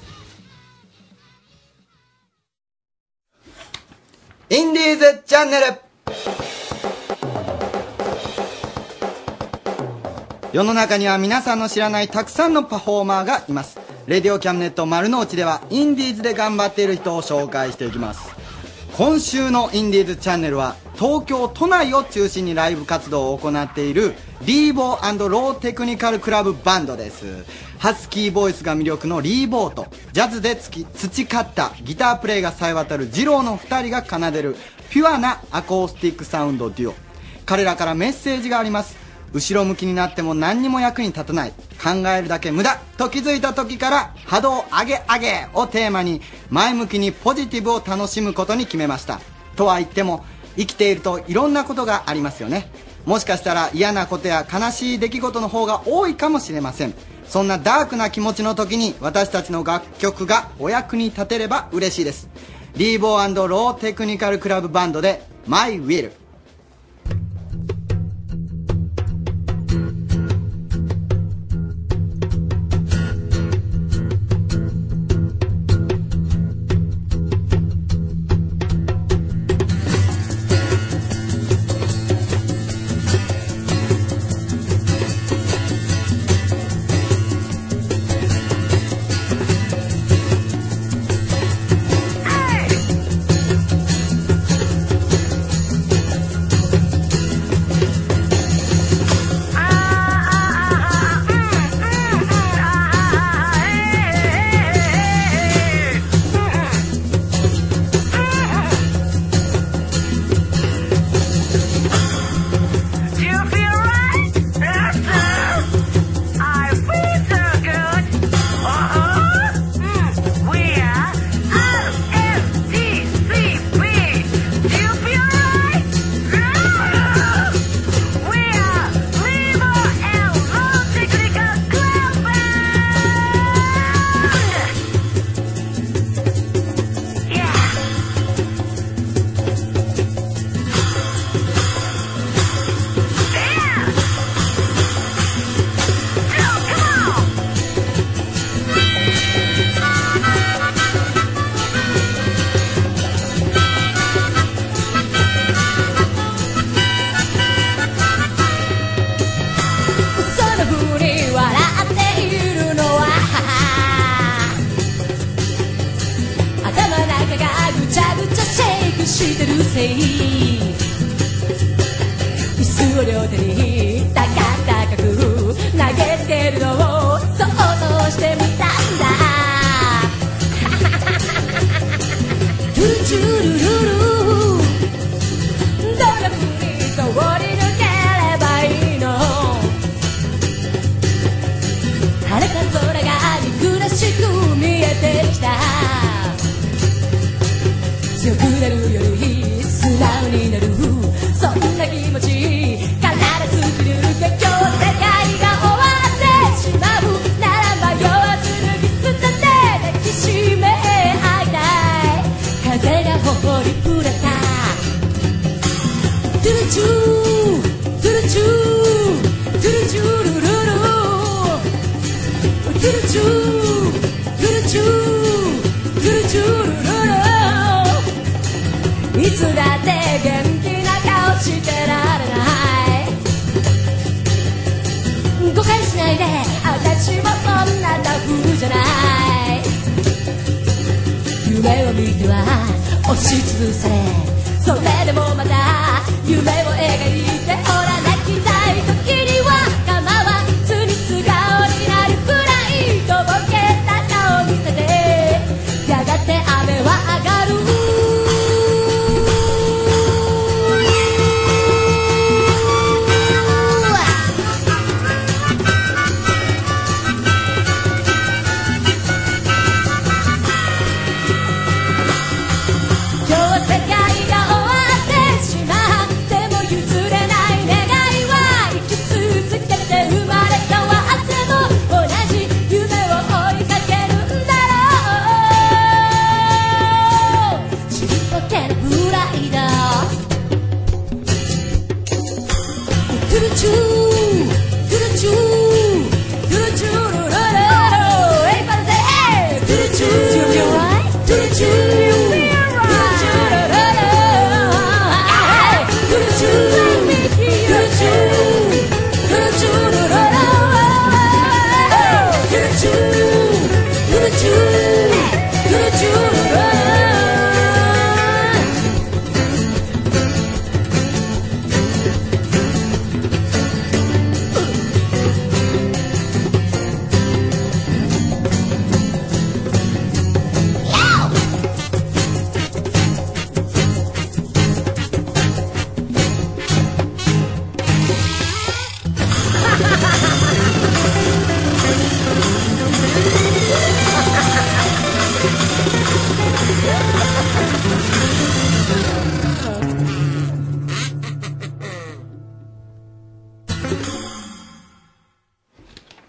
Speaker 2: インディーズチャンネル世の中には皆さんの知らないたくさんのパフォーマーがいますレディオキャムネット丸の内ではインディーズで頑張っている人を紹介していきます今週のインディーズチャンネルは東京都内を中心にライブ活動を行っているリーボーローテクニカルクラブバンドですハスキーボイスが魅力のリーボーとジャズでつき培ったギタープレイがさえ渡る二郎の2人が奏でるピュアなアコースティックサウンドデュオ彼らからメッセージがあります後ろ向きになっても何にも役に立たない考えるだけ無駄と気づいた時から波動上げ上げをテーマに前向きにポジティブを楽しむことに決めましたとは言っても生きているといろんなことがありますよねもしかしたら嫌なことや悲しい出来事の方が多いかもしれませんそんなダークな気持ちの時に私たちの楽曲がお役に立てれば嬉しいですリーボーローテクニカルクラブバンドで「MyWill」
Speaker 10: Do you feel right? I feel so good. Uh-huh. Mm, we are RSDCB. Do you feel right? Yeah. We are Limo and Low Technical Club Band. Yeah.
Speaker 6: 「そのふり笑っているのは」「頭の中がぐちゃぐちゃシェイクしてるせい」「椅子を両手に高々く投げてるのを想像してみたんだ」「トゥルチュルルル」「どんなふうに通り抜ければいいの」晴れた空が憎らしく見えてきた強くなるより素直になるそんな気持ち必ず切る今日世界が終わってしまうなら迷わず脱ぎ捨てて抱きしめ合いたい風が頬に触れたトゥルチュートゥルチュートゥルチュールルルルルルチュールルチュールルチュールルルいつだって元気な顔してられない誤解しないで私もそんなタフじゃない夢を見ては押しつぶされそれでもまた夢を描いてほら泣きたい時には構わずに素顔になるくらいとぼけた顔見せてやがて雨は上がる今日世界が終わってしまっても譲れない願いは生き続けて生まれ変わっても同じ夢を追いかけるんだろうちっぽけなプライドトゥルチュートゥルチュートゥルチュールルルルエイパルゼエイトゥルチュートゥルチュー Hey!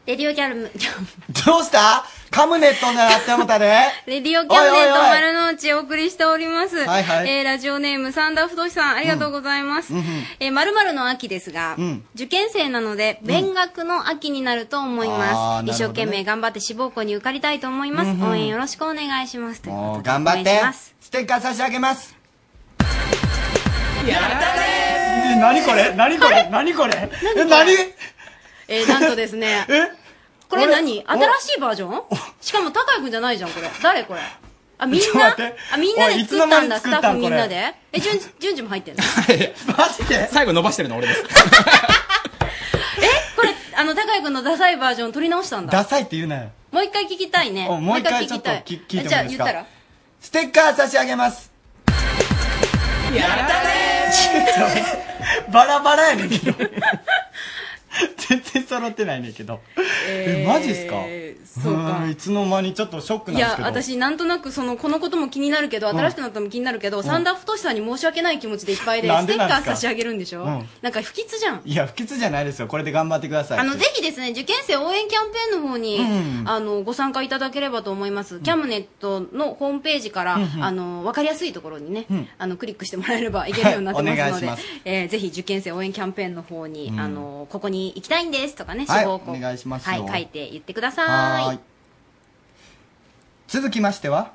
Speaker 3: レディオギャルム、
Speaker 2: どうしたカムネットならって思ったで。
Speaker 3: レディオキャンネット丸の内お送りしております。
Speaker 2: はいはい
Speaker 3: えーラジオネーム、サンダーふとしさん、ありがとうございます。
Speaker 2: うんうん
Speaker 3: えー、〇〇の秋ですが、
Speaker 2: うん
Speaker 3: 受験生なので、
Speaker 2: うん
Speaker 3: 勉学の秋になると思い
Speaker 2: あ
Speaker 3: ま
Speaker 2: ーなるほ
Speaker 3: す。
Speaker 2: どね
Speaker 3: 一生懸命頑張って志望校に受かりたいと思います。
Speaker 2: うんうん
Speaker 3: 応援よろしくお願いします。というこ
Speaker 2: もう
Speaker 3: とで
Speaker 2: 頑張って
Speaker 3: お願いします。
Speaker 2: ステッカー差し上げます。
Speaker 11: やったね
Speaker 2: え、何これ何これ何これえ、何
Speaker 3: えー、なんとです
Speaker 2: [LAUGHS]
Speaker 3: ね。これ何
Speaker 2: あれ
Speaker 3: 新しいバージョンしかも、高井くんじゃないじゃん、これ。誰これ。あ、みん
Speaker 2: ちょっと
Speaker 3: な
Speaker 2: 待って
Speaker 3: あ、みんな
Speaker 2: おい
Speaker 3: で
Speaker 2: いつ
Speaker 3: 作
Speaker 2: の
Speaker 3: った
Speaker 2: 間
Speaker 3: ん
Speaker 2: に
Speaker 3: だ、
Speaker 2: 作
Speaker 3: ス
Speaker 2: ったん
Speaker 3: タッフみんな
Speaker 2: こ
Speaker 3: で。え、じゅん、じゅんじも入ってるの
Speaker 2: マジで
Speaker 22: 最後伸ばしてるの俺です。
Speaker 3: あの、高井くんのダサいバージョン取り直したんだ。
Speaker 2: ダサいって言うなよ。
Speaker 3: もう一回聞きたいね。
Speaker 2: おもう一回ちょっと
Speaker 3: もう
Speaker 2: き
Speaker 3: 一
Speaker 2: 聞いてもいいですか
Speaker 3: じゃあ言ったら。
Speaker 2: ステッカー差し上げます。
Speaker 3: やったね
Speaker 2: バラバラやねんけど。全然揃ってないねんけど。え、マジっすか
Speaker 3: そうか
Speaker 2: んいつの間にちょっとショック
Speaker 3: い
Speaker 2: なんです
Speaker 3: や
Speaker 2: け、ど。
Speaker 3: 私、なんとなく、その、このことも気になるけど、
Speaker 2: うん
Speaker 3: 新しくなったのも気になるけど、
Speaker 2: うん
Speaker 3: サンダー太さんに申し訳ない気持ちでいっぱいで、
Speaker 2: なん
Speaker 3: ス
Speaker 2: で
Speaker 3: テッ
Speaker 2: なん
Speaker 3: カ
Speaker 2: ですか
Speaker 3: ー差し上げるんでしょ
Speaker 2: うん
Speaker 3: なんか不吉じゃん。
Speaker 2: いや、不吉じゃないですよ。これで頑張ってください。
Speaker 3: あの、ぜひですね、受験生応援キャンペーンの方に、
Speaker 2: うん
Speaker 3: あの、ご参加いただければと思います。キャムネットのホームページから、
Speaker 2: うんうん
Speaker 3: あの、わかりやすいところにね、
Speaker 2: うん
Speaker 3: あの、クリックしてもらえればいけるようになってますので、
Speaker 2: はいお願いします
Speaker 3: えーぜひ受験生応援キャンペーンの方に、
Speaker 2: うん
Speaker 3: あの、ここに行きたいんですとかね、
Speaker 2: はい
Speaker 3: 志望校。
Speaker 2: お願いします
Speaker 3: は
Speaker 2: よ
Speaker 3: い、書いて言ってくださ。
Speaker 2: はいーい続きましては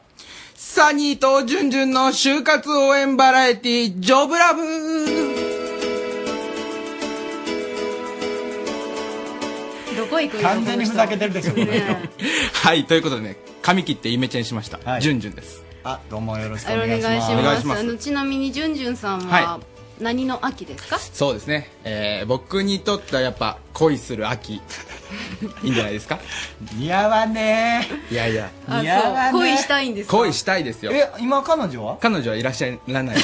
Speaker 7: サニーとジュンジュンの就活応援バラエティジョブラブ
Speaker 3: どこ行くん
Speaker 2: 完全にふざけてるでしょ、
Speaker 7: はい、ということでね、髪切ってイメチェンしました。ジュンジュンです。
Speaker 2: あ、どうもよろし
Speaker 3: お願いします。
Speaker 7: お願いしま
Speaker 3: あ
Speaker 7: す。
Speaker 3: のちなみに、じゅんじゅんさんは、
Speaker 7: は
Speaker 3: 何の秋ですか
Speaker 7: そうですね、えー、僕にとってはやっぱ恋する秋、いいんじゃないですか。
Speaker 2: 似合わね
Speaker 7: いやいや。
Speaker 3: あ
Speaker 2: 似合わね
Speaker 3: そう恋したいんですか
Speaker 7: 恋したいですよ。
Speaker 2: え今彼女は
Speaker 7: 彼女はいらっしゃ
Speaker 2: [LAUGHS]
Speaker 7: らない。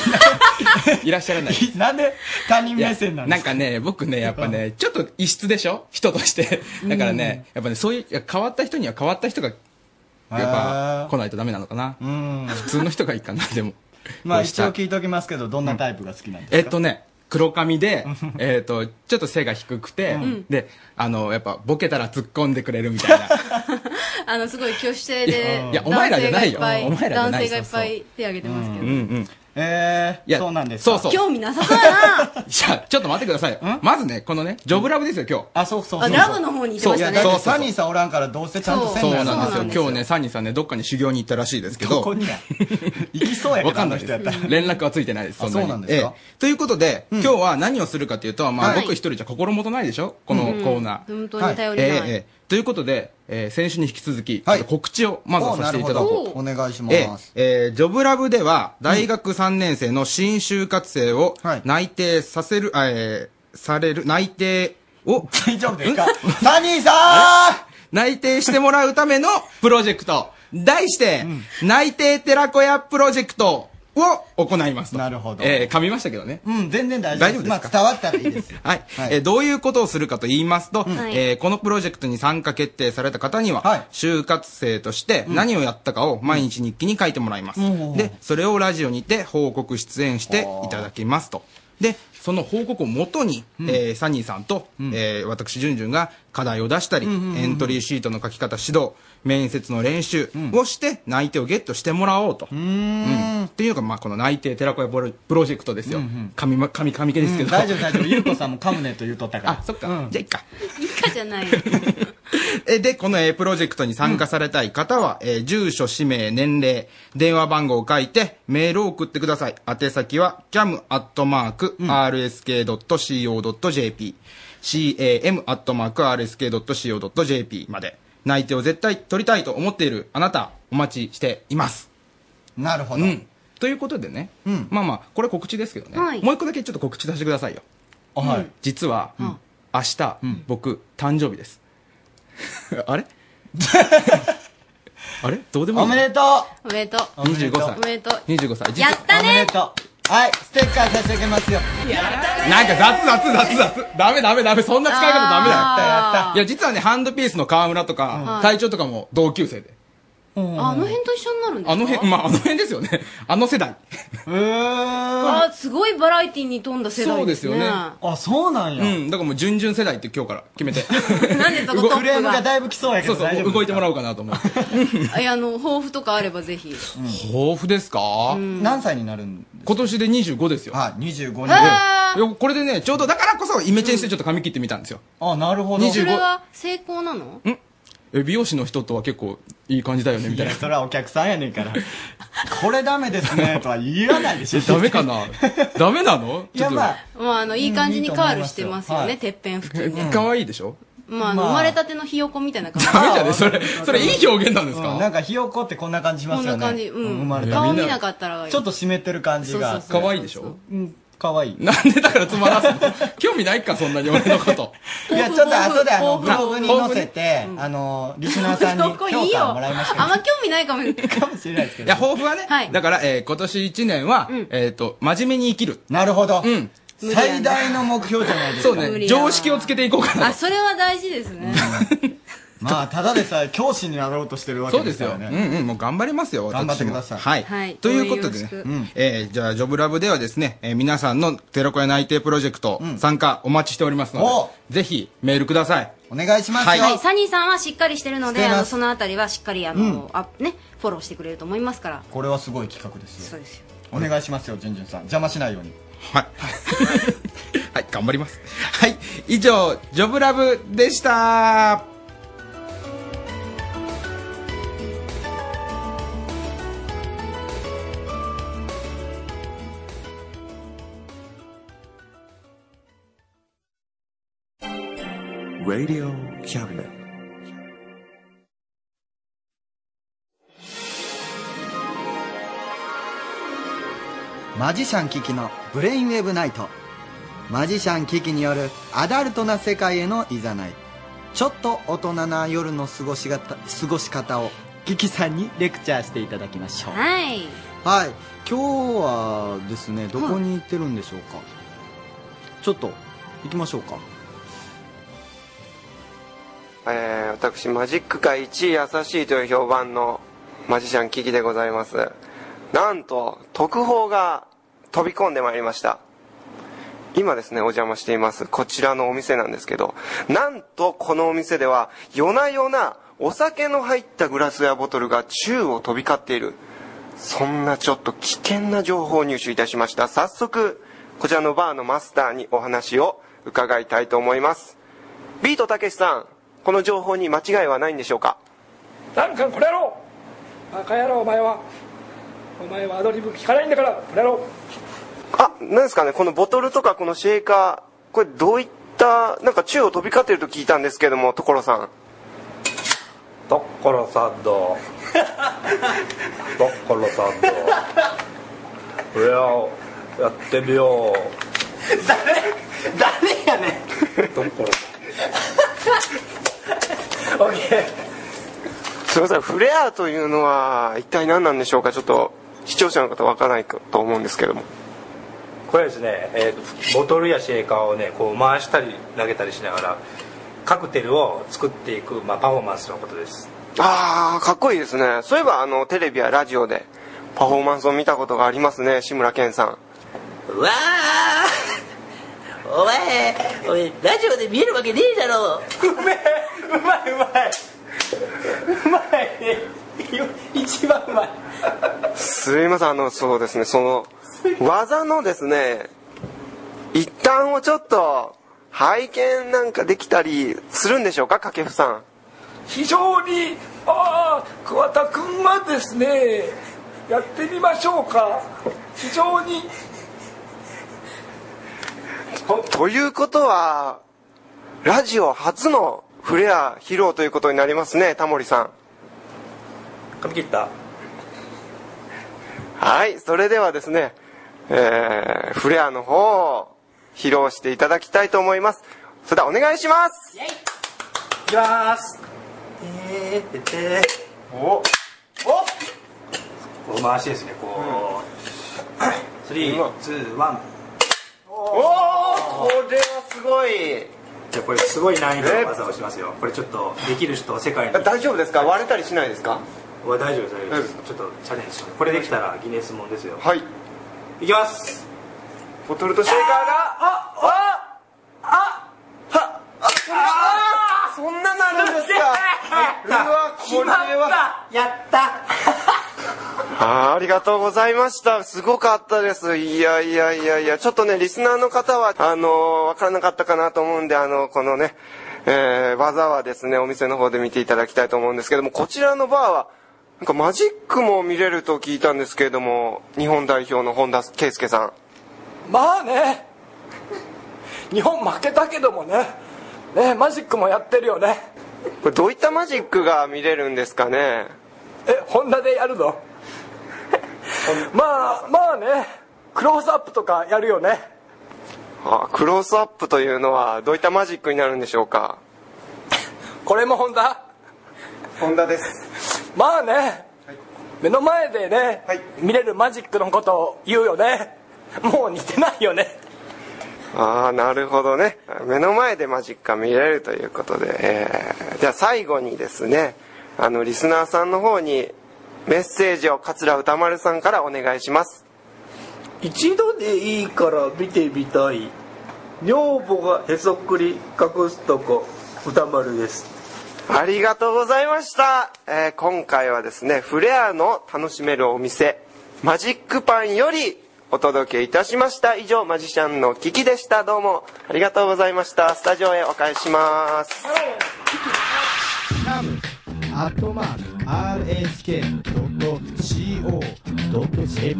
Speaker 7: いらっしゃらない。
Speaker 2: なんで他人目線なん
Speaker 7: ですかなんかね、僕ね、やっぱね、ちょっと異質でしょ人として。だからね、やっぱね、そういういや、変わった人には変わった人が、やっぱ来ないとダメなのかな。普通の人がいいかな、でも。
Speaker 2: [LAUGHS] まあ
Speaker 7: こうした
Speaker 2: 一応聞いておきますけどどんなタイプが好きなんですか、
Speaker 7: えっとね、黒髪で、えっと、ちょっと背が低くて、
Speaker 3: うん
Speaker 7: で、あの、やっぱ、ボケたら突っ込んでくれるみ
Speaker 2: [LAUGHS]
Speaker 7: たいな。
Speaker 3: あの、すごい挙手制で、
Speaker 7: いやお前らじゃないよ
Speaker 3: 男性がい
Speaker 7: お
Speaker 3: っぱ
Speaker 7: 前らじゃ
Speaker 3: 男
Speaker 7: な
Speaker 3: 性
Speaker 7: い
Speaker 3: がいっぱい手挙げてますけど。
Speaker 2: え
Speaker 7: ー、そうなんですそうそう。
Speaker 3: 興味なさそうやな
Speaker 7: [LAUGHS] いや、ちょっと待ってくださいよ。まずね、このね、ジョブラブですよ、今日。
Speaker 2: あ、そうそう
Speaker 3: そうあラブの方に行ってましたね
Speaker 7: そうそう
Speaker 2: サニーさんおらんからどうせちゃんとせん
Speaker 7: そう
Speaker 2: の
Speaker 7: な
Speaker 2: よ
Speaker 7: んですよ。今日ね、サニーさんね、どっかに修行に行ったらしいですけど。
Speaker 2: どこにや行きそうやけ
Speaker 7: わ
Speaker 2: ど
Speaker 7: か
Speaker 2: あ
Speaker 7: んな
Speaker 2: の
Speaker 7: い
Speaker 2: 人
Speaker 7: で
Speaker 2: やったら
Speaker 7: す。連絡はついてないです、
Speaker 2: あ
Speaker 7: そ
Speaker 2: そ
Speaker 7: んなに。
Speaker 2: うなんですか
Speaker 7: ええということで、今日は何をするかというと、まあ
Speaker 2: はい
Speaker 7: 僕一人じゃ心もとないでしょこの
Speaker 2: うん
Speaker 7: コーナー。
Speaker 3: 本当に頼りない
Speaker 7: ええええということで、えー先週に引き続き、ちょっと告知をまずはさせていただ
Speaker 2: お
Speaker 7: こ
Speaker 2: なるほ。どお
Speaker 7: う
Speaker 2: 願いしま
Speaker 7: え
Speaker 2: す、
Speaker 7: えージョブラブでは、大学3年生の新就活生を内定させる、あえーされる、内定を、
Speaker 2: [LAUGHS] 大丈夫ですかサニーさん
Speaker 7: 内定してもらうためのプロジェクト。題して、内定寺子屋プロジェクトを行いますと。なるほど。えー噛みましたけどね。
Speaker 2: うん全然大丈夫
Speaker 7: 大丈夫ですか
Speaker 2: まあ、伝わったら
Speaker 3: [LAUGHS]
Speaker 2: いいです
Speaker 7: はい、えーどういうことをするかと言いますと、
Speaker 2: うんはい
Speaker 7: えーこのプロジェクトに参加決定された方には、就活生として
Speaker 2: うん
Speaker 7: 何をやったかを毎日日記に書いてもらいます、
Speaker 2: うん
Speaker 7: でそれをラジオにて報告出演していただきますとでその報告をもとに、えーサニーさんと、えー私、ジュンジュンが課題を出したり、
Speaker 2: うんうんうん
Speaker 7: エントリーシートの書き方指導、面接の練習をして、内定をゲットしてもらおうと。うんっていうのが、まあ、この内定寺子屋プロプロジェクトですよ。神ま神神系ですけ
Speaker 2: う
Speaker 7: ど、
Speaker 2: ん大丈夫大丈夫ゆうこさんも噛むねと言うとったから
Speaker 7: あそっか、じゃあいっか
Speaker 3: いいかじゃないよ。
Speaker 7: [LAUGHS] えで、この、えープロジェクトに参加されたい方は、えー住所、氏名、年齢、電話番号を書いて、メールを送ってください。宛先は、cam.rsk.co.jp、cam.rsk.co.jp まで。内定を絶対取りたいと思っているあなた、お待ちしています。
Speaker 2: なるほど、
Speaker 7: うんということでね、まあまあ、これ告知ですけどね、
Speaker 2: はい
Speaker 7: もう一個だけちょっと告知させてくださいよ。
Speaker 2: はい
Speaker 7: 実は、明日、僕、誕生日です。 [LAUGHS] あれ [LAUGHS] あれどうでもいい
Speaker 2: おめでとう
Speaker 3: おめでとう。
Speaker 7: 25歳
Speaker 3: おめでとう。
Speaker 7: 25歳実
Speaker 3: や
Speaker 7: は
Speaker 3: ったね
Speaker 2: はいステッカー差し上げますよ
Speaker 7: なんか雑雑雑雑ダメダメダメそんな使い方ダメだよ
Speaker 2: あ
Speaker 7: いや実はねハンドピースの川村とか、
Speaker 2: うん
Speaker 7: 隊長とかも同級生で
Speaker 3: あの辺と一緒になるんですか
Speaker 7: あの辺、まあ、あの辺ですよね。あの世代。
Speaker 3: あすごいバラエティに富んだ世
Speaker 7: そ
Speaker 3: 代
Speaker 7: う
Speaker 3: で
Speaker 7: ですす
Speaker 3: ね
Speaker 7: よね。
Speaker 2: あ、そうなん
Speaker 7: や。うん、だからもう、準々世代って今日から決めて。
Speaker 3: [LAUGHS] なんでそこ
Speaker 7: 動
Speaker 3: トッ
Speaker 7: クレー
Speaker 3: プ
Speaker 7: ムが
Speaker 3: が
Speaker 7: だいぶ来そうやけどそうそう動いてもらおうかなと思って
Speaker 3: いやあの抱負とかあればぜひ
Speaker 7: 豊富ですか
Speaker 2: 何歳になるんです
Speaker 7: か今年で25ですよ
Speaker 2: はい25に
Speaker 7: いやこれでねちょうどだからこそイメチェンしてちょっと髪切ってみたんですよ
Speaker 2: あなるほ
Speaker 7: ど
Speaker 3: それは成功なの
Speaker 7: え美容師の人とは結構いい感じだよねみたいな
Speaker 2: それはお客さんやねん
Speaker 7: [LAUGHS]
Speaker 2: からこれダメですねとは言わないでしょ
Speaker 7: えダメかなダメなの
Speaker 2: いやまあ
Speaker 3: まああのいい感じにカールしてますよ
Speaker 7: うんい
Speaker 3: ね
Speaker 7: い
Speaker 3: てっぺん付近で
Speaker 7: 可愛いでしょ
Speaker 3: まああの
Speaker 2: まあ
Speaker 3: 生まれたてのひよこみたいな感じ
Speaker 7: それそれいい表現なんです
Speaker 2: か、うんなんかひよこってこんな感じしますよね
Speaker 3: こんな感じうん
Speaker 2: 生まれた
Speaker 3: 顔見なかったら
Speaker 2: ちょっと湿ってる感じが
Speaker 7: そうそうそう可愛いでしょ
Speaker 2: うん可愛い
Speaker 7: なんでだからつまらすの興味ないかそんなに俺のこと
Speaker 2: いやちょっと後であのブ
Speaker 7: 抱
Speaker 2: ロ
Speaker 7: 負
Speaker 2: グに載せて、あのリス
Speaker 3: [LAUGHS]
Speaker 2: ナーさんに
Speaker 3: そこい
Speaker 2: 評
Speaker 3: いよ
Speaker 2: 価
Speaker 3: あん
Speaker 2: をも
Speaker 3: ま
Speaker 2: らいました
Speaker 3: 興味ないかも
Speaker 2: かもしれないですけ
Speaker 7: い
Speaker 2: ど
Speaker 7: や抱負はね、だから、えー今年1年は、えっ、と真面目に生きる
Speaker 2: なるほど、
Speaker 7: うん、
Speaker 2: 最大の目標じゃないですか
Speaker 7: そうね常識をつけていこうかな
Speaker 3: あそれは大事ですね
Speaker 2: まあただでさえ教師になろうとしてるわけ
Speaker 7: そう
Speaker 2: で
Speaker 7: ですす
Speaker 2: か
Speaker 7: よ、
Speaker 2: らね
Speaker 7: うんうんもう頑張りますよ
Speaker 2: 頑張って
Speaker 7: 私も
Speaker 2: ください
Speaker 7: はい、
Speaker 2: はい
Speaker 7: ということで
Speaker 2: よろし、
Speaker 7: ね
Speaker 2: く
Speaker 7: うんえーじゃあ「ジョブラブではですね、えー皆さんの「テロコヤ内定プロジェクト」参加お待ちしておりますので、ぜひメールください
Speaker 2: お願いしま
Speaker 3: はい、
Speaker 7: はい、
Speaker 3: サニーさんはしっかりしてるの
Speaker 7: し
Speaker 3: で、
Speaker 7: てます
Speaker 3: あのそのあたりはしっかりあの、あねフォローしてくれると思いますから。
Speaker 2: これはすごい企画ですよ
Speaker 3: そうですよ
Speaker 2: お願いしますよじゅんじゅんさん邪魔しないように
Speaker 7: はい、頑張りますはい以上「ジョブラブでした
Speaker 2: マジシャンキキのブレインウェーブナイトマジシャンキキによるアダルトな世界へのいざないちょっと大人な夜の過ごし方過ごし方をキキさんにレクチャーしていただきましょうはい、
Speaker 3: はい。
Speaker 2: 今日はですねどこに行ってるんでしょうか、ちょっと行きましょうか
Speaker 8: えー私マジック界一位優しいという評判のマジシャンキキでございますなんと特報が飛び込んでまいりました今ですねお邪魔していますこちらのお店なんですけどなんとこのお店では夜な夜なお酒の入ったグラスやボトルが宙を飛び交っているそんなちょっと危険な情報を入手いたしました早速こちらのバーのマスターにお話を伺いたいと思いますビートたけしさんこの情報に間違いはないんでしょうか
Speaker 28: ダンカンこれやろうバカ野郎お前はお前はアドリブ聞かないんだからこれやろ
Speaker 8: あなんですかねこのボトルとかこのシェーカーこれどういったなんか宙を飛び交ってると聞いたんですけども所さん
Speaker 29: ところさんど
Speaker 28: [LAUGHS]
Speaker 29: ところさんどこれをやってみよう
Speaker 4: 誰やね
Speaker 29: ところ
Speaker 4: ん [LAUGHS] オッケー
Speaker 8: [LAUGHS] すみませんフレアというのは一体何なんでしょうかちょっと視聴者の方わからないかと思うんですけども
Speaker 29: これはですね、えーボトルやシェーカーをねこう回したり投げたりしながらカクテルを作っていく、まあ、パフォーマンスのことです
Speaker 8: ああかっこいいですねそういえばあのテレビやラジオでパフォーマンスを見たことがありますね志村けんさん
Speaker 26: うわあお前おいラジオで見えるわけねえだろうめうまいうまいうまいね一番うまい
Speaker 8: すいませんあのそうですねその技のですね一端をちょっと拝見なんかできたりするんでしょうか掛布さん
Speaker 28: 非常にああ桑田君はですねやってみましょうか非常に
Speaker 8: ということはラジオ初のフレア披露ということになりますねタモリさん
Speaker 29: 髪切った
Speaker 8: はいそれではですねえー、フレアの方を披露していただきたいと思いますそれではお願いします
Speaker 29: いきますえー、てておおこう回しですねこう、スリーツーワン
Speaker 8: おおこれはすごい
Speaker 29: じゃあこれすごい難易度の技をしますよこれちょっとできる人は世界に
Speaker 8: 大丈夫ですか割れたりしないですか
Speaker 29: まあ大丈夫です大丈夫ですちょっとチャレンジしますこれできたらギネスもんですよ
Speaker 8: はい
Speaker 29: いきます
Speaker 8: ボトルとシェイカーがああああそんななるんですかうわこれは
Speaker 30: やった
Speaker 8: あーありがとうございました。すごかったです。いやいやいやいや、ちょっとね、リスナーの方は、あのーわからなかったかなと思うんで、あのこのね、えー、技はですね、お店の方で見ていただきたいと思うんですけども、こちらのバーは、なんかマジックも見れると聞いたんですけれども、日本代表の本田圭佑さん。
Speaker 10: まあね日本負けたけどもねねマジックもやってるよね
Speaker 8: これどういったマジックが見れるんですかね
Speaker 10: えホンダでや
Speaker 8: [LAUGHS]
Speaker 10: るのまあまあねクローズアップとかやるよね
Speaker 8: あークロースアップというのは、どういったマジックになるんでしょうか
Speaker 10: [LAUGHS] これもホンダ
Speaker 8: ホンダです。
Speaker 10: まあね、目の前でね、見れるマジックのことを言うよねもう似てないよね
Speaker 8: ああなるほどね目の前でマジックが見れるということで、えーじゃあ最後にですねあのリスナーさんの方にメッセージを桂歌丸さんからお願いします
Speaker 29: 一度でいいから見てみたい女房がへそくり隠すとこ歌丸です
Speaker 8: ありがとうございました、えー今回はですねフレアの楽しめるお店マジックパンよりお届けいたしました以上マジシャンのキキでしたどうもありがとうございましたスタジオへお返しします
Speaker 31: アットマーク RSK.co.jp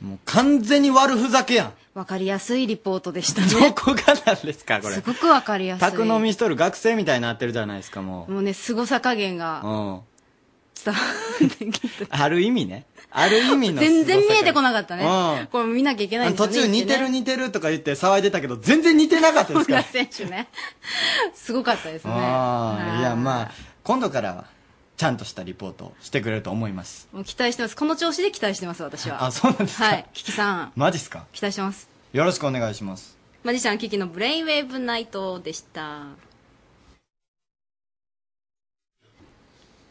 Speaker 2: もう完全に悪ふざけやん。
Speaker 3: わかりやすいリポートでした
Speaker 2: ど
Speaker 3: ね。
Speaker 2: こがなんですか、これ
Speaker 3: す。ごくわかりやすい。
Speaker 2: 宅飲みしとる学生みたいになってるじゃないですか、も
Speaker 3: もうね、凄さ加減
Speaker 2: う。う
Speaker 3: が
Speaker 2: ん。
Speaker 3: 伝わ
Speaker 2: ある意味ね。ある意味の。
Speaker 3: 全然見えてこなかった
Speaker 2: うん
Speaker 3: ね。これ見なきゃいけないんですよ
Speaker 2: 途
Speaker 3: ね。
Speaker 2: 中似てる
Speaker 3: ね。
Speaker 2: 似てるとか言って騒いでたけど、全然似てなかったですから。
Speaker 3: 選手ね。すごかったですね。
Speaker 2: あ
Speaker 3: は
Speaker 2: あ、
Speaker 3: い
Speaker 2: いや、まあ、今度からは、ちゃんとしたリポートをしてくれると思います。
Speaker 3: もう期待してます。この調子で期待してます、私は。
Speaker 2: あ、そうなんですか。
Speaker 3: はい。キキさん、
Speaker 2: マジっすか。
Speaker 3: 期待してます。
Speaker 2: よろしくお願いします。
Speaker 3: マジシャンキキのブレインウェーブナイトでした。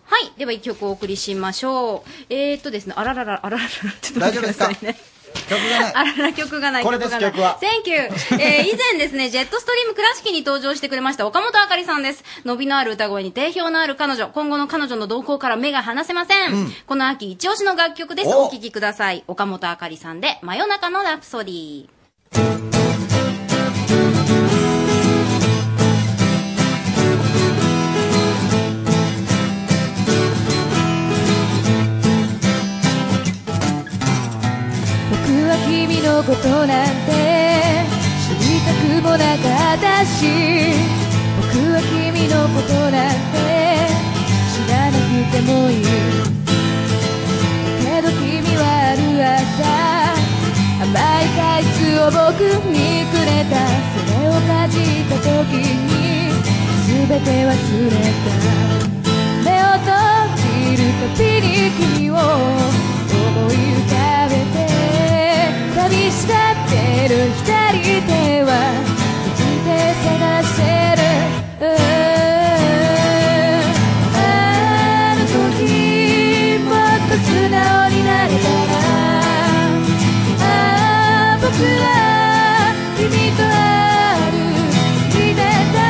Speaker 3: はい。では、一曲お送りしましょう。えーっとですね、あららら、あららら、ちょっと大丈夫ですかあらら、曲がない、
Speaker 32: これです
Speaker 3: がない
Speaker 32: 曲は
Speaker 3: Thank you! えー以前ですね、ジェットストリーム倉敷に登場してくれました岡本あかりさんです。伸びのある歌声に定評のある彼女。今後の彼女の動向から目が離せません。
Speaker 32: うん
Speaker 3: この秋一押しの楽曲です。
Speaker 32: お
Speaker 3: お聴きください。岡本あかりさんで、真夜中のラプソディー。
Speaker 32: 僕は君のことなんて知りたくもなかったし僕は君のことなんて知らなくてもいいけど君はある朝甘い果実を僕にくれたそれをかじった時に全て忘れた目を閉じるたびに君を思い浮かべて旅したってる左手は閉じて探してるあの時もっと素直になれたらああ僕は君と歩いてた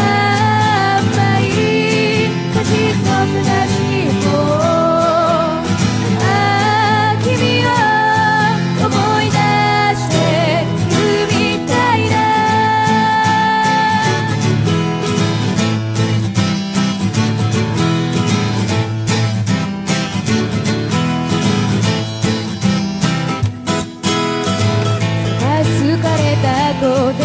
Speaker 32: 甘い果実の探しをああ君を思い出しているみたいなあ疲れた子で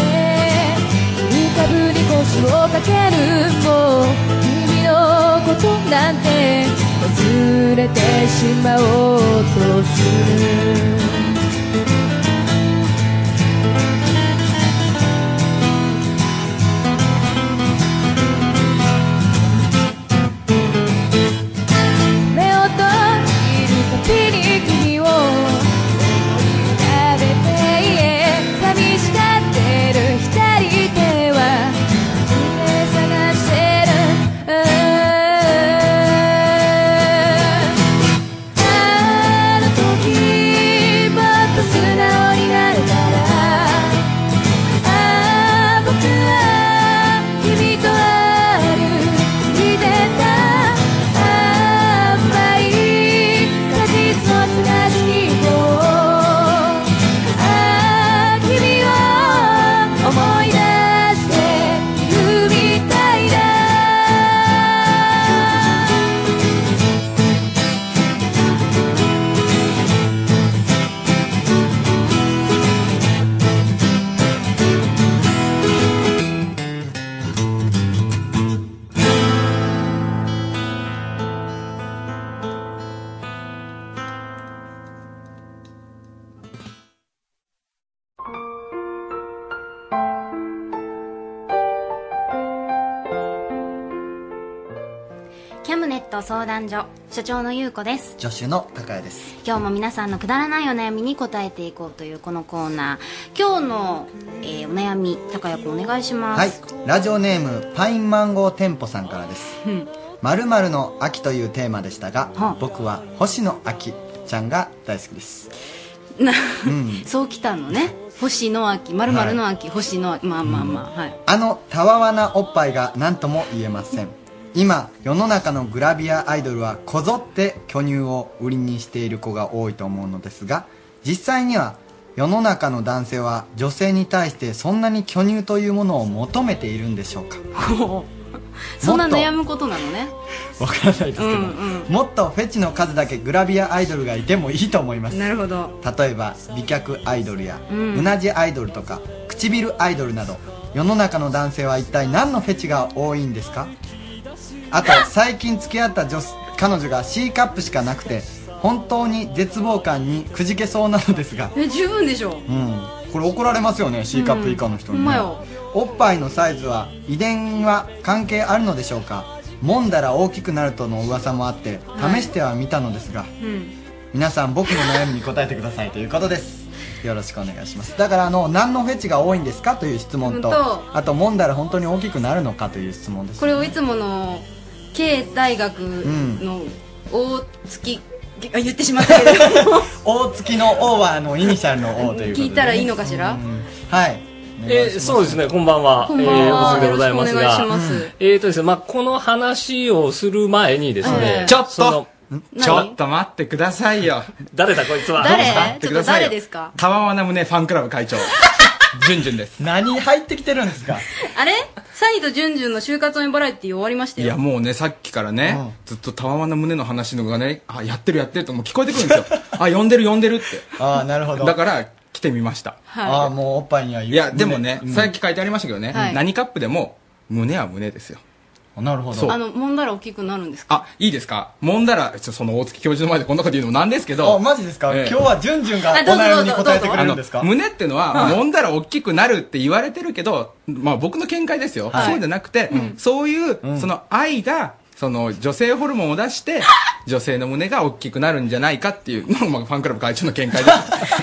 Speaker 32: 浮かぶに腰をかけるもう君のことなんて忘れてしまおうとする目を閉じるたびに君を食べて旅したってる左手は見て探してるうん
Speaker 3: ト相談所所長の優子です
Speaker 2: 助手の高谷です
Speaker 3: 今日も皆さんのくだらないお悩みに答えていこうというこのコーナー今日の、えーお悩み高谷君お願いします、
Speaker 2: はいラジオネームパインマンゴー店舗さんからです
Speaker 3: うん
Speaker 2: 〇〇の秋というテーマでしたが、僕は星野秋ちゃんが大好きです。
Speaker 3: な
Speaker 2: うん、
Speaker 3: そうきたのね星野秋まるまるの秋、星野秋まあまあまあ、はい
Speaker 2: あのたわわなおっぱいが何とも言えません。今、世の中のグラビアアイドルはこぞって巨乳を売りにしている子が多いと思うのですが、実際には世の中の男性は女性に対してそんなに巨乳というものを求めているんでしょうか
Speaker 3: そんな悩むことなのね
Speaker 2: わからないですけど、もっとフェチの数だけグラビアアイドルがいてもいいと思います
Speaker 3: なるほど
Speaker 2: 例えば美脚アイドルや、
Speaker 3: う
Speaker 2: うんなじアイドルとか唇アイドルなど世の中の男性は一体何のフェチが多いんですかあと最近付き合った女子彼女が C カップしかなくて本当に絶望感にくじけそうなのですが
Speaker 3: え十分でしょ
Speaker 2: うんこれ怒られますよね C カップ以下の人
Speaker 3: ほ
Speaker 2: にね、
Speaker 3: んまよ
Speaker 2: おっぱいのサイズは遺伝は関係あるのでしょうか揉んだら大きくなるとの噂もあって試してはみたのですが、
Speaker 3: うん
Speaker 2: 皆さん僕の悩みに答えてくださいということですよろしくお願いしますだからあの何のフェチが多いんですかという質問と
Speaker 3: うんと
Speaker 2: あと揉んだら本当に大きくなるのかという質問です
Speaker 3: これをいつもの K 大学の大月、あ言ってしまったけど
Speaker 2: 大月の「O」はあのイニシャルの「O」ということで
Speaker 3: 聞いたらいいのかしら、
Speaker 2: はい
Speaker 22: えーそうですね、こんばんは。
Speaker 3: こんばんは
Speaker 22: えー、大阪でございます
Speaker 3: よろしく
Speaker 22: が、
Speaker 3: お願いします
Speaker 22: うんえーとですね、まあ、この話をする前にですね、
Speaker 7: ええちょっと
Speaker 22: その
Speaker 7: ちょっと待ってくださいよ。
Speaker 22: 誰だこいつは
Speaker 3: 誰
Speaker 7: 待ってください
Speaker 3: ちょっと誰
Speaker 7: よ
Speaker 3: ですか
Speaker 7: たわわな胸ファンクラ
Speaker 2: [LAUGHS]
Speaker 7: ブ会長。じゅんじゅんです。
Speaker 2: 何入ってきてるんですか
Speaker 3: あれサイドジュンジュンの就活応援バラエティー終わりました
Speaker 7: い
Speaker 3: よ
Speaker 7: やもうね、さっきからね、ずっとたわわな胸の話のがね、あ、やってるやってるともう聞こえてくるんですよ。
Speaker 2: [LAUGHS]
Speaker 7: あ、呼んでる呼んでるって。
Speaker 2: あなるほど
Speaker 7: だから、来てみました。
Speaker 3: はいあー
Speaker 2: もうおっぱいにはい
Speaker 7: や、でもね、さっき書いてありましたけどね
Speaker 3: はい、
Speaker 7: 何カップでも、胸は胸ですよ。
Speaker 2: なるほ
Speaker 7: そう
Speaker 3: あ。の揉んだら大きくなるんですか
Speaker 7: あ、いいですか揉んだら、ちょその大月教授の前でこんなこと言うのもなんですけど。
Speaker 2: あマジですか今日はジュンジュンが
Speaker 3: あどうぞお悩みに答えてくれ
Speaker 2: るんですか
Speaker 7: 胸ってのは、
Speaker 2: はい
Speaker 7: 揉んだら大きくなるって言われてるけど、まあ僕の見解ですよ。
Speaker 2: はい
Speaker 7: そうじゃなくて、そういう、その愛が、その女性ホルモンを出して、女性の胸が大きくなるんじゃないかっていう [LAUGHS] のが、まあ、ファンクラブ会長の見解です。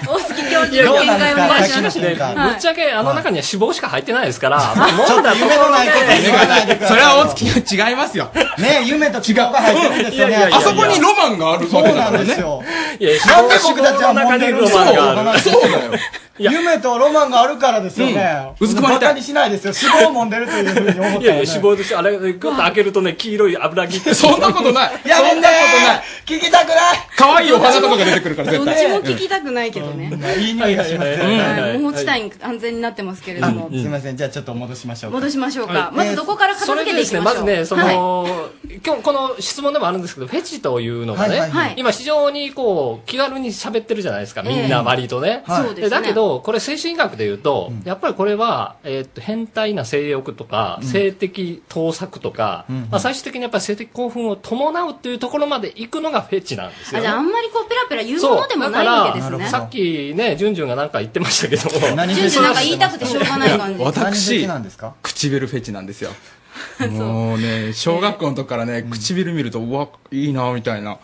Speaker 3: 大月教授の見解をお願いします
Speaker 22: ね、ぶっちゃけあの中には脂肪しか入ってないですから、まあ
Speaker 7: ちょっと夢のないこと
Speaker 22: で
Speaker 7: 言わないでくださいそれは大
Speaker 2: [LAUGHS]
Speaker 7: 月が違いますよ。
Speaker 2: ね夢と希望が入ってるんですよね
Speaker 22: いやいやいやいや
Speaker 2: あそこ
Speaker 7: にロマンがあるわけだから
Speaker 2: な
Speaker 7: ね。
Speaker 22: いや、
Speaker 2: んで
Speaker 22: 脂肪
Speaker 2: 僕たちは
Speaker 22: の
Speaker 2: 揉ん
Speaker 22: 中に
Speaker 2: でる
Speaker 22: ロマンがある。
Speaker 2: そうだよ。夢とロマンがあるからですよね。
Speaker 22: うんうずくまり
Speaker 2: バ
Speaker 22: たい
Speaker 2: カにしないですよ。脂肪を揉んでるというふうに思っ
Speaker 22: い
Speaker 2: た
Speaker 22: やい
Speaker 2: ら
Speaker 22: や、
Speaker 2: ね。
Speaker 22: 脂肪として、あれ、グッと開けるとね、黄色い油切って。
Speaker 7: そんなことな
Speaker 2: や
Speaker 7: い
Speaker 2: めてー
Speaker 22: そんなことない。
Speaker 2: 聞きたくない
Speaker 7: 可愛いお花とかが出てくるから、
Speaker 3: ど
Speaker 7: 絶
Speaker 3: っ
Speaker 7: 対。
Speaker 3: ちも聞きたくないけどね、
Speaker 2: いい匂いがしますよ
Speaker 7: うん
Speaker 2: ね。
Speaker 3: はい、もう地帯に安全になってますけれども、
Speaker 2: すみません、じゃあちょっと戻しましょうか。
Speaker 3: 戻しましょうか、
Speaker 22: はい
Speaker 3: まずどこから片
Speaker 22: それ
Speaker 3: 付
Speaker 22: で
Speaker 3: けて
Speaker 22: で
Speaker 3: い
Speaker 22: す
Speaker 3: き
Speaker 22: ね、
Speaker 3: ま
Speaker 22: ま
Speaker 3: しょ
Speaker 22: ず
Speaker 3: う
Speaker 22: ね、そ
Speaker 3: はい
Speaker 22: の、今日この質問でもあるんですけど、フェチというのがね、
Speaker 3: はいはいはい
Speaker 22: 今非常にこう、気軽に喋ってるじゃないですか、みん
Speaker 3: え
Speaker 22: な
Speaker 3: え
Speaker 22: 割とね。
Speaker 3: はいそうですね
Speaker 22: だけど、これ精神医学で言うと、やっぱりこれは、えーっと、変態な性欲とか、
Speaker 19: うん
Speaker 22: 性的盗作とか、
Speaker 19: うん
Speaker 22: まあ最終的にやっぱり性的興奮を伴うっていうところまで行くのがフェチなんです
Speaker 3: あ
Speaker 22: よ、
Speaker 3: じ
Speaker 22: ね。
Speaker 3: ゃああんまりこうペラペラ言うものでもないわけです
Speaker 22: そうだ
Speaker 3: ね
Speaker 22: からさっきね、ジュンジュンがなんか言ってましたけど、
Speaker 3: ジュンジュンなんか言いたくてしょうがない感じ
Speaker 7: 私
Speaker 2: なんですか、
Speaker 7: 唇フェチなん
Speaker 2: [LAUGHS]
Speaker 7: ですよ。もうね、小学校の時からね、唇見ると、うわ、いいな、みたいな。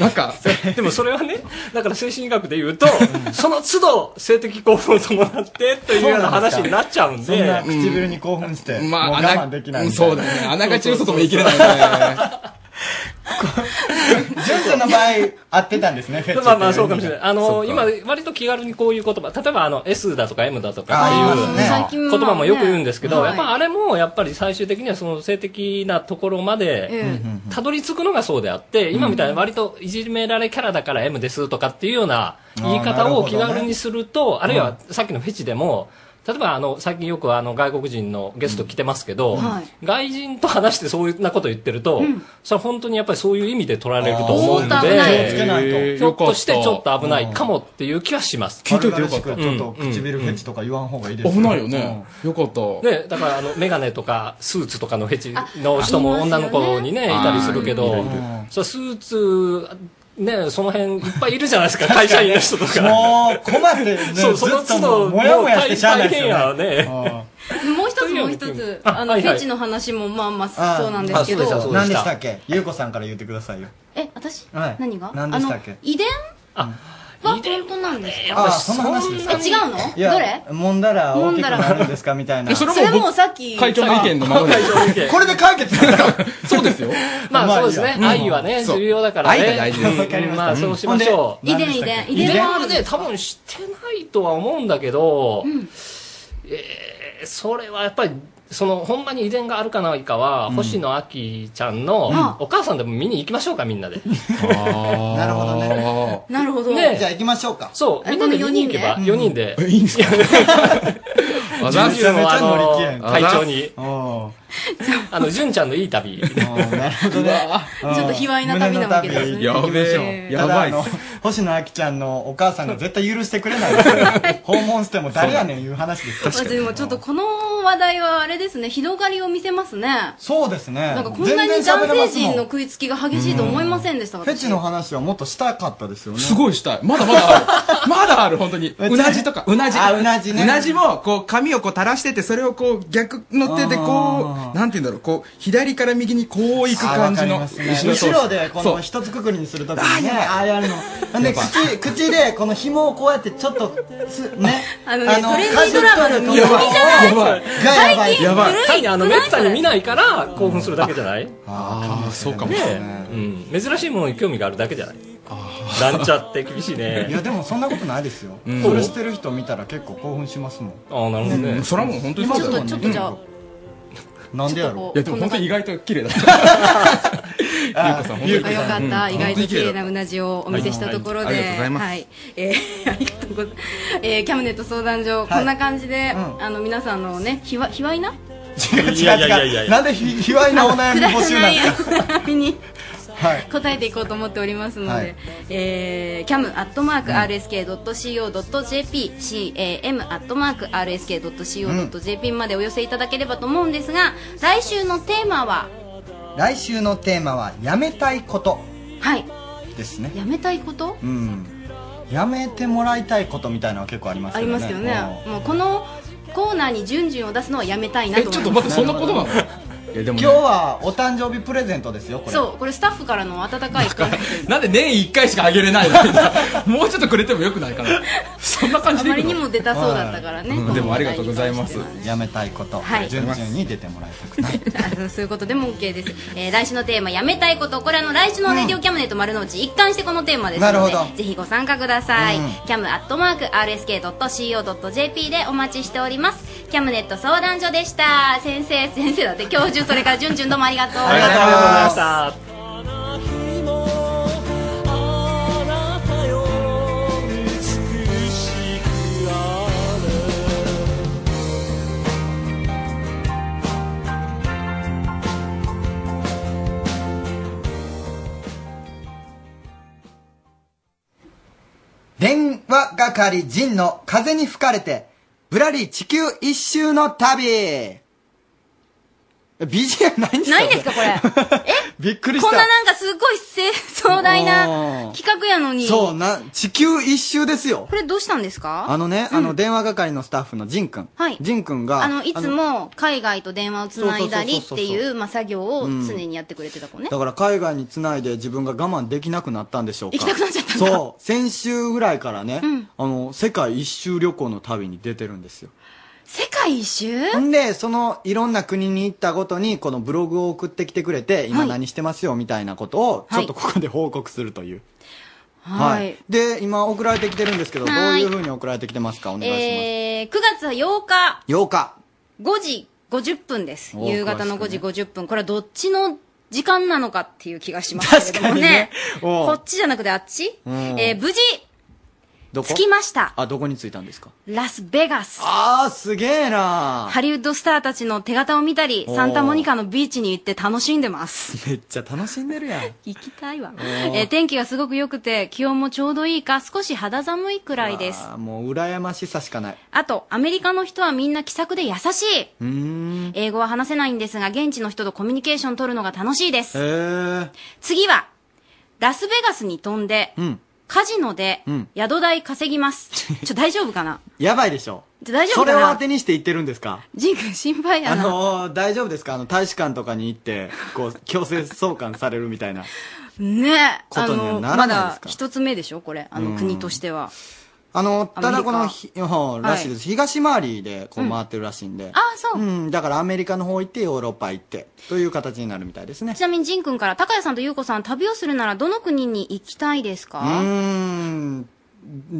Speaker 7: なんか、
Speaker 22: [LAUGHS] でもそれはね、だから精神医学で言うと、その都度性的興奮を伴ってというような話になっちゃうん
Speaker 2: そんな
Speaker 22: で、
Speaker 2: 唇に興奮して、
Speaker 22: うん
Speaker 2: もう
Speaker 22: まあ
Speaker 2: 我慢できないみたいな
Speaker 7: そうだよね。あながち嘘とも言い切
Speaker 2: [LAUGHS]
Speaker 7: れないね。
Speaker 2: ジュンさんの場合、合ってたんですね、
Speaker 22: [LAUGHS]
Speaker 2: フェチってい
Speaker 22: まあまあそうかもしれない。
Speaker 2: そ
Speaker 22: あの、
Speaker 2: っか
Speaker 22: 今、割と気軽にこういう言葉、例えばあの、S だとか M だと
Speaker 2: あ
Speaker 22: か
Speaker 2: ー
Speaker 22: って
Speaker 2: 最
Speaker 22: い
Speaker 2: 近
Speaker 22: う
Speaker 2: は
Speaker 22: 言葉もよく言うんですけど、
Speaker 2: ね
Speaker 22: やっぱあれもやっぱり最終的にはその性的なところまで
Speaker 3: え、
Speaker 22: たどり着くのがそうであって、今みたいに割といじめられキャラだから M ですとかっていうような言い方を気軽にすると、
Speaker 19: あ
Speaker 22: あ
Speaker 19: ーな
Speaker 22: るい
Speaker 19: るほどね
Speaker 22: はさっきのフェチでも、例えばあの、最近よくあの、外国人のゲスト来てますけど、
Speaker 19: は
Speaker 22: 外人と話してそういうなこと言ってると、それは本当にやっぱりそういう意味で取られると思うんで、
Speaker 2: あーそう危ない
Speaker 22: ひょっとしてちょっと危ないかもっていう気はします。
Speaker 2: 聞いといてよかった。ちょっと
Speaker 22: うん
Speaker 2: 唇フェチとか言わん方がいいです
Speaker 7: 危ないよね。よかった。
Speaker 22: ね、だからあの、メガネとかスーツとかのフェチの人も女の子にね、い
Speaker 7: あ
Speaker 22: たりするけ
Speaker 7: あーい
Speaker 22: ど
Speaker 7: るいるいる、
Speaker 22: そうスーツ、ね、その辺いっぱいいるじゃな
Speaker 2: [LAUGHS]
Speaker 22: いですか、会社員の人とか。
Speaker 2: もう困ってね、
Speaker 22: そう、
Speaker 2: ず
Speaker 22: その
Speaker 2: っとも
Speaker 22: 都度、
Speaker 2: うもやもやしてしゃあないですよ
Speaker 22: もう大
Speaker 2: ね。
Speaker 22: 変やね。
Speaker 3: もう一つもう一つ、
Speaker 2: あ
Speaker 3: あの、
Speaker 2: はいはい
Speaker 3: フェチの話もまあまあ、そうなんですけど。
Speaker 2: 何でしたっけゆうこさんから言ってくださいよ。
Speaker 3: え、私
Speaker 2: はい
Speaker 3: 何が
Speaker 2: 何でしたっけ
Speaker 3: あの遺伝は本当なんですか
Speaker 2: あ、そんな話ですか
Speaker 3: え違うの
Speaker 2: いや
Speaker 3: どれ
Speaker 2: 揉んだら大きくなるんですかみたいな。
Speaker 3: それもさっき。
Speaker 2: 会長の意見のままで
Speaker 22: 会長の意見
Speaker 2: これで解決
Speaker 22: まあ
Speaker 2: まあ
Speaker 22: そうですね
Speaker 2: いい。や
Speaker 22: 愛はね、
Speaker 2: そう
Speaker 22: 重要だからね。
Speaker 2: 愛が大事です
Speaker 22: うん
Speaker 2: わかりました
Speaker 22: まあそうしましょう。
Speaker 3: 遺伝遺伝。遺
Speaker 22: 遺
Speaker 3: 伝
Speaker 22: 伝
Speaker 3: はあ
Speaker 22: は
Speaker 3: る
Speaker 22: ね、多分知ってないとは思うんだけど、えーそれはやっぱり、その、ほんまに遺伝があるかないかは、星野あきちゃんの、お母さんでも見に行きましょうか、みん
Speaker 2: [LAUGHS]
Speaker 22: なで。な
Speaker 2: るほど
Speaker 22: ね。
Speaker 3: なるほど。
Speaker 22: ね
Speaker 2: じゃあ行きましょうか。
Speaker 22: そう、みんなで見に行けば、4人で。
Speaker 2: いいんですか
Speaker 22: あざっ
Speaker 2: め
Speaker 22: す
Speaker 2: ちゃ乗り気やん
Speaker 22: あの会長に
Speaker 2: お
Speaker 22: あの、純ちゃんのいい旅。
Speaker 2: なるほどね。
Speaker 3: [LAUGHS]
Speaker 2: [LAUGHS]
Speaker 3: ちょっと卑猥な旅なわけですね。
Speaker 2: えやばいっす。星野あきちゃんのお母さんが絶対許してくれないですよ訪問しても誰やねんいう話ですよ
Speaker 3: まあでもちょっとこの話題はあれですね、広がりを見せますね。
Speaker 2: そうですね。
Speaker 3: なんかこんなに
Speaker 2: 全然喋
Speaker 3: 男
Speaker 2: れま
Speaker 3: 性
Speaker 2: すもん
Speaker 3: 陣の食いつきが激しいと思いませんでした、
Speaker 2: フェチの話はもっとしたかったですよね。
Speaker 7: すごいしたい。まだまだある。 [LAUGHS] まだある、本当に。うなじとか、うなじ。
Speaker 2: あうなじね
Speaker 7: うなじも、こう、髪をこう垂らしてて、それをこう、逆の手で、こう、なんて言うんだろう、こう、左から右にこう行く感じ
Speaker 2: あ
Speaker 7: の。
Speaker 2: わかりますね後ろでこの一つくくりにするときにね、ああやるの。なんで
Speaker 7: やっぱ
Speaker 2: 口、口でこの紐をこうやってちょっと、つね。
Speaker 3: あのねトレンディードラマの見
Speaker 2: や
Speaker 3: 過ぎじゃない
Speaker 2: ばい。
Speaker 3: 最近
Speaker 22: やばい
Speaker 3: 古い
Speaker 22: 単にあのめったに見ないから興奮するだけじゃない
Speaker 2: あ
Speaker 22: あそうかもねうん珍しいものに興味があるだけじゃないなんちゃって厳しいね
Speaker 2: いやでもそんなことないですよ。
Speaker 22: うん
Speaker 2: それしてる人見たら結構興奮しますもん。
Speaker 22: ああなるほどね
Speaker 7: それはもう本当に
Speaker 3: ちょっと、ちょっとじゃ
Speaker 2: あ。
Speaker 3: あ、
Speaker 2: なんでやろ
Speaker 7: いや、でも本当に意外と綺麗だった。
Speaker 3: [LAUGHS]
Speaker 7: ゆうこさん、本当に
Speaker 3: よ
Speaker 7: 綺麗
Speaker 3: か
Speaker 7: だ
Speaker 3: った、
Speaker 7: うん
Speaker 3: 意外と綺麗な
Speaker 7: 本
Speaker 3: うなじをお見せしたところで、
Speaker 7: はいありがとうございます
Speaker 3: はい、えー [LAUGHS] ありがとうございます。えーキャムネット相談所、こんな感じで、あの皆さんのね、ひわ、ひわいな。
Speaker 2: [LAUGHS] 違う違う違う。
Speaker 4: いやいやいやいやいや
Speaker 2: なんでひ卑猥なお悩み募集なんですか
Speaker 3: くだらない悩みに
Speaker 2: はい
Speaker 3: 答えていこうと思っておりますので、
Speaker 2: はい
Speaker 3: えー、cam.rsk.co.jp、cam.rsk.co.jp までお寄せいただければと思うんですが、来週のテーマは、
Speaker 2: 来週のテーマは、やめたいこと
Speaker 3: はい、
Speaker 2: ですね。
Speaker 3: やめたいこと
Speaker 2: うん。やめてもらいたいことみたいなのは結構あります
Speaker 3: あ
Speaker 2: よ
Speaker 3: り
Speaker 2: ね。
Speaker 3: ますよね
Speaker 2: うん。
Speaker 3: もうこのコーナーに順々を出すのはやめたいなと思います。
Speaker 2: となの今日はお誕生日プレゼントですよこれ
Speaker 3: そう、これスタッフからの温かい。
Speaker 7: なんで年1回しかあげれないのもうちょっとくれてもよくないかな。そんな感
Speaker 3: あ
Speaker 7: じでい
Speaker 3: ま
Speaker 7: い
Speaker 3: り
Speaker 7: の
Speaker 3: にも出たそうだったからね。
Speaker 7: うんでもありがとうございます。
Speaker 2: やめたいこと
Speaker 3: はい
Speaker 2: 順々に出てもらいたくない
Speaker 3: あそういうことでも OK です、えー来週のテーマ「やめたいこと」これあの来週の「レディオキャムネット丸の内」一貫してこのテーマですので
Speaker 2: なるほど
Speaker 3: ぜひご参加ください、
Speaker 2: うん
Speaker 3: キャムアットマーク RSK.CO.JP でお待ちしておりますキャムネット相談所でした先生 [LAUGHS] 先生だって教授それからじゅんじゅんどうもありがとう
Speaker 22: ありがとうございました
Speaker 2: 電話係陣の風に吹かれてぶらり地球一周の旅え BGM ないんですか
Speaker 3: ないんですかこれ
Speaker 2: [LAUGHS] びっくりした
Speaker 3: こんななんかすごいせ壮大な企画やのに
Speaker 2: そうな地球一周ですよ
Speaker 3: これどうしたんですか
Speaker 2: あのね、あの電話係のスタッフのジンくん
Speaker 3: はい
Speaker 2: ジンくんが
Speaker 3: あのいつも海外と電話をつないだりっ
Speaker 2: そうそうそう
Speaker 3: て
Speaker 2: そう
Speaker 3: い
Speaker 2: そう
Speaker 3: まあ作業を常にやってくれてた子ね、
Speaker 2: だから海外につないで自分が我慢できなくなったんでしょうか
Speaker 3: 行きたくなっちゃったんだ
Speaker 2: そう先週ぐらいからね、
Speaker 3: うん
Speaker 2: あの世界一周旅行の旅に出てるんですよ
Speaker 3: 世界一周
Speaker 2: んでそのいろんな国に行ったごとにこのブログを送ってきてくれて今何してますよみたいなことをちょっとここで報告するという
Speaker 3: はい
Speaker 2: で今送られてきてるんですけどどう
Speaker 3: はい
Speaker 2: いうふうに送られてきてますかお願いします、
Speaker 3: えー、9月8日
Speaker 2: 8日
Speaker 3: 5時50分です。
Speaker 2: おー
Speaker 3: 夕方の
Speaker 2: 詳
Speaker 3: 5
Speaker 2: し
Speaker 3: 時50分。これはどっちの時間なのかっていう気がしますけれどもね。
Speaker 2: お
Speaker 3: こ
Speaker 2: う
Speaker 3: っちじゃなくてあっち、
Speaker 2: うん
Speaker 3: えー、無事、
Speaker 2: どこ
Speaker 3: 着きました。
Speaker 2: あどこに着いたんですか
Speaker 3: ラスベガス。
Speaker 2: あーすげえな
Speaker 3: ハリウッドスターたちの手形を見たり、
Speaker 2: おー
Speaker 3: サンタモニカのビーチに行って楽しんでます。
Speaker 2: めっちゃ楽しんでるやん
Speaker 3: 行きたいわ。
Speaker 2: おー
Speaker 3: えー、天気がすごく良くて、気温もちょうどいいか、少し肌寒いくらいです。
Speaker 2: あーもう羨ましさしかない
Speaker 3: あと、アメリカの人はみんな気さくで優しい。
Speaker 2: うーん
Speaker 3: 英語は話せないんですが、現地の人とコミュニケーション取るのが楽しいです。
Speaker 2: へえ
Speaker 3: 次は、ラスベガスに飛んで、
Speaker 2: うん
Speaker 3: カジノで
Speaker 2: うん
Speaker 3: 宿代稼ぎ
Speaker 2: [LAUGHS]
Speaker 3: ます。ちょ、大丈夫かな
Speaker 2: やばいでしょ。
Speaker 3: じゃあ大丈夫
Speaker 2: そ
Speaker 3: か
Speaker 2: れを当
Speaker 3: な
Speaker 2: てにして言ってるんですか
Speaker 3: ジン君心配や
Speaker 2: あ
Speaker 3: な。
Speaker 2: のー、大丈夫ですかあの、大使館とかに行って、こ
Speaker 3: [LAUGHS]
Speaker 2: う、強制送還されるみたいな。
Speaker 3: ねえ。
Speaker 2: ことには
Speaker 3: あの
Speaker 2: なら
Speaker 3: ま
Speaker 2: ないです
Speaker 3: だ一つ目でしょこれ。あ
Speaker 2: う
Speaker 3: の、
Speaker 2: ん
Speaker 3: 国としては。
Speaker 2: あの、
Speaker 3: アメ
Speaker 2: た
Speaker 3: リカ
Speaker 2: だこのひ、ほうらしいです。東回りでこう回ってるらしいんで。
Speaker 3: ああ、そう。
Speaker 2: うん、だからアメリカの方行って、ヨーロッパ行って、という形になるみたいですね。
Speaker 3: ちなみにジン君から、高谷さんと優子さん、旅をするならどの国に行きたいです
Speaker 2: う
Speaker 3: か
Speaker 2: ーん。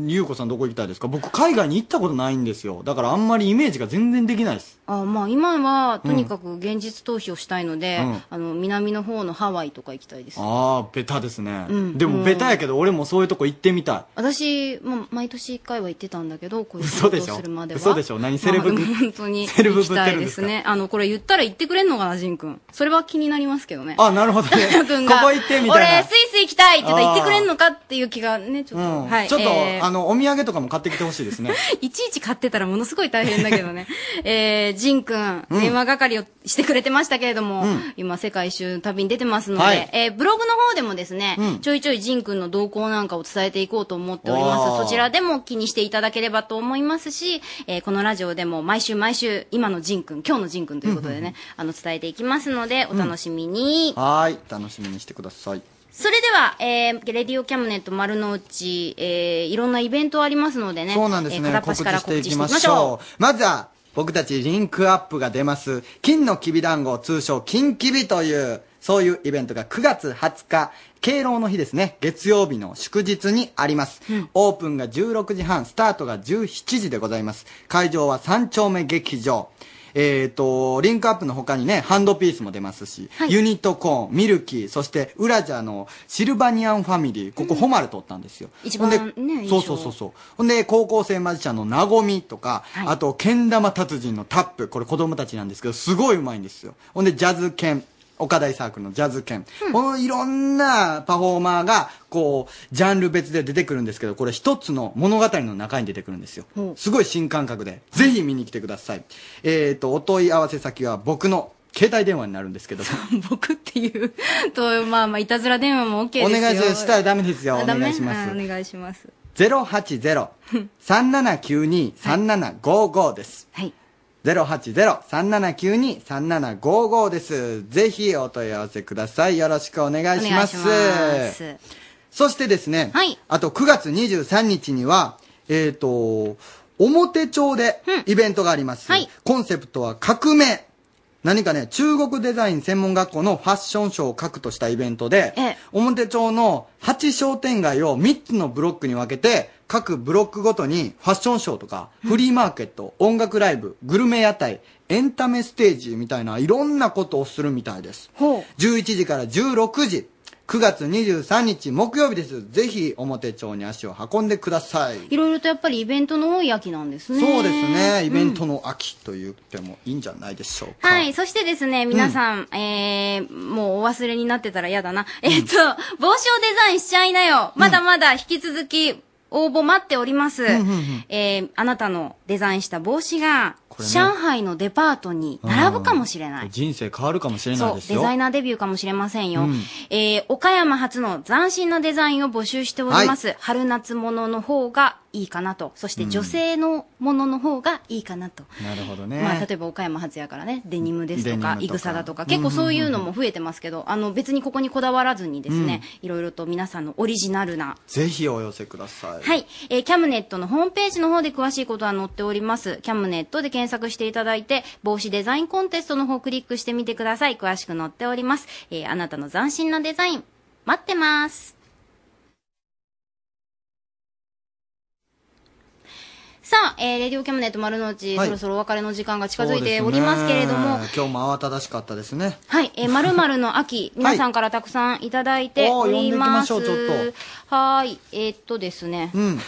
Speaker 2: ゆうこさんどこ行きたいですか僕、海外に行ったことないんですよ。だからあんまりイメージが全然できないです。
Speaker 3: あまあ今はとにかく現実逃避をしたいので、
Speaker 2: うん
Speaker 3: あの南の方のハワイとか行きたいです
Speaker 2: ああ、ベタですね。
Speaker 3: うん
Speaker 2: でも、ベタやけど、俺もそういうとこ行ってみたい。
Speaker 3: 私、まあ、毎年1回は行ってたんだけどこういう仕事
Speaker 2: 嘘で
Speaker 3: を
Speaker 2: しょ
Speaker 3: するまでは
Speaker 2: 嘘でしょ何セレブ
Speaker 3: ま
Speaker 2: [LAUGHS]
Speaker 3: あ本当に
Speaker 2: セレブぶ
Speaker 3: 行
Speaker 2: って
Speaker 3: き
Speaker 2: るんですか
Speaker 3: たいですねあのこれ言ったら言ってくれんのかなジン君それは気になりますけどね
Speaker 2: あ、なるほどね。
Speaker 3: ジン [LAUGHS] 君が
Speaker 2: ここ行ってみたいな
Speaker 3: 俺スイス行きたいって言ったら
Speaker 2: あー
Speaker 3: 言ってくれんのかっていう気がねちょっと、
Speaker 2: うん
Speaker 3: はい
Speaker 2: ちょっと、
Speaker 3: えー
Speaker 2: あの、お土産とかも買ってきてほしいです
Speaker 3: [LAUGHS]
Speaker 2: ね。
Speaker 3: いちいち買ってたらものすごい大変だけど
Speaker 2: [LAUGHS]
Speaker 3: ね。えー、ジンくん、
Speaker 2: うん
Speaker 3: 電話係をしてくれてましたけれども、
Speaker 2: うん
Speaker 3: 今世界一周旅に出てますので、
Speaker 2: はい
Speaker 3: えー、ブログの方でもですね、
Speaker 2: うん
Speaker 3: ちょいちょいジンくんの動向なんかを伝えていこうと思っておりま
Speaker 2: おー
Speaker 3: す。そちらでも気にしていただければと思いますし、えー、このラジオでも毎週毎週、今のジンくん、今日のジンくんということでね、あの、伝えていきますので、お楽しみに。
Speaker 2: はーい。楽しみにしてください。
Speaker 3: それでは、えー、レディオキャムネット丸の内、えー、いろんなイベントありますのでね。
Speaker 2: そうなんです
Speaker 3: え
Speaker 2: ね。
Speaker 3: ー片
Speaker 2: 告
Speaker 3: っ
Speaker 2: 知
Speaker 3: 端から
Speaker 2: して
Speaker 3: 告
Speaker 2: い
Speaker 3: 知
Speaker 2: き
Speaker 3: して
Speaker 2: ま
Speaker 3: いきま
Speaker 2: し
Speaker 3: しょう
Speaker 2: ょ。う。まずは、僕たちリンクアップが出ます。金のきび団子、通称金きびという、そういうイベントが9月20日、敬老の日ですね。月曜日の祝日にあります。オープンが16時半、スタートが17時でございます。会場は三丁目劇場。えっ、と、リンクアップの他にね、ハンドピースも出ますし、ユニットコーン、ミルキー、そして、ウラジャのシルバニアンファミリー、ここ、ホマル取ったんですよ。
Speaker 3: 一番
Speaker 2: ほんで
Speaker 3: ね
Speaker 2: そうそうそうそう。ほんで、高校生マジシャンのなごみとか、あと、けん玉達人のタップ、これ子供たちなんですけど、すごいうまいんですよ。ほんで、ジャズ犬、岡大サークルのジャズ犬。このいろんなパフォーマーが、こう、ジャンル別で出てくるんですけど、これ一つの物語の中に出てくるんですよ。すごい新感覚で、ぜひ見に来てください。えっ、と、お問い合わせ先は僕の携帯電話になるんですけど、
Speaker 3: [LAUGHS] と、まあまあ、いたずら電話も OK ですよ。
Speaker 2: お願いします。したらダメですよ。
Speaker 3: あ
Speaker 2: お
Speaker 3: ダメ
Speaker 2: 願いします
Speaker 3: あ。お願いします。
Speaker 2: 080-3792-3755です。
Speaker 3: はい。
Speaker 2: 080-3792-3755です。ぜひお問い合わせください。よろしくお願いします。
Speaker 3: お願いします
Speaker 2: そしてですね、あと9月23日には、えっ、と、表町でイベントがあります。コンセプトは革命。何かね、中国デザイン専門学校のファッションショーを核としたイベントで、表町の8商店街を3つのブロックに分けて、各ブロックごとにファッションショーとか、フリーマーケット、音楽ライブ、グルメ屋台、エンタメステージみたいないろんなことをするみたいです。11時から16時、9月23日木曜日です。ぜひ表町に足を運んでください。
Speaker 3: いろいろとやっぱりイベントの多い秋なんですね。
Speaker 2: そうですね。イベン
Speaker 3: ト。
Speaker 2: トの秋と言ってもいいんじゃないでしょうか。
Speaker 3: はい。そしてですね、皆さん、えー、もうお忘れになってたら嫌だな。 [LAUGHS] えっ、と、帽子をデザインしちゃいなよ。まだまだ引き続き応募待っております。えー、あなたのデザインした帽子が、
Speaker 2: これね
Speaker 3: 上海のデパートに並ぶかもしれない。
Speaker 2: 人生変わるかもしれない
Speaker 3: そう
Speaker 2: で、す
Speaker 3: デ
Speaker 2: よ。
Speaker 3: ザイナーデビューかもしれませんよ。
Speaker 2: うん
Speaker 3: えー、岡山発の斬新なデザインを募集しております。春夏物の方がいいかなと。そして女性のものの方がいいかなと。
Speaker 2: なるほどね。
Speaker 3: まあ、例えば岡山発やからね、デニムですとか
Speaker 2: デニムと、か
Speaker 3: イグサだとか、結構そういうのも増えてますけど、あの、別にここにこだわらずにですね、いろいろと皆さんのオリジナルな
Speaker 2: ぜひお寄せください。
Speaker 3: はい。えーキャムネットのホームページの方で詳しいことは載っております。キャムネットで検索していただいて、帽子デザインコンテストの方をクリックしてみてください。詳しく載っております。えーあなたの斬新なデザイン、待ってます。さあ、えーレディオキャムネット丸の内、
Speaker 2: はい
Speaker 3: そろそろお別れの時間が近づいておりますけれども、
Speaker 2: そうですね今日も慌ただしかったですね。
Speaker 3: はい、えー、まるまるの秋、皆さんからたくさんいただいております。
Speaker 2: おー呼んでいきましょうちょっ
Speaker 3: はーい、えーっとですね。
Speaker 2: うん。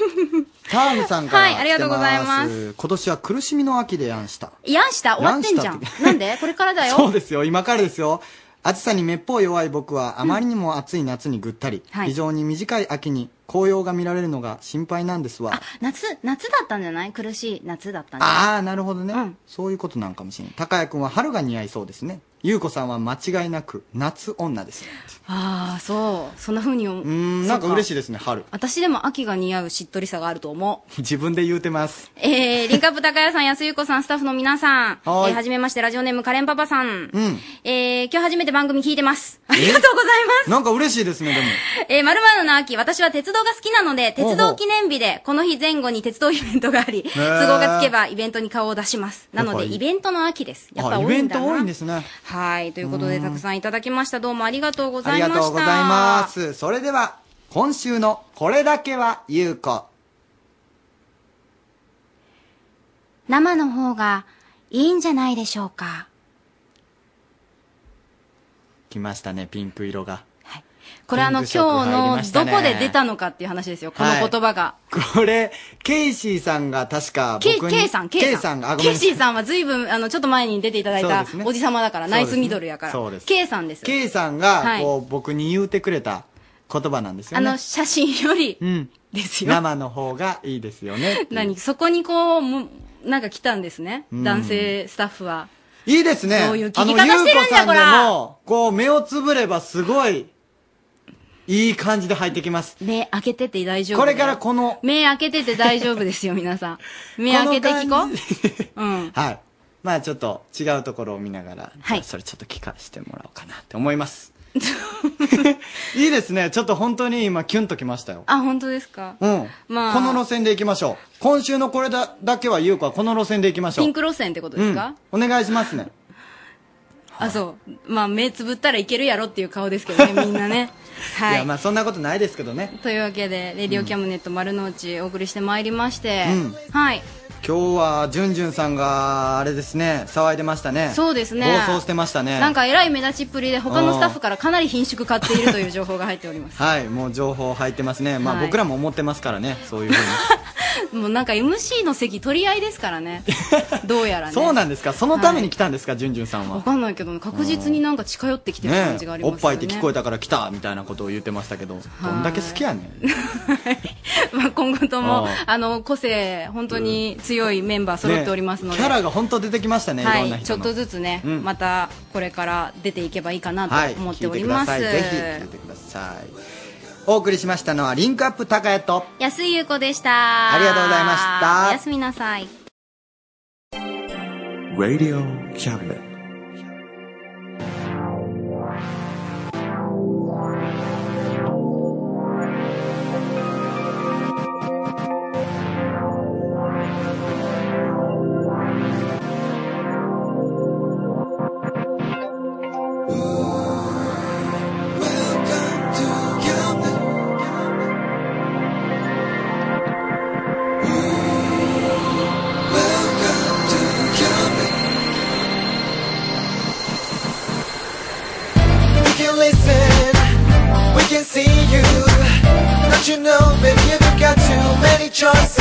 Speaker 2: タームさんか
Speaker 3: は
Speaker 2: ら来てます。
Speaker 3: いありがとうございます
Speaker 2: 今年は苦しみの秋でやんした。
Speaker 3: やんした終わってんじゃ
Speaker 2: やん
Speaker 3: ん
Speaker 2: し。
Speaker 3: なんでこれからだよ。
Speaker 2: [LAUGHS] そうですよ、今からですよ。暑さにめっぽう弱い僕は、あまりにも暑い夏にぐったり、
Speaker 3: はい
Speaker 2: 非常に短い秋に紅葉が見られるのが心配なんですわ。
Speaker 3: 夏、夏だったんじゃない苦しい夏だったんじゃない
Speaker 2: ああ、なるほどね、そういうことなんかもしれない。高谷くんは春が似合いそうですね。ゆうこさんは間違いなく夏女ですね。
Speaker 3: ああそうそんな風に思う
Speaker 2: うん、なんか嬉しいですね、春。
Speaker 3: 私でも秋が似合うしっとりさがあると思う
Speaker 2: 自分で言うてます。
Speaker 3: えー、リンカップ高谷さん安ゆう子さんスタッフの皆さんえ
Speaker 2: はーい
Speaker 3: ーはじめましてラジオネームカレンパパさん
Speaker 2: うん。
Speaker 3: えー、今日初めて番組聞いてます。 [LAUGHS] ありがとうございます。
Speaker 2: なんか嬉しいですね、でも。
Speaker 3: えー、まるの秋、私は鉄道が好きなので、
Speaker 2: ほうほう
Speaker 3: 鉄道記念日で、この日前後に鉄道イベントがあり、都合がつけばイベントに顔を出します。なの
Speaker 2: やっ
Speaker 3: で、
Speaker 2: ぱり
Speaker 3: イベントの秋です。やっぱ
Speaker 2: あ、イ
Speaker 3: 多い
Speaker 2: ベ
Speaker 3: ん
Speaker 2: ン
Speaker 3: だ
Speaker 2: ト多いん
Speaker 3: な。
Speaker 2: ですね。
Speaker 3: はい、ということで、たくさんいただきました。どうもありがとうご
Speaker 2: あ
Speaker 3: ざ
Speaker 2: り
Speaker 3: いま
Speaker 2: が
Speaker 3: した。
Speaker 2: とうございます。それでは、今週のこれだけはゆうこ。
Speaker 3: 生の方がいいんじゃないでしょうか。
Speaker 2: 来ましたね、ピンク色が。
Speaker 3: これあの、
Speaker 2: ピンク色
Speaker 3: 今日
Speaker 2: 入り
Speaker 3: の
Speaker 2: まし、た
Speaker 3: ど
Speaker 2: ね
Speaker 3: こで出たのかっていう話ですよ。この言葉が。
Speaker 2: これ、ケイシーさんが確か
Speaker 3: ケイ、
Speaker 2: 僕に、
Speaker 3: ケイさん、
Speaker 2: ケ
Speaker 3: ケ
Speaker 2: イ
Speaker 3: イ
Speaker 2: さ
Speaker 3: さ
Speaker 2: ん
Speaker 3: ん。
Speaker 2: が、あご
Speaker 3: ケ
Speaker 2: めん
Speaker 3: イ
Speaker 2: なさい
Speaker 3: シーさんは随分、あの、ちょっと前に出ていただい
Speaker 2: そう
Speaker 3: た
Speaker 2: ですね
Speaker 3: おじさまだから、ナイスミドルやから。
Speaker 2: そうです。
Speaker 3: ケイさんです。
Speaker 2: K さんが、
Speaker 3: はい
Speaker 2: こう、僕に言うてくれた言葉なんですよ
Speaker 3: あ
Speaker 2: ね。
Speaker 3: の、写真より、
Speaker 2: うん。
Speaker 3: ですよ
Speaker 2: 生の方がいいですよね。
Speaker 3: 何そこにこう、もなんか来たんですね。
Speaker 2: うん
Speaker 3: 男性スタッフは。
Speaker 2: いいですね。
Speaker 3: そういう聞き方してるんだ
Speaker 2: あのゆうこ
Speaker 3: こ
Speaker 2: さ
Speaker 3: ら
Speaker 2: んでも、こう、目をつぶればすごい、いい感じで入ってきます。
Speaker 3: 目開けてて大丈夫。
Speaker 2: これからこの、
Speaker 3: 目開けてて大丈夫ですよ、皆
Speaker 2: [LAUGHS]
Speaker 3: さん。目開けて聞こう。うん。
Speaker 2: はい。まあちょっと違うところを見ながら、はい、それちょっと聞かせてもらおうかなって思
Speaker 3: [LAUGHS]
Speaker 2: います。 [LAUGHS] いいですね。ちょっと本当に今キュンときましたよ。
Speaker 3: あ、本当ですか
Speaker 2: うん。
Speaker 3: まあ
Speaker 2: この路線で行きましょう。今週のこれだ、だけは優子はこの路線で行きましょ
Speaker 3: ピ
Speaker 2: う。
Speaker 3: ンク路線ってことですか、
Speaker 2: うん、お願いしますね。
Speaker 3: あ、そう。まあ、目つぶったらいけるやろっていう顔ですけど
Speaker 2: [LAUGHS]
Speaker 3: ね、みんなね。 [LAUGHS] はい
Speaker 2: い。や、まあそんなことないですけどね。
Speaker 3: というわけで、レディオキャムネット丸の内お送りしてまいりまして、
Speaker 2: うん
Speaker 3: はい。
Speaker 2: 今日は、じゅんじゅんさんが、あれですね、騒いでましたね。
Speaker 3: そうですね
Speaker 2: 暴走してましたね。
Speaker 3: なんかえらい目立ちっぷりで、他のスタッフからかなり貧縮買っているという情報が入ってお
Speaker 2: [LAUGHS]
Speaker 3: ります。
Speaker 2: はい、もう情報入ってますね。まあ、
Speaker 3: はい
Speaker 2: 僕らも思ってますからね、そういうふうに。
Speaker 3: もうなんか MC の席取り合いですからね。どうやらね。
Speaker 2: そうなんですか、そのために来たんですか、じゅんじゅんさん
Speaker 3: わ
Speaker 2: は。
Speaker 3: かんないけど、確実になんか近寄ってきてる
Speaker 2: ね
Speaker 3: 感じがあり
Speaker 2: お
Speaker 3: ま
Speaker 2: っ
Speaker 3: すよ
Speaker 2: ぱい
Speaker 3: ね。
Speaker 2: って聞こえたから来たみたいなことを言ってましたけど、どんだけ好きやねん。
Speaker 3: [LAUGHS] まあ今後とも
Speaker 2: あ、
Speaker 3: あの、個性、本当に強いメンバー揃っておりますので。
Speaker 2: ねキャラが本当出てきましたね、い
Speaker 3: は、
Speaker 2: ろんない
Speaker 3: ち
Speaker 2: 人
Speaker 3: ょっ
Speaker 2: の。
Speaker 3: とずつね、
Speaker 2: うん
Speaker 3: またこれから出ていけばいいかな
Speaker 2: はい、
Speaker 3: と思って
Speaker 2: 聞い
Speaker 3: お
Speaker 2: て
Speaker 3: り
Speaker 2: く
Speaker 3: ま
Speaker 2: だ
Speaker 3: す。
Speaker 2: さい。ぜひ聞いてください。お送りしましたのは、リンクアップ高谷と、
Speaker 3: 安井優子でした。
Speaker 2: ありがとうございました
Speaker 3: おやすみなさい。
Speaker 19: Radio Cabinet.
Speaker 4: We can listen, we can see you. Don't you know, baby, you've got too many choices.